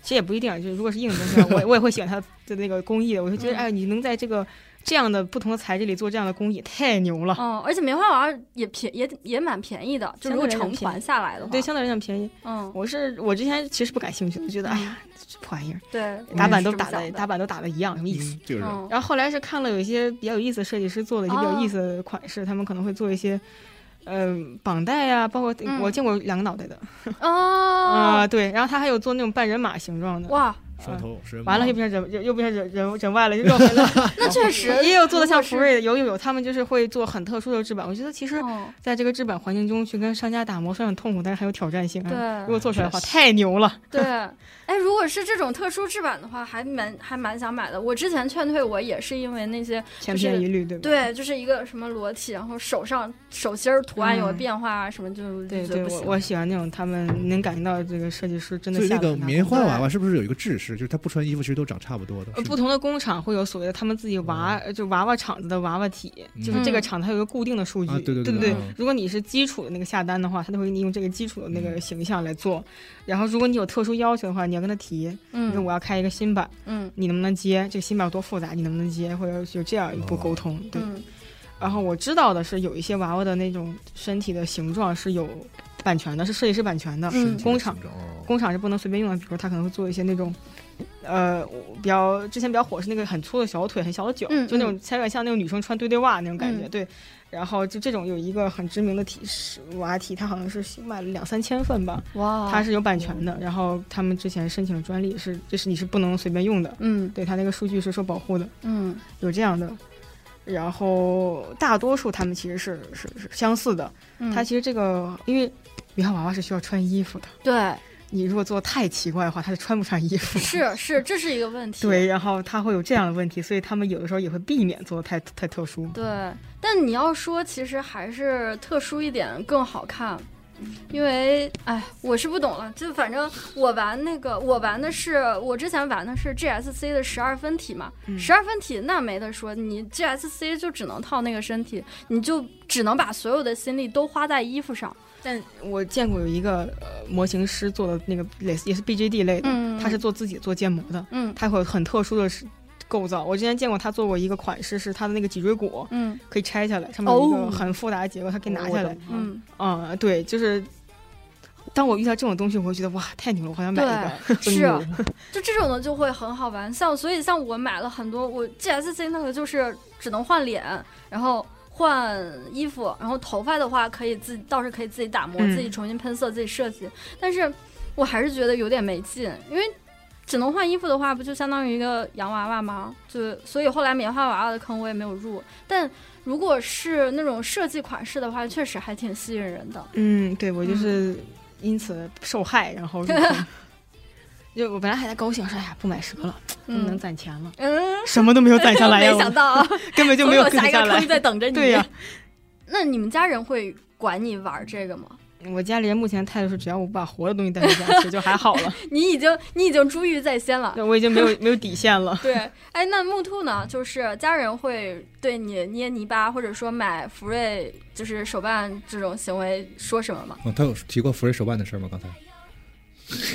Speaker 4: 其实也不一定，就是如果是硬的东西啊，
Speaker 3: [LAUGHS]
Speaker 4: 我也我也会喜欢它的那个工艺的。我就觉得，
Speaker 3: 嗯
Speaker 4: 哎，你能在这个这样的不同的材质里做这样的工艺，太牛了。
Speaker 3: 嗯，而且棉花糖也便也也蛮便宜的，就如果
Speaker 4: 啊
Speaker 3: 成
Speaker 4: 相对来讲便
Speaker 3: 团
Speaker 4: 宜
Speaker 3: 下来的话，
Speaker 4: 对，相对来讲便宜。
Speaker 3: 嗯，
Speaker 4: 我是我之前其实不感兴趣，我觉得哎呀，这破玩意儿，
Speaker 3: 对，
Speaker 4: 打板
Speaker 3: 嗯我也是这
Speaker 4: 都
Speaker 3: 么
Speaker 4: 打
Speaker 3: 想
Speaker 4: 的
Speaker 3: 的
Speaker 4: 打板都打的一样，什么意思？哦
Speaker 2: 嗯就是
Speaker 3: 嗯
Speaker 4: [LAUGHS] 然后后来是看了有一些比较有意思的设计师做的一些比较有意思
Speaker 3: 哦
Speaker 4: 的款式，他们可能会做一些，呃，绑带啊，包括、
Speaker 3: 嗯
Speaker 4: 我见过两个脑袋的嗯啊、
Speaker 3: 哦，
Speaker 4: 对，然后他还有做那种半人马形状的，
Speaker 3: 哇，
Speaker 2: 双头是
Speaker 4: 嗯完了又变成人，又又变成人人人外了，又绕回
Speaker 3: [LAUGHS]
Speaker 4: 来。
Speaker 3: 那确实
Speaker 4: [LAUGHS] 也有做的像
Speaker 3: 如果是
Speaker 4: 福瑞的，有有有，他们就是会做很特殊的制版。我觉得其实
Speaker 3: 嗯，
Speaker 4: 在这个制版环境中去跟商家打磨，虽然很痛苦，但是很有挑战性。哎
Speaker 3: 对
Speaker 4: 如果做出来的话，太牛了。
Speaker 3: 对，哎，如果是这种特殊制版的话，还蛮还蛮想买的。我之前劝退我也是因为那些
Speaker 4: 千
Speaker 3: 就是
Speaker 4: 篇一律，对吧？
Speaker 3: 对，就是一个什么裸体，然后手上手心儿图案有
Speaker 4: 嗯
Speaker 3: 变化啊，什么就
Speaker 4: 对
Speaker 3: 就觉
Speaker 4: 对，
Speaker 3: 得不
Speaker 4: 我
Speaker 3: 行。
Speaker 4: 我喜欢那种他们能感觉到这个设计师真的
Speaker 2: 所以
Speaker 4: 下
Speaker 2: 那
Speaker 4: 了
Speaker 2: 个
Speaker 4: 很大
Speaker 2: 棉
Speaker 4: 功夫
Speaker 2: 花娃娃是不是有一个制式，就是它不穿衣服其实都长差不多的？
Speaker 4: 呃，
Speaker 2: 是嗯
Speaker 4: 不
Speaker 2: 吗
Speaker 4: 同的工厂会有所谓的他们自己娃，呃就娃娃厂子的娃娃体，就是这个
Speaker 3: 嗯
Speaker 4: 厂子它有一个固定的数据，
Speaker 2: 啊对对
Speaker 4: 对
Speaker 2: 对
Speaker 4: 不
Speaker 2: 对嗯
Speaker 4: 如果你是基础的那个下单的话，他都会用这个基础的那个
Speaker 2: 嗯
Speaker 4: 形象来做。然后如果你有特殊要求的话，你要跟他提，你说
Speaker 3: 嗯
Speaker 4: 我要开一个新版，
Speaker 3: 嗯
Speaker 4: 你能不能接？这个新版有多复杂，你能不能接？或者有这样一步
Speaker 2: 哦
Speaker 4: 沟通。对。
Speaker 3: 嗯
Speaker 4: 然后我知道的是，有一些娃娃的那种身体的形状是有版权的，是设计师版权的，
Speaker 3: 嗯
Speaker 4: 工厂
Speaker 2: 形状哦
Speaker 4: 工厂是不能随便用的，比如他可能会做一些那种，呃，我比较之前比较火是那个很粗的小腿、很小的脚，
Speaker 3: 嗯
Speaker 4: 就那种有点像那种女生穿堆堆袜那种感觉，
Speaker 3: 嗯
Speaker 4: 对。然后就这种有一个很知名的体是娃体，它好像是卖了两三千份吧，
Speaker 3: 哇，
Speaker 4: 它是有版权的。然后他们之前申请专利是，这是你是不能随便用的，
Speaker 3: 嗯
Speaker 4: 对它那个数据是受保护的，
Speaker 3: 嗯
Speaker 4: 有这样的。然后大多数他们其实是是是相似的，
Speaker 3: 嗯，
Speaker 4: 它其实这个因为棉花娃娃是需要穿衣服的。
Speaker 3: 对
Speaker 4: 你如果做太奇怪的话，他是穿不上衣服。
Speaker 3: 是是，这是一个问题。
Speaker 4: 对，然后他会有这样的问题，所以他们有的时候也会避免做的太太特殊。
Speaker 3: 对，但你要说，其实还是特殊一点更好看，因为哎，我是不懂了。就反正我玩那个，我玩的是我之前玩的是 GSC 的十二分体嘛，
Speaker 4: 嗯
Speaker 3: 十二分体那没得说，你 GSC 就只能套那个身体，你就只能把所有的心力都花在衣服上。
Speaker 4: 但我见过有一个呃模型师做的那个类似也是 BJD 类的，
Speaker 3: 嗯
Speaker 4: 他是做自己做建模的，
Speaker 3: 嗯
Speaker 4: 他会有很特殊的是构造。我之前见过他做过一个款式，是他的那个脊椎骨
Speaker 3: 嗯
Speaker 4: 可以拆下来，上面有一
Speaker 3: 哦
Speaker 4: 个很复杂的结构，他可以拿下来。
Speaker 5: 嗯，
Speaker 3: 嗯，
Speaker 4: 啊、对，就是。当我遇到这种东西，我会觉得哇，太牛了，我好想买一个。
Speaker 3: 是，啊 [LAUGHS] 就这种的就会很好玩。像所以像我买了很多，我 GSC 那个就是只能换脸，然后换衣服，然后头发的话可以自己倒是可以自己打磨，
Speaker 4: 嗯
Speaker 3: 自己重新喷色，自己设计。但是我还是觉得有点没劲，因为。只能换衣服的话，不就相当于一个洋娃娃吗？就所以后来棉花娃娃的坑我也没有入。但如果是那种设计款式的话，确实还挺吸引人的。
Speaker 4: 嗯，对我就是因此受害，然后入
Speaker 3: [LAUGHS]
Speaker 4: 坑就我本来还在高兴说，哎呀，不买蛇了，
Speaker 3: 嗯
Speaker 4: 能攒钱
Speaker 3: [LAUGHS]
Speaker 4: 了， [LAUGHS]
Speaker 3: 嗯，
Speaker 4: 什么都没有攒下来呀，
Speaker 3: 没想到啊，
Speaker 4: 我 [LAUGHS] 根本就没
Speaker 3: 总
Speaker 4: 攒
Speaker 3: 下一
Speaker 4: 下
Speaker 3: 个坑
Speaker 4: 来。
Speaker 3: 在等着你。
Speaker 4: 对呀、
Speaker 3: 那你们家人会管你玩这个吗？
Speaker 4: 我家里人目前态度是，只要我不把活的东西带回家，吃，就还好
Speaker 3: [LAUGHS]
Speaker 4: 了。
Speaker 3: 你已经你已经珠玉在先了
Speaker 4: 对，。我已经没有没有底线了。
Speaker 3: 对，哎，那木兔呢？就是家人会对你捏泥巴，或者说买福瑞就是手办这种行为说什么吗？
Speaker 2: 哦，他有提过福瑞手办的事儿吗？刚才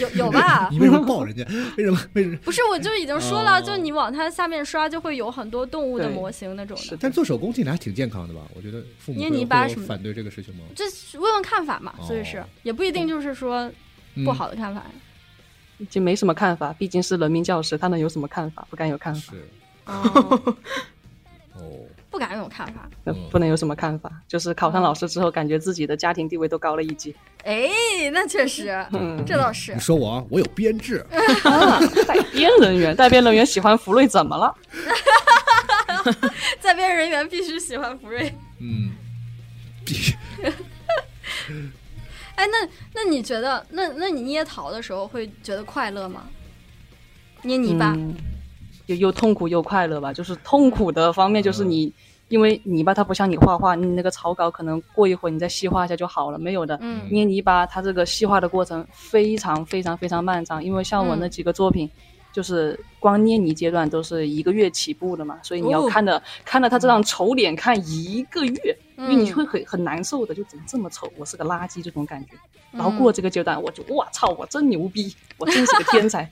Speaker 3: 有有吧 [LAUGHS]
Speaker 4: 啊
Speaker 2: 你？为什
Speaker 4: [LAUGHS]
Speaker 2: 么抱人家？为什么？为什么？
Speaker 3: 不是，我就已经说了，
Speaker 2: 哦
Speaker 3: 就你往它下面刷，就会有很多动物的
Speaker 5: 对
Speaker 3: 模型那种
Speaker 5: 是
Speaker 3: 的。
Speaker 5: 的
Speaker 2: 但做手工进来还挺健康的吧？我觉得父母
Speaker 3: 捏
Speaker 2: 会
Speaker 3: 泥
Speaker 2: 有
Speaker 3: 巴
Speaker 2: 会有
Speaker 3: 什么的
Speaker 2: 反对这个事情吗？
Speaker 3: 这是问问看法嘛，所以是
Speaker 2: 哦
Speaker 3: 也不一定就是说
Speaker 2: 嗯
Speaker 3: 不好的看法。
Speaker 5: 已经没什么看法，毕竟是人民教师，他能有什么看法？不敢有看法，
Speaker 2: 是
Speaker 3: 哦，
Speaker 2: 哦，
Speaker 3: 不敢有看法。
Speaker 5: 呃
Speaker 2: 嗯
Speaker 5: 不能有什么看法。就是考上老师之后，感觉自己的家庭地位都高了一级。
Speaker 3: 哎，那确实，
Speaker 5: 嗯，
Speaker 3: 这倒是
Speaker 2: 你。说我啊，我有编
Speaker 4: [LAUGHS]
Speaker 2: 制，
Speaker 5: 啊 [LAUGHS] 带编人员，带编人员喜欢福瑞怎么了？
Speaker 3: 在编人员必须喜欢福瑞。
Speaker 2: 嗯， [LAUGHS] 必
Speaker 3: [LAUGHS] 哎，那那你觉得，那那你捏陶的时候会觉得快乐吗？捏泥巴，
Speaker 5: 嗯又又痛苦又快乐吧。就是痛苦的方面，就是你、因为泥巴它不像你画画，你那个草稿可能过一会儿你再细化一下就好了，没有的。
Speaker 3: 嗯嗯
Speaker 5: 捏泥巴它这个细化的过程非常非常非常漫长，因为像我那几个作品。就是光捏泥阶段都是一个月起步的嘛，所以你要
Speaker 3: 哦嗯
Speaker 5: 看着、看着他这张丑脸看一个月，因为你会很很难受的，就怎么这么丑，我是个垃圾这种感觉。然
Speaker 3: 嗯
Speaker 5: 后过了这个阶段，我就哇操，我真牛逼，我真是个天才。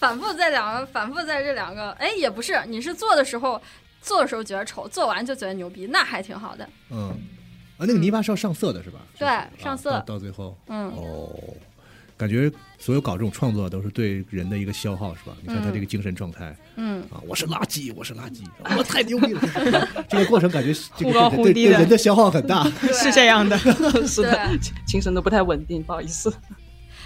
Speaker 3: 反复在两个，反复在这两个，哎，也不是，你是做的时候，做的时候觉得丑，做完就觉得牛逼，那还挺好的。
Speaker 2: 嗯，啊，那个泥巴是要上色的是吧？
Speaker 3: 对
Speaker 2: 啊
Speaker 3: 上色
Speaker 2: 到到最后，
Speaker 3: 嗯
Speaker 2: 哦，感觉所有搞这种创作都是对人的一个消耗，是吧？你看他这个精神状态
Speaker 3: 嗯，
Speaker 2: 啊，我是垃圾，我是垃圾，我太牛逼了。 [LAUGHS] 这个过程感觉这个
Speaker 4: 忽高
Speaker 2: 对
Speaker 4: 忽
Speaker 2: 对
Speaker 4: 低
Speaker 2: 对
Speaker 4: 的
Speaker 2: 人的消耗很大。
Speaker 3: [LAUGHS] 对
Speaker 4: [LAUGHS] 是这样的。
Speaker 5: 是的， [LAUGHS] 精精神都不太稳定，不好意思。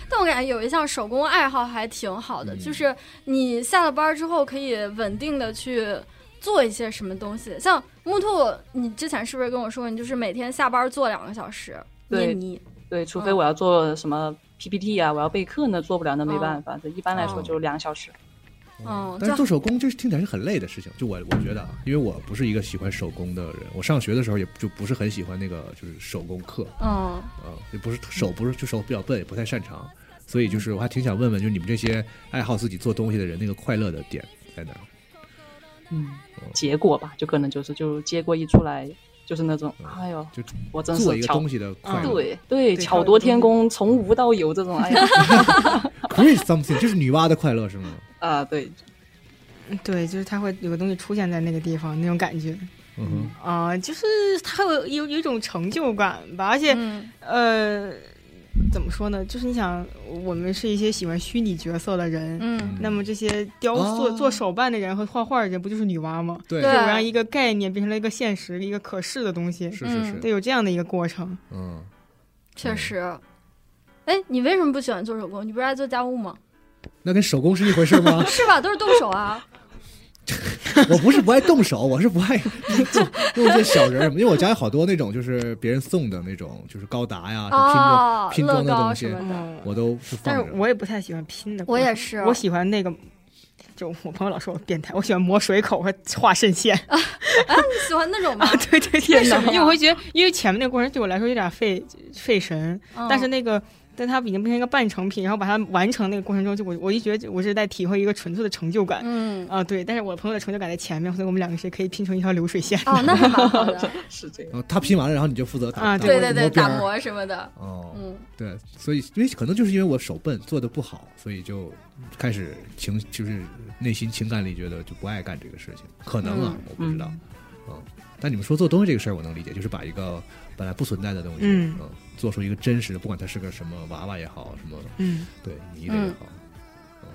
Speaker 3: 但我感觉有一项手工爱好还挺好的，就是你下了班儿之后可以稳定的去做一些什么东西。像木兔，你之前是不是跟我说过，你就是每天下班儿做两个小时
Speaker 5: 对
Speaker 3: 捏泥？
Speaker 5: 对，除非
Speaker 3: 嗯
Speaker 5: 我要做什么 PPT 啊，我要备课呢，做不了那没
Speaker 3: 哦
Speaker 5: 办法。就一般来说
Speaker 2: 哦
Speaker 5: 就两小时。
Speaker 3: 嗯，
Speaker 2: 但是
Speaker 3: 就
Speaker 2: 做手工就是听起来是很累的事情，就我我觉得啊，因为我不是一个喜欢手工的人，我上学的时候也就不是很喜欢那个就是手工课
Speaker 3: 嗯
Speaker 2: 啊、也不是手不是就手比较笨，也不太擅长，所以就是我还挺想问问，就是你们这些爱好自己做东西的人，那个快乐的点在哪儿？
Speaker 5: 嗯，结果吧，就可能就是就结果一出来就是那种
Speaker 2: 嗯，
Speaker 5: 哎呦，
Speaker 2: 就
Speaker 5: 我真
Speaker 2: 做
Speaker 5: 是
Speaker 2: 一个
Speaker 5: 巧嗯
Speaker 2: 东。西的快乐、
Speaker 5: 对对，
Speaker 4: 对
Speaker 5: 巧夺天工，从无到有这种，哎呀，
Speaker 2: create something，这是女娲的快乐是吗？
Speaker 5: [LAUGHS] 啊，对，
Speaker 4: 对，就是它会有个东西出现在那个地方，那种感觉
Speaker 2: 嗯哼，
Speaker 4: 啊、就是它会有有有一种成就感吧，而且、
Speaker 3: 嗯
Speaker 4: 呃，怎么说呢？就是你想，我们是一些喜欢虚拟角色的人，
Speaker 3: 嗯，
Speaker 4: 那么这些雕塑、
Speaker 2: 哦
Speaker 4: 做手办的人和画画的人，不就是女娲吗？
Speaker 2: 对
Speaker 3: 对
Speaker 4: 我让一个概念变成了一个现实、一个可视的东西，
Speaker 2: 是是
Speaker 3: 嗯
Speaker 2: 是，
Speaker 4: 得有这样的一个过程。
Speaker 2: 嗯，
Speaker 3: 确实。哎，你为什么不喜欢做手工？你不是爱做家务吗？？
Speaker 2: 那跟手工是一回事吗 [LAUGHS]
Speaker 3: 是吧？都是动手啊。
Speaker 2: 我不是不爱动手，我是不
Speaker 3: [LAUGHS]
Speaker 2: 爱用一些小人儿什么，因为我家有好多那种就是别人送的那种，就是高达呀、什么
Speaker 3: 哦，
Speaker 2: 啊拼装
Speaker 3: 乐
Speaker 2: 拼装的
Speaker 3: 高
Speaker 2: 东
Speaker 3: 什
Speaker 2: 西
Speaker 3: 么，的。
Speaker 4: 嗯，
Speaker 2: 我都是放
Speaker 4: 但
Speaker 2: 着。
Speaker 4: 是我也不啊太喜欢拼的过
Speaker 3: 我
Speaker 4: 程，
Speaker 3: 也是，
Speaker 4: 我喜欢那个。就我朋友老说我变态，我喜欢磨水口和画肾线。
Speaker 3: 喜欢那种 [LAUGHS] 吗？
Speaker 4: [LAUGHS]
Speaker 3: 嗯
Speaker 4: 对对
Speaker 3: 天哪
Speaker 4: 啊因为我会觉得，因为前面那个过程对我来说有点费费神，
Speaker 3: 嗯
Speaker 4: 但是那个，但它已经变成一个半成品，然后把它完成那个过程中，就我我一觉得我是在体会一个纯粹的成就感。
Speaker 3: 嗯，
Speaker 4: 啊，对，但是我朋友的成就感在前面，所以我们两个谁可以拼成一条流水线。
Speaker 3: 哦，那还蛮好
Speaker 2: [LAUGHS]
Speaker 3: 的。
Speaker 5: 是这样。
Speaker 2: 啊他拼完了，然后你就负责打
Speaker 4: 啊
Speaker 2: 打
Speaker 3: 对对对，
Speaker 2: 磨边
Speaker 3: 打
Speaker 2: 儿
Speaker 3: 磨什么的。
Speaker 2: 哦，
Speaker 3: 嗯，
Speaker 2: 对，所以因为可能就是因为我手笨做的不好，所以就开始情就是内心情感里觉得就不爱干这个事情，可能啊，我不知道，嗯。但你们说做东西这个事儿，我能理解，就是把一个本来不存在的东西，
Speaker 4: 嗯
Speaker 2: 做出一个真实的，不管它是个什么娃娃也好，什么
Speaker 4: 嗯，
Speaker 2: 对泥的也好，嗯，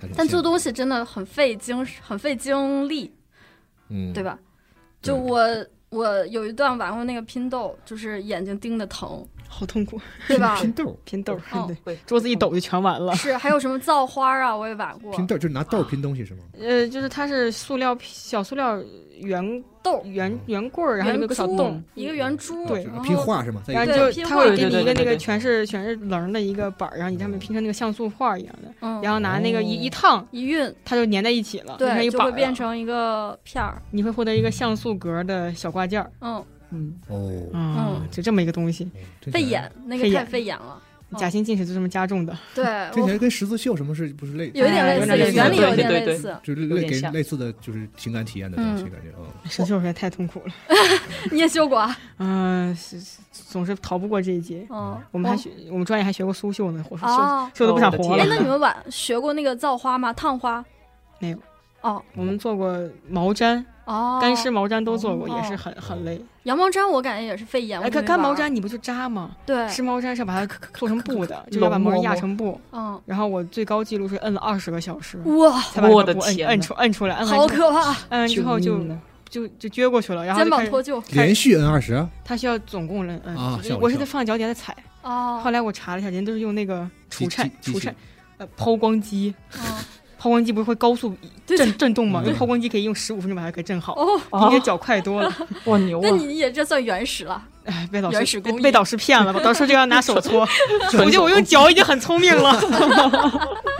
Speaker 2: 还挺
Speaker 3: 但做
Speaker 2: 羡慕
Speaker 3: 东西真的很费精，很费精力，
Speaker 2: 嗯，
Speaker 3: 对？吧？
Speaker 2: 对
Speaker 3: 就我我有一段玩过那个拼豆，就是眼睛盯的疼，
Speaker 4: 好痛苦，
Speaker 3: 对吧？
Speaker 2: [LAUGHS] 拼豆儿，
Speaker 4: 拼豆儿，
Speaker 3: 哦
Speaker 4: 对，
Speaker 5: 会
Speaker 4: 桌子一抖就全完了。
Speaker 3: 是，还有什么造花啊，我也玩过。
Speaker 2: 拼豆儿就是拿豆儿拼东西是吗？
Speaker 3: 啊
Speaker 4: 呃，就是它是塑料小塑料圆
Speaker 3: 豆
Speaker 4: 圆圆棍儿，然后里面有个小
Speaker 3: 圆珠
Speaker 4: 洞，
Speaker 3: 一个圆珠，
Speaker 4: 对
Speaker 2: 啊就是
Speaker 3: 然
Speaker 2: 嗯拼
Speaker 3: 后
Speaker 2: 画是吗？在一
Speaker 4: 然
Speaker 2: 个
Speaker 4: 后
Speaker 3: 对
Speaker 4: 就
Speaker 3: 拼
Speaker 4: 它
Speaker 3: 画
Speaker 4: 会
Speaker 5: 对
Speaker 4: 给你
Speaker 5: 对对
Speaker 4: 一个
Speaker 5: 对
Speaker 4: 那个
Speaker 5: 对
Speaker 4: 全是全是棱儿的一个板儿，然后你上面拼成那个像素画一样的，
Speaker 3: 嗯，
Speaker 4: 然后拿那个一一烫，
Speaker 3: 一运，
Speaker 4: 它就粘在一起了，变成
Speaker 3: 对，
Speaker 4: 一
Speaker 3: 就
Speaker 4: 板
Speaker 3: 会
Speaker 4: 儿
Speaker 3: 变
Speaker 4: 了
Speaker 3: 成一个片儿。
Speaker 4: 你会获得一个像素格的小挂件儿，
Speaker 3: 嗯，
Speaker 5: 嗯，
Speaker 2: 哦，
Speaker 4: 啊
Speaker 3: 嗯，
Speaker 4: 就这么一个东西，
Speaker 2: 听起来
Speaker 3: 费眼，那个
Speaker 4: 费
Speaker 3: 太
Speaker 4: 眼
Speaker 3: 费眼
Speaker 4: [LAUGHS]
Speaker 3: 了。哦
Speaker 4: 假性近视就这么加重的。 [LAUGHS]
Speaker 3: 对，
Speaker 2: 听起
Speaker 3: 我
Speaker 2: 来跟十字绣什么是不是类？
Speaker 3: 有一点
Speaker 4: 哎
Speaker 3: 类
Speaker 4: 有
Speaker 3: 似，
Speaker 4: 点类似
Speaker 3: 原理有
Speaker 5: 对
Speaker 3: 点
Speaker 5: 对
Speaker 3: 类
Speaker 5: 对
Speaker 3: 似。
Speaker 2: 就是
Speaker 5: 有
Speaker 2: 类
Speaker 5: 点
Speaker 2: 给
Speaker 5: 像
Speaker 2: 类似的就是情感体验的东西，感觉嗯，
Speaker 4: 神秀实在太痛苦了，
Speaker 3: 你也修过啊？
Speaker 4: 嗯、是是总是逃不过这一劫。 [LAUGHS]
Speaker 3: 嗯，
Speaker 4: 我们还
Speaker 3: 哦
Speaker 4: 学，我们专业还学过苏绣呢，我说绣
Speaker 3: 哦，
Speaker 4: 绣的不想活
Speaker 5: 哦我的
Speaker 3: 哎，
Speaker 4: 了
Speaker 5: 天。
Speaker 3: 那你们玩学过那个造花吗？烫花？
Speaker 4: 没有，
Speaker 3: 哦
Speaker 4: 我
Speaker 2: 嗯
Speaker 4: 们做过毛毡，
Speaker 3: 哦，
Speaker 4: 干湿毛毡都做过，
Speaker 3: 哦
Speaker 4: 也是很很累。
Speaker 3: 羊毛毡，我感觉也是费眼。
Speaker 4: 哎，
Speaker 3: 我
Speaker 4: 干
Speaker 3: 没
Speaker 4: 干
Speaker 3: 玩
Speaker 4: 毛
Speaker 3: 儿
Speaker 4: 毡你不就扎吗？
Speaker 3: 对，
Speaker 4: 湿毛毡是把它做成布的，就要把
Speaker 5: 笼
Speaker 4: 毛
Speaker 5: 络
Speaker 4: 压
Speaker 5: 吗
Speaker 4: 成布。
Speaker 3: 嗯，
Speaker 4: 然后我最高记录是摁了二十个小时，
Speaker 3: 哇，
Speaker 4: 才把那
Speaker 5: 我
Speaker 4: 个
Speaker 5: 的
Speaker 4: 布摁
Speaker 5: 天
Speaker 4: 摁
Speaker 5: 呐
Speaker 4: 出摁出来，摁完
Speaker 3: 好
Speaker 4: 之后
Speaker 3: 可怕！
Speaker 4: 摁完之后就
Speaker 5: 救命啊
Speaker 4: 就就撅过去了，然后
Speaker 3: 肩
Speaker 4: 就
Speaker 3: 膀
Speaker 4: 开始
Speaker 3: 脱臼
Speaker 2: 连续摁二十，
Speaker 4: 它需要总共
Speaker 3: 嗯
Speaker 4: 人摁
Speaker 2: 啊
Speaker 4: 就是
Speaker 2: 吓我一
Speaker 4: 我是
Speaker 2: 跳
Speaker 4: 在放脚底下在踩。后
Speaker 3: 哦，
Speaker 4: 来我查了一下，人都是用那个
Speaker 2: 机
Speaker 4: 除颤
Speaker 2: 机
Speaker 4: 除
Speaker 2: 器
Speaker 4: 颤，呃，抛光机，
Speaker 3: 嗯
Speaker 4: 抛光机不是会高速
Speaker 3: 对
Speaker 4: 震震动吗？
Speaker 2: 嗯
Speaker 4: 用抛光机可以用十五分钟把它给震好，
Speaker 3: 哦，
Speaker 4: 比你的
Speaker 5: 哦，
Speaker 4: 脚快多了。
Speaker 5: 哇牛
Speaker 3: 那
Speaker 5: 啊！
Speaker 3: 你也这算原始了，
Speaker 4: 哎，被老
Speaker 3: 原
Speaker 4: 师
Speaker 3: 始
Speaker 4: 被
Speaker 3: 工艺
Speaker 4: 被导师骗了，导师就要拿手搓，
Speaker 3: [LAUGHS]
Speaker 4: 我觉
Speaker 5: 纯
Speaker 4: 得
Speaker 5: 手
Speaker 4: 我用脚已经很聪明了。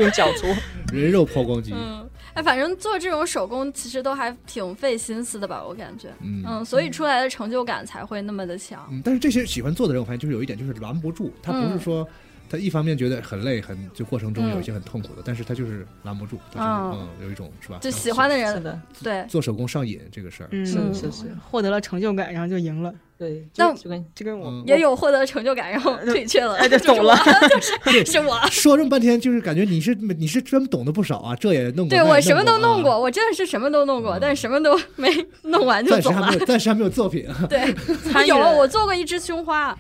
Speaker 5: 用脚搓，
Speaker 2: 人肉抛光机，
Speaker 3: 嗯，哎，反正做这种手工其实都还挺费心思的吧，我感觉，
Speaker 2: 嗯
Speaker 3: 嗯，所以出来的成就感才会那么的强，
Speaker 2: 嗯但是这些喜欢做的人，我发现就是有一点，就是拦不住，他不是说他一方面觉得很累，很就过程中
Speaker 3: 嗯
Speaker 2: 有一些很痛苦的，但是他就是拦不住，他就是
Speaker 3: 哦
Speaker 2: 嗯有一种是吧？
Speaker 3: 就
Speaker 2: 然后
Speaker 3: 喜欢的人
Speaker 5: 是的，
Speaker 3: 对，
Speaker 2: 做手工上瘾这个事儿，
Speaker 4: 嗯，
Speaker 5: 是是是，
Speaker 4: 获得了成就感，然后就赢了，
Speaker 5: 对，就
Speaker 3: 那
Speaker 5: 就跟
Speaker 4: 这跟我
Speaker 2: 嗯
Speaker 3: 也有获得成就感，然后退却了，
Speaker 4: 哎对
Speaker 3: 就是我
Speaker 4: 懂了
Speaker 3: [LAUGHS] 就是是我。
Speaker 2: 说这么半天，就是感觉你是你是真懂得不少啊，这也弄过，
Speaker 3: 对
Speaker 2: 那也
Speaker 3: 我什么都弄
Speaker 2: 啊
Speaker 3: 过，我真的是什么都弄过，
Speaker 2: 嗯
Speaker 3: 但什么都 [LAUGHS] 没弄完就
Speaker 2: 暂时
Speaker 3: 走
Speaker 2: 还
Speaker 3: 了
Speaker 2: 没。有，暂时还没有作品。 [LAUGHS]
Speaker 3: 对，
Speaker 4: 参与
Speaker 3: 有啊
Speaker 4: 了
Speaker 3: 我做过一只胸花，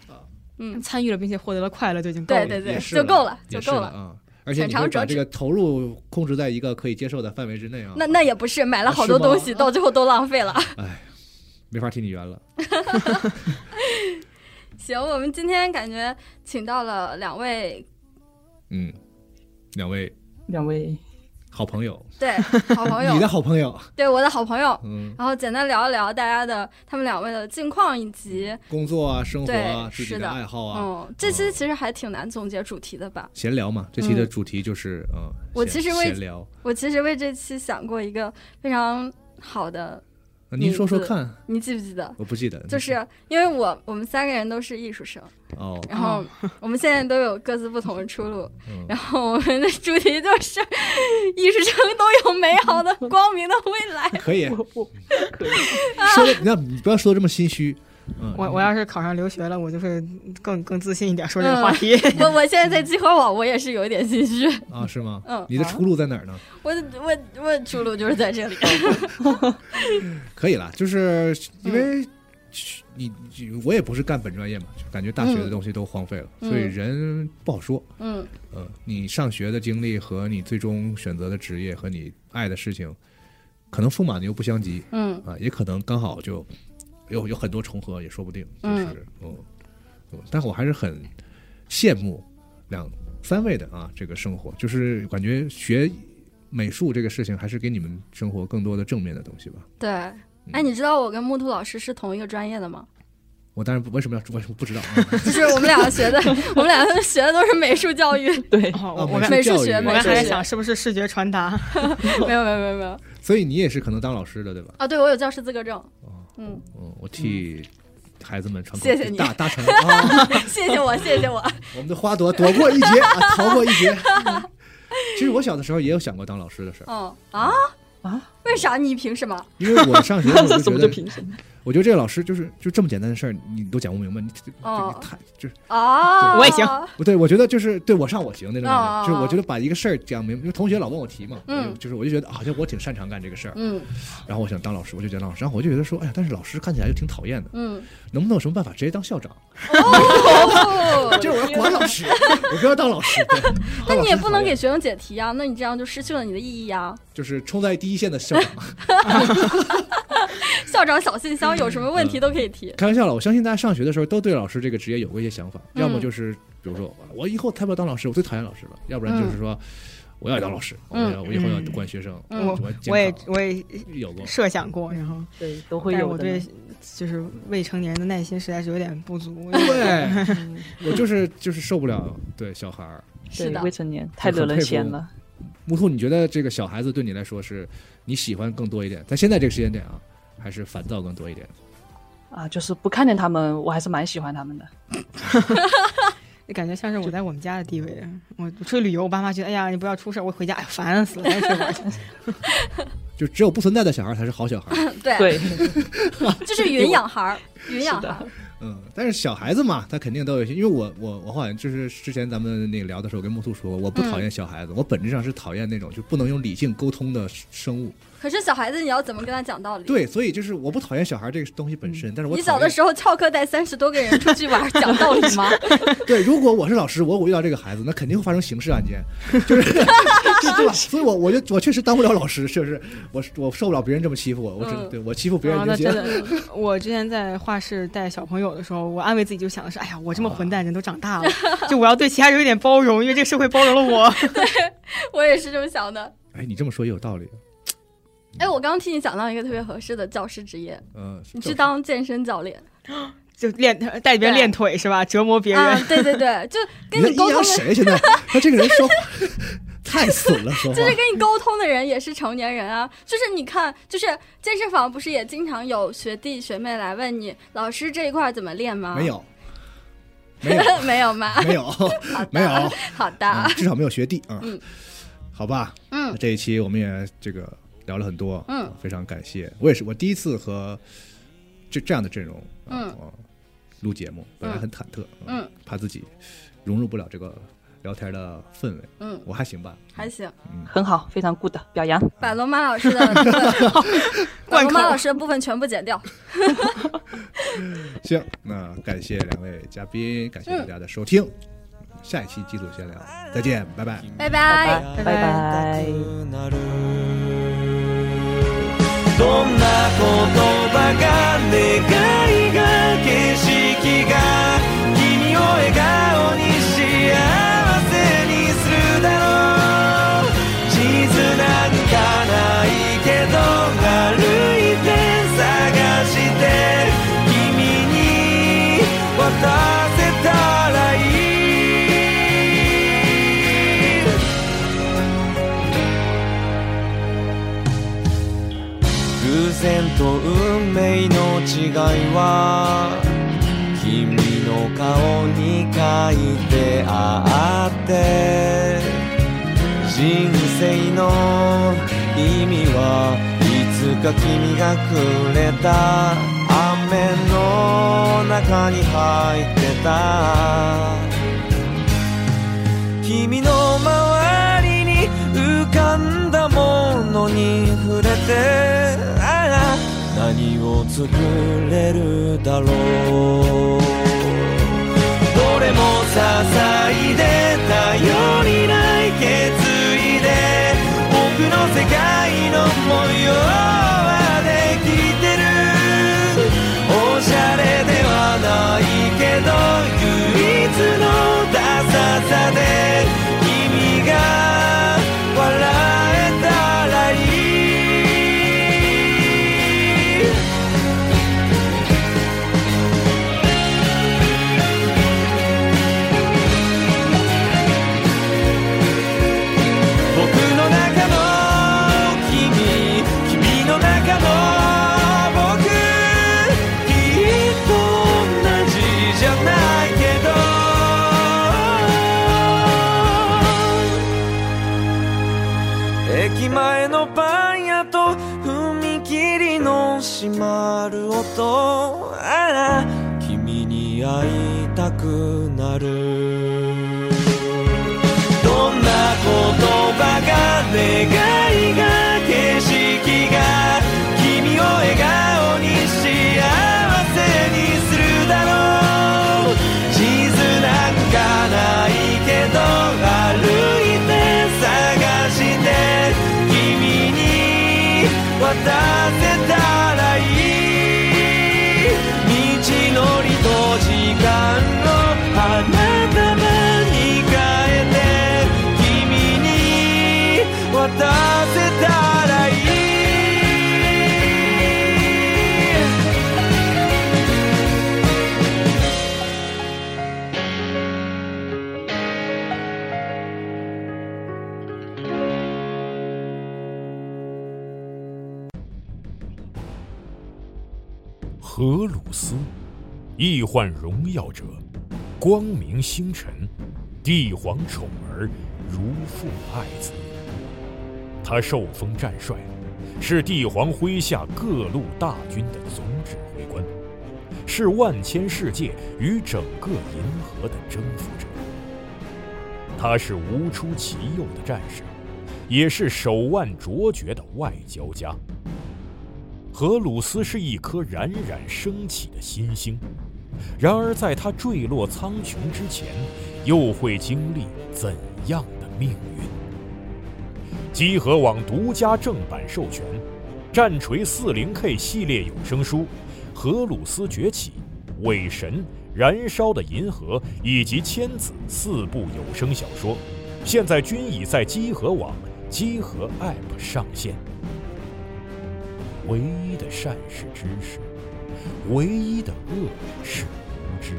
Speaker 2: 嗯
Speaker 4: 参与了，并且获得了快乐就已经够
Speaker 3: 对
Speaker 4: 了。
Speaker 3: 对对，
Speaker 2: 也是
Speaker 3: 就够
Speaker 2: 了
Speaker 3: 了，，
Speaker 2: 也
Speaker 3: 就是够
Speaker 2: 了
Speaker 3: 了。
Speaker 2: 啊。而且你
Speaker 3: 浅
Speaker 2: 会
Speaker 3: 尝
Speaker 2: 把
Speaker 3: 辄
Speaker 2: 这
Speaker 3: 止
Speaker 2: 个投入控制在一个可以接受的范围之内啊。
Speaker 3: 那那也不是买了好多
Speaker 2: 是吗嗯
Speaker 3: 东西，到最后都浪费了。
Speaker 2: 哎，没法替你圆了。
Speaker 3: 行，我们今天感觉请到了两位
Speaker 2: 嗯，两位
Speaker 5: 两位
Speaker 2: 好朋友，
Speaker 3: 对好朋
Speaker 2: [LAUGHS]
Speaker 3: 友
Speaker 2: 你，的好朋
Speaker 3: [LAUGHS]
Speaker 2: 友，
Speaker 3: 对我的好朋友，
Speaker 2: 嗯，
Speaker 3: 然后简单聊一聊大家的他们两位的近况以及
Speaker 2: 工作啊，生活啊，
Speaker 3: 对
Speaker 2: 自己
Speaker 3: 是的
Speaker 2: 爱好啊，
Speaker 3: 嗯，这期其实还挺难总结主题的吧。
Speaker 2: 闲聊嘛。这期的主题就是嗯，
Speaker 3: 我
Speaker 2: 闲
Speaker 3: 其实为
Speaker 2: 闲聊，
Speaker 3: 我其实为这期想过一个非常好的，
Speaker 2: 那您说说
Speaker 3: 名字
Speaker 2: 看，
Speaker 3: 你记不记得？
Speaker 2: 我不记得，
Speaker 3: 就是因为我我们三个人都是艺术生，
Speaker 2: 哦， [LAUGHS]
Speaker 3: 然后我们现在都有各自不同的出路，
Speaker 2: 嗯
Speaker 3: 然后我们的主题就是艺术生都有美
Speaker 2: [LAUGHS]
Speaker 3: 好的光明的未来。
Speaker 2: 可以 [LAUGHS]
Speaker 5: 不不可以，
Speaker 2: 说的，那你不要说的这么心虚，嗯，
Speaker 4: 我我要是考上留学了，我就会更更自信一点说
Speaker 3: 嗯
Speaker 4: 这个
Speaker 3: [LAUGHS]
Speaker 4: 话题。
Speaker 3: 我我现在在集合网，我也是有一点心虚。
Speaker 2: 啊是吗？
Speaker 3: 嗯
Speaker 2: 你的出路在哪儿呢？
Speaker 3: 我我我出路就是在
Speaker 2: [LAUGHS]
Speaker 3: 这里。
Speaker 2: 可以了，就是因
Speaker 3: 嗯
Speaker 2: 为你、你我也不是干本专业嘛，就感觉大学的东西都荒废了，
Speaker 3: 嗯
Speaker 2: 所以人不好说。
Speaker 3: 嗯，
Speaker 2: 嗯、你上学的经历和你最终选择的职业和你爱的事情，可能风马牛不相
Speaker 3: [LAUGHS]
Speaker 2: 及
Speaker 3: 嗯
Speaker 2: 啊、也可能刚好就有有很多重合，也说不定。就是嗯嗯，但我还是很羡慕两三位的啊，这个生活，就是感觉学美术这个事情还是给你们生活更多的正面的东西吧。
Speaker 3: 对。
Speaker 2: 嗯
Speaker 3: 哎，你知道我跟木兔老师是同一个专业的吗？
Speaker 2: 我当然不为什么要为什么不知道 [LAUGHS] 啊？
Speaker 3: 就是我们俩学的，我们俩学的都是美术教育。
Speaker 5: 对，
Speaker 4: 哦
Speaker 2: 啊
Speaker 4: 我我
Speaker 2: [LAUGHS] 美
Speaker 4: 刚
Speaker 3: 美术
Speaker 2: 教育
Speaker 3: 学
Speaker 4: 我
Speaker 3: 美
Speaker 4: 刚
Speaker 3: 术
Speaker 4: 才在
Speaker 3: 学
Speaker 4: 想是不是视觉传达？
Speaker 3: 没有没有没有没有
Speaker 2: 所以你也是可能当老师的对吧？
Speaker 3: 啊！对我有教师资
Speaker 2: [LAUGHS]
Speaker 3: 格证，
Speaker 2: 嗯，我替孩子们传口
Speaker 3: 谢谢你
Speaker 2: 大大成啊！ [LAUGHS]
Speaker 3: 谢谢我谢谢我。
Speaker 2: 我们的花朵躲过一劫，啊、逃过一劫。其实我小的时候也有想过当老师的事儿，
Speaker 3: 嗯啊
Speaker 5: 啊！
Speaker 3: 为啥你凭什么？
Speaker 2: 因为我上学
Speaker 3: [LAUGHS]
Speaker 2: 的时
Speaker 5: [LAUGHS] 这
Speaker 2: 候
Speaker 5: 什
Speaker 2: 就觉
Speaker 5: 么就
Speaker 2: 得，
Speaker 5: 凭什么？
Speaker 2: 我觉得这个老师就是就这么简单的事儿，你都讲不明白，你这
Speaker 3: 哦
Speaker 2: 这太就是
Speaker 3: 啊！
Speaker 4: 我也行
Speaker 2: 不对，我觉得就是对我上我行那种感
Speaker 3: 哦哦
Speaker 2: 觉，就
Speaker 3: 哦
Speaker 2: 是我觉得把一个事儿讲明白，因为同学老问我题嘛，
Speaker 3: 嗯
Speaker 2: 我就就是我就觉得啊好像我挺擅长干这个事儿，
Speaker 3: 嗯
Speaker 2: 然后我想当老师，我就觉得当老师，然后我就觉得说，哎呀，但是老师看起来又挺讨厌的，
Speaker 3: 嗯，
Speaker 2: 能不能有什么办法直接当校长？
Speaker 3: 哦，
Speaker 2: 就是我要管老
Speaker 3: [LAUGHS]
Speaker 2: 师，我不要当老师。对
Speaker 3: 那你也不能，
Speaker 2: 当老师讨厌
Speaker 3: 给学生解题啊，那你这样就失去了你的意义啊。
Speaker 2: 就是冲在第一线的校长。
Speaker 3: 校长小信箱有什么问题都可以提。
Speaker 2: 开玩笑了，我相信大家上学的时候都对老师这个职业有过一些想法，
Speaker 3: 嗯
Speaker 2: 要么就是比如说我以后太不要当老师，我最讨厌老师了；要不然就是说我要当老师，我
Speaker 3: 嗯
Speaker 2: 要我以后要管学生。
Speaker 3: 嗯
Speaker 2: 我
Speaker 4: 我也
Speaker 2: 监考
Speaker 4: 我也
Speaker 2: 有
Speaker 4: [LAUGHS]
Speaker 2: 过，
Speaker 4: 设想过，然后
Speaker 5: 对，都会
Speaker 4: 但是
Speaker 5: 有
Speaker 4: 我
Speaker 5: 的
Speaker 4: 对
Speaker 5: 呢。
Speaker 4: 就是未成年人的耐心实在是有点
Speaker 3: [LAUGHS]
Speaker 4: 不足。
Speaker 2: 对， [LAUGHS] 我就是就是受不了对小孩儿。
Speaker 3: 是的
Speaker 5: 对，未成年太惹人嫌了。
Speaker 2: 木兔，你觉得这个小孩子对你来说是你喜欢更多一点，在现在这个时间点啊，还是烦躁更多一点？
Speaker 5: 啊，就是不看见他们，我还是蛮喜欢他们的。
Speaker 4: 感觉像是我在我们家的地位。啊我出去旅游，我爸妈觉得哎呀你不要出事儿，我回家哎烦死了，赶紧睡会儿去。
Speaker 2: 就只有不存在的小孩才是好小孩。
Speaker 3: 对，
Speaker 5: 对，
Speaker 3: 就是云养
Speaker 2: [LAUGHS]
Speaker 3: 孩儿，云养
Speaker 5: 是
Speaker 3: 孩
Speaker 5: 的
Speaker 3: 儿。
Speaker 2: 嗯，但是小孩子嘛，他肯定都有一些，因为我我我好像就是之前咱们那个聊的时候，我跟木兔说过，我不讨厌小
Speaker 3: 嗯
Speaker 2: 孩子，我本质上是讨厌那种就不能用理性沟通的生物。
Speaker 3: 可是小孩子，你要怎么跟他讲道理？
Speaker 2: 对，所以就是我不讨厌小孩这个东西本身，但是我
Speaker 3: 嗯你小的时候翘课带三十多个人出去玩，讲道理
Speaker 2: [LAUGHS]
Speaker 3: 吗？
Speaker 2: 候，对，如果我是老师，我遇到这个孩子，那肯定会发生刑事案件，就是 [LAUGHS] 对吧？所以我我就我确实当不了老师，确实我我受不了别人这么欺负我，我只、
Speaker 3: 嗯
Speaker 2: 对我欺负别
Speaker 4: 然
Speaker 2: 人
Speaker 4: 后
Speaker 2: 就
Speaker 4: 哦那
Speaker 2: 行
Speaker 4: 真。的，我之前在画室带小朋友的时候，我安慰自己就想的是，哎呀，我这么混蛋，人都长大了，就我要对其他人有点包容，因为这个社会包容了我。 [LAUGHS]
Speaker 3: 我也是这么想的。
Speaker 2: 哎，你这么说也有道理，
Speaker 3: 哎，我刚替你想到一个特别合适的教师职业，
Speaker 2: 嗯、
Speaker 3: 你去当健身教练
Speaker 4: 就练带别人练腿是吧？折磨别人。
Speaker 3: 啊？对对对，就跟
Speaker 2: 你在
Speaker 3: 你沟
Speaker 2: 阴
Speaker 3: 通
Speaker 2: 阳
Speaker 3: 的，
Speaker 2: 谁现在？他这个人说话 [LAUGHS] 太损了，说话
Speaker 3: 就是跟你沟通的人也是成年人啊。就是你看，就是健身房不是啊 [LAUGHS] 也经常有学弟学妹来问你，老师这一块儿怎么练吗？
Speaker 2: 没有。没有
Speaker 3: 没有吗？ [LAUGHS]
Speaker 2: 没有没有，
Speaker 3: 好的，
Speaker 2: 嗯至少没有学弟啊。
Speaker 3: 啊嗯
Speaker 2: 好吧，
Speaker 3: 嗯
Speaker 2: 那这一期我们也这个聊了很多，
Speaker 3: 嗯
Speaker 2: 啊非常感谢，我也是我第一次和这这样的阵容，啊
Speaker 3: 嗯
Speaker 2: 啊录节目，本来
Speaker 3: 嗯
Speaker 2: 很忐忑，啊
Speaker 3: 嗯，
Speaker 2: 怕自己融入不了这个聊天的氛围，
Speaker 3: 嗯，
Speaker 2: 我还行吧，
Speaker 3: 还行。
Speaker 5: [LAUGHS] 很好，非常 good，表扬。
Speaker 3: 把龙马老师的部分把龙马老师的部分全部剪掉。
Speaker 2: 行，那感谢两位嘉宾，感谢
Speaker 3: 嗯
Speaker 2: 大家的收听，下一期基础闲聊，再见，拜拜。
Speaker 3: 拜拜。
Speaker 4: 拜
Speaker 5: 拜拜。
Speaker 7: なるどんな言葉が願いが景色が君を笑顔に幸せにするだろう地図なんかないけど歩いて探して君に渡せたらいい偶然と運命の違いは君の顔に書いてあって人生の意味はいつか君がくれた雨の中に入ってた君の周りに浮かんだものに触れてああ何を作れるだろうどれも些細で頼りない決意で僕の世界の模様はできてるおしゃれではないけど唯一のダサさで君が笑えたらいい僕の中の君君の中の僕きっと同じじゃないけど駅前のパン屋と踏切の閉まる音ああ君に会いたくなるどんな言葉が願いが景色が君を笑顔に幸せにするだろう地図なんかないけど歩いて探して君に渡せたらいい道のりと時間の花束に変えて君に渡せたらいい
Speaker 8: 荷鲁斯，易患荣耀者，光明星辰，帝皇宠儿，如父爱子。他受封战帅，是帝皇麾下各路大军的总指挥官，是万千世界与整个银河的征服者。他是无出其右的战士，也是手腕卓绝的外交家。荷鲁斯是一颗冉冉升起的新星，然而在它坠落苍穹之前，又会经历怎样的命运？积禾网独家正版授权，战锤 40K 系列有声书《荷鲁斯崛起》《伪神》《燃烧的银河》以及《千子》四部有声小说，现在均已在积禾网、积禾 App 上线。唯一的善是知识，唯一的恶是无知。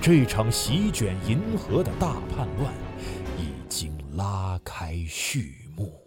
Speaker 8: 这场席卷银河的大叛乱已经拉开序幕。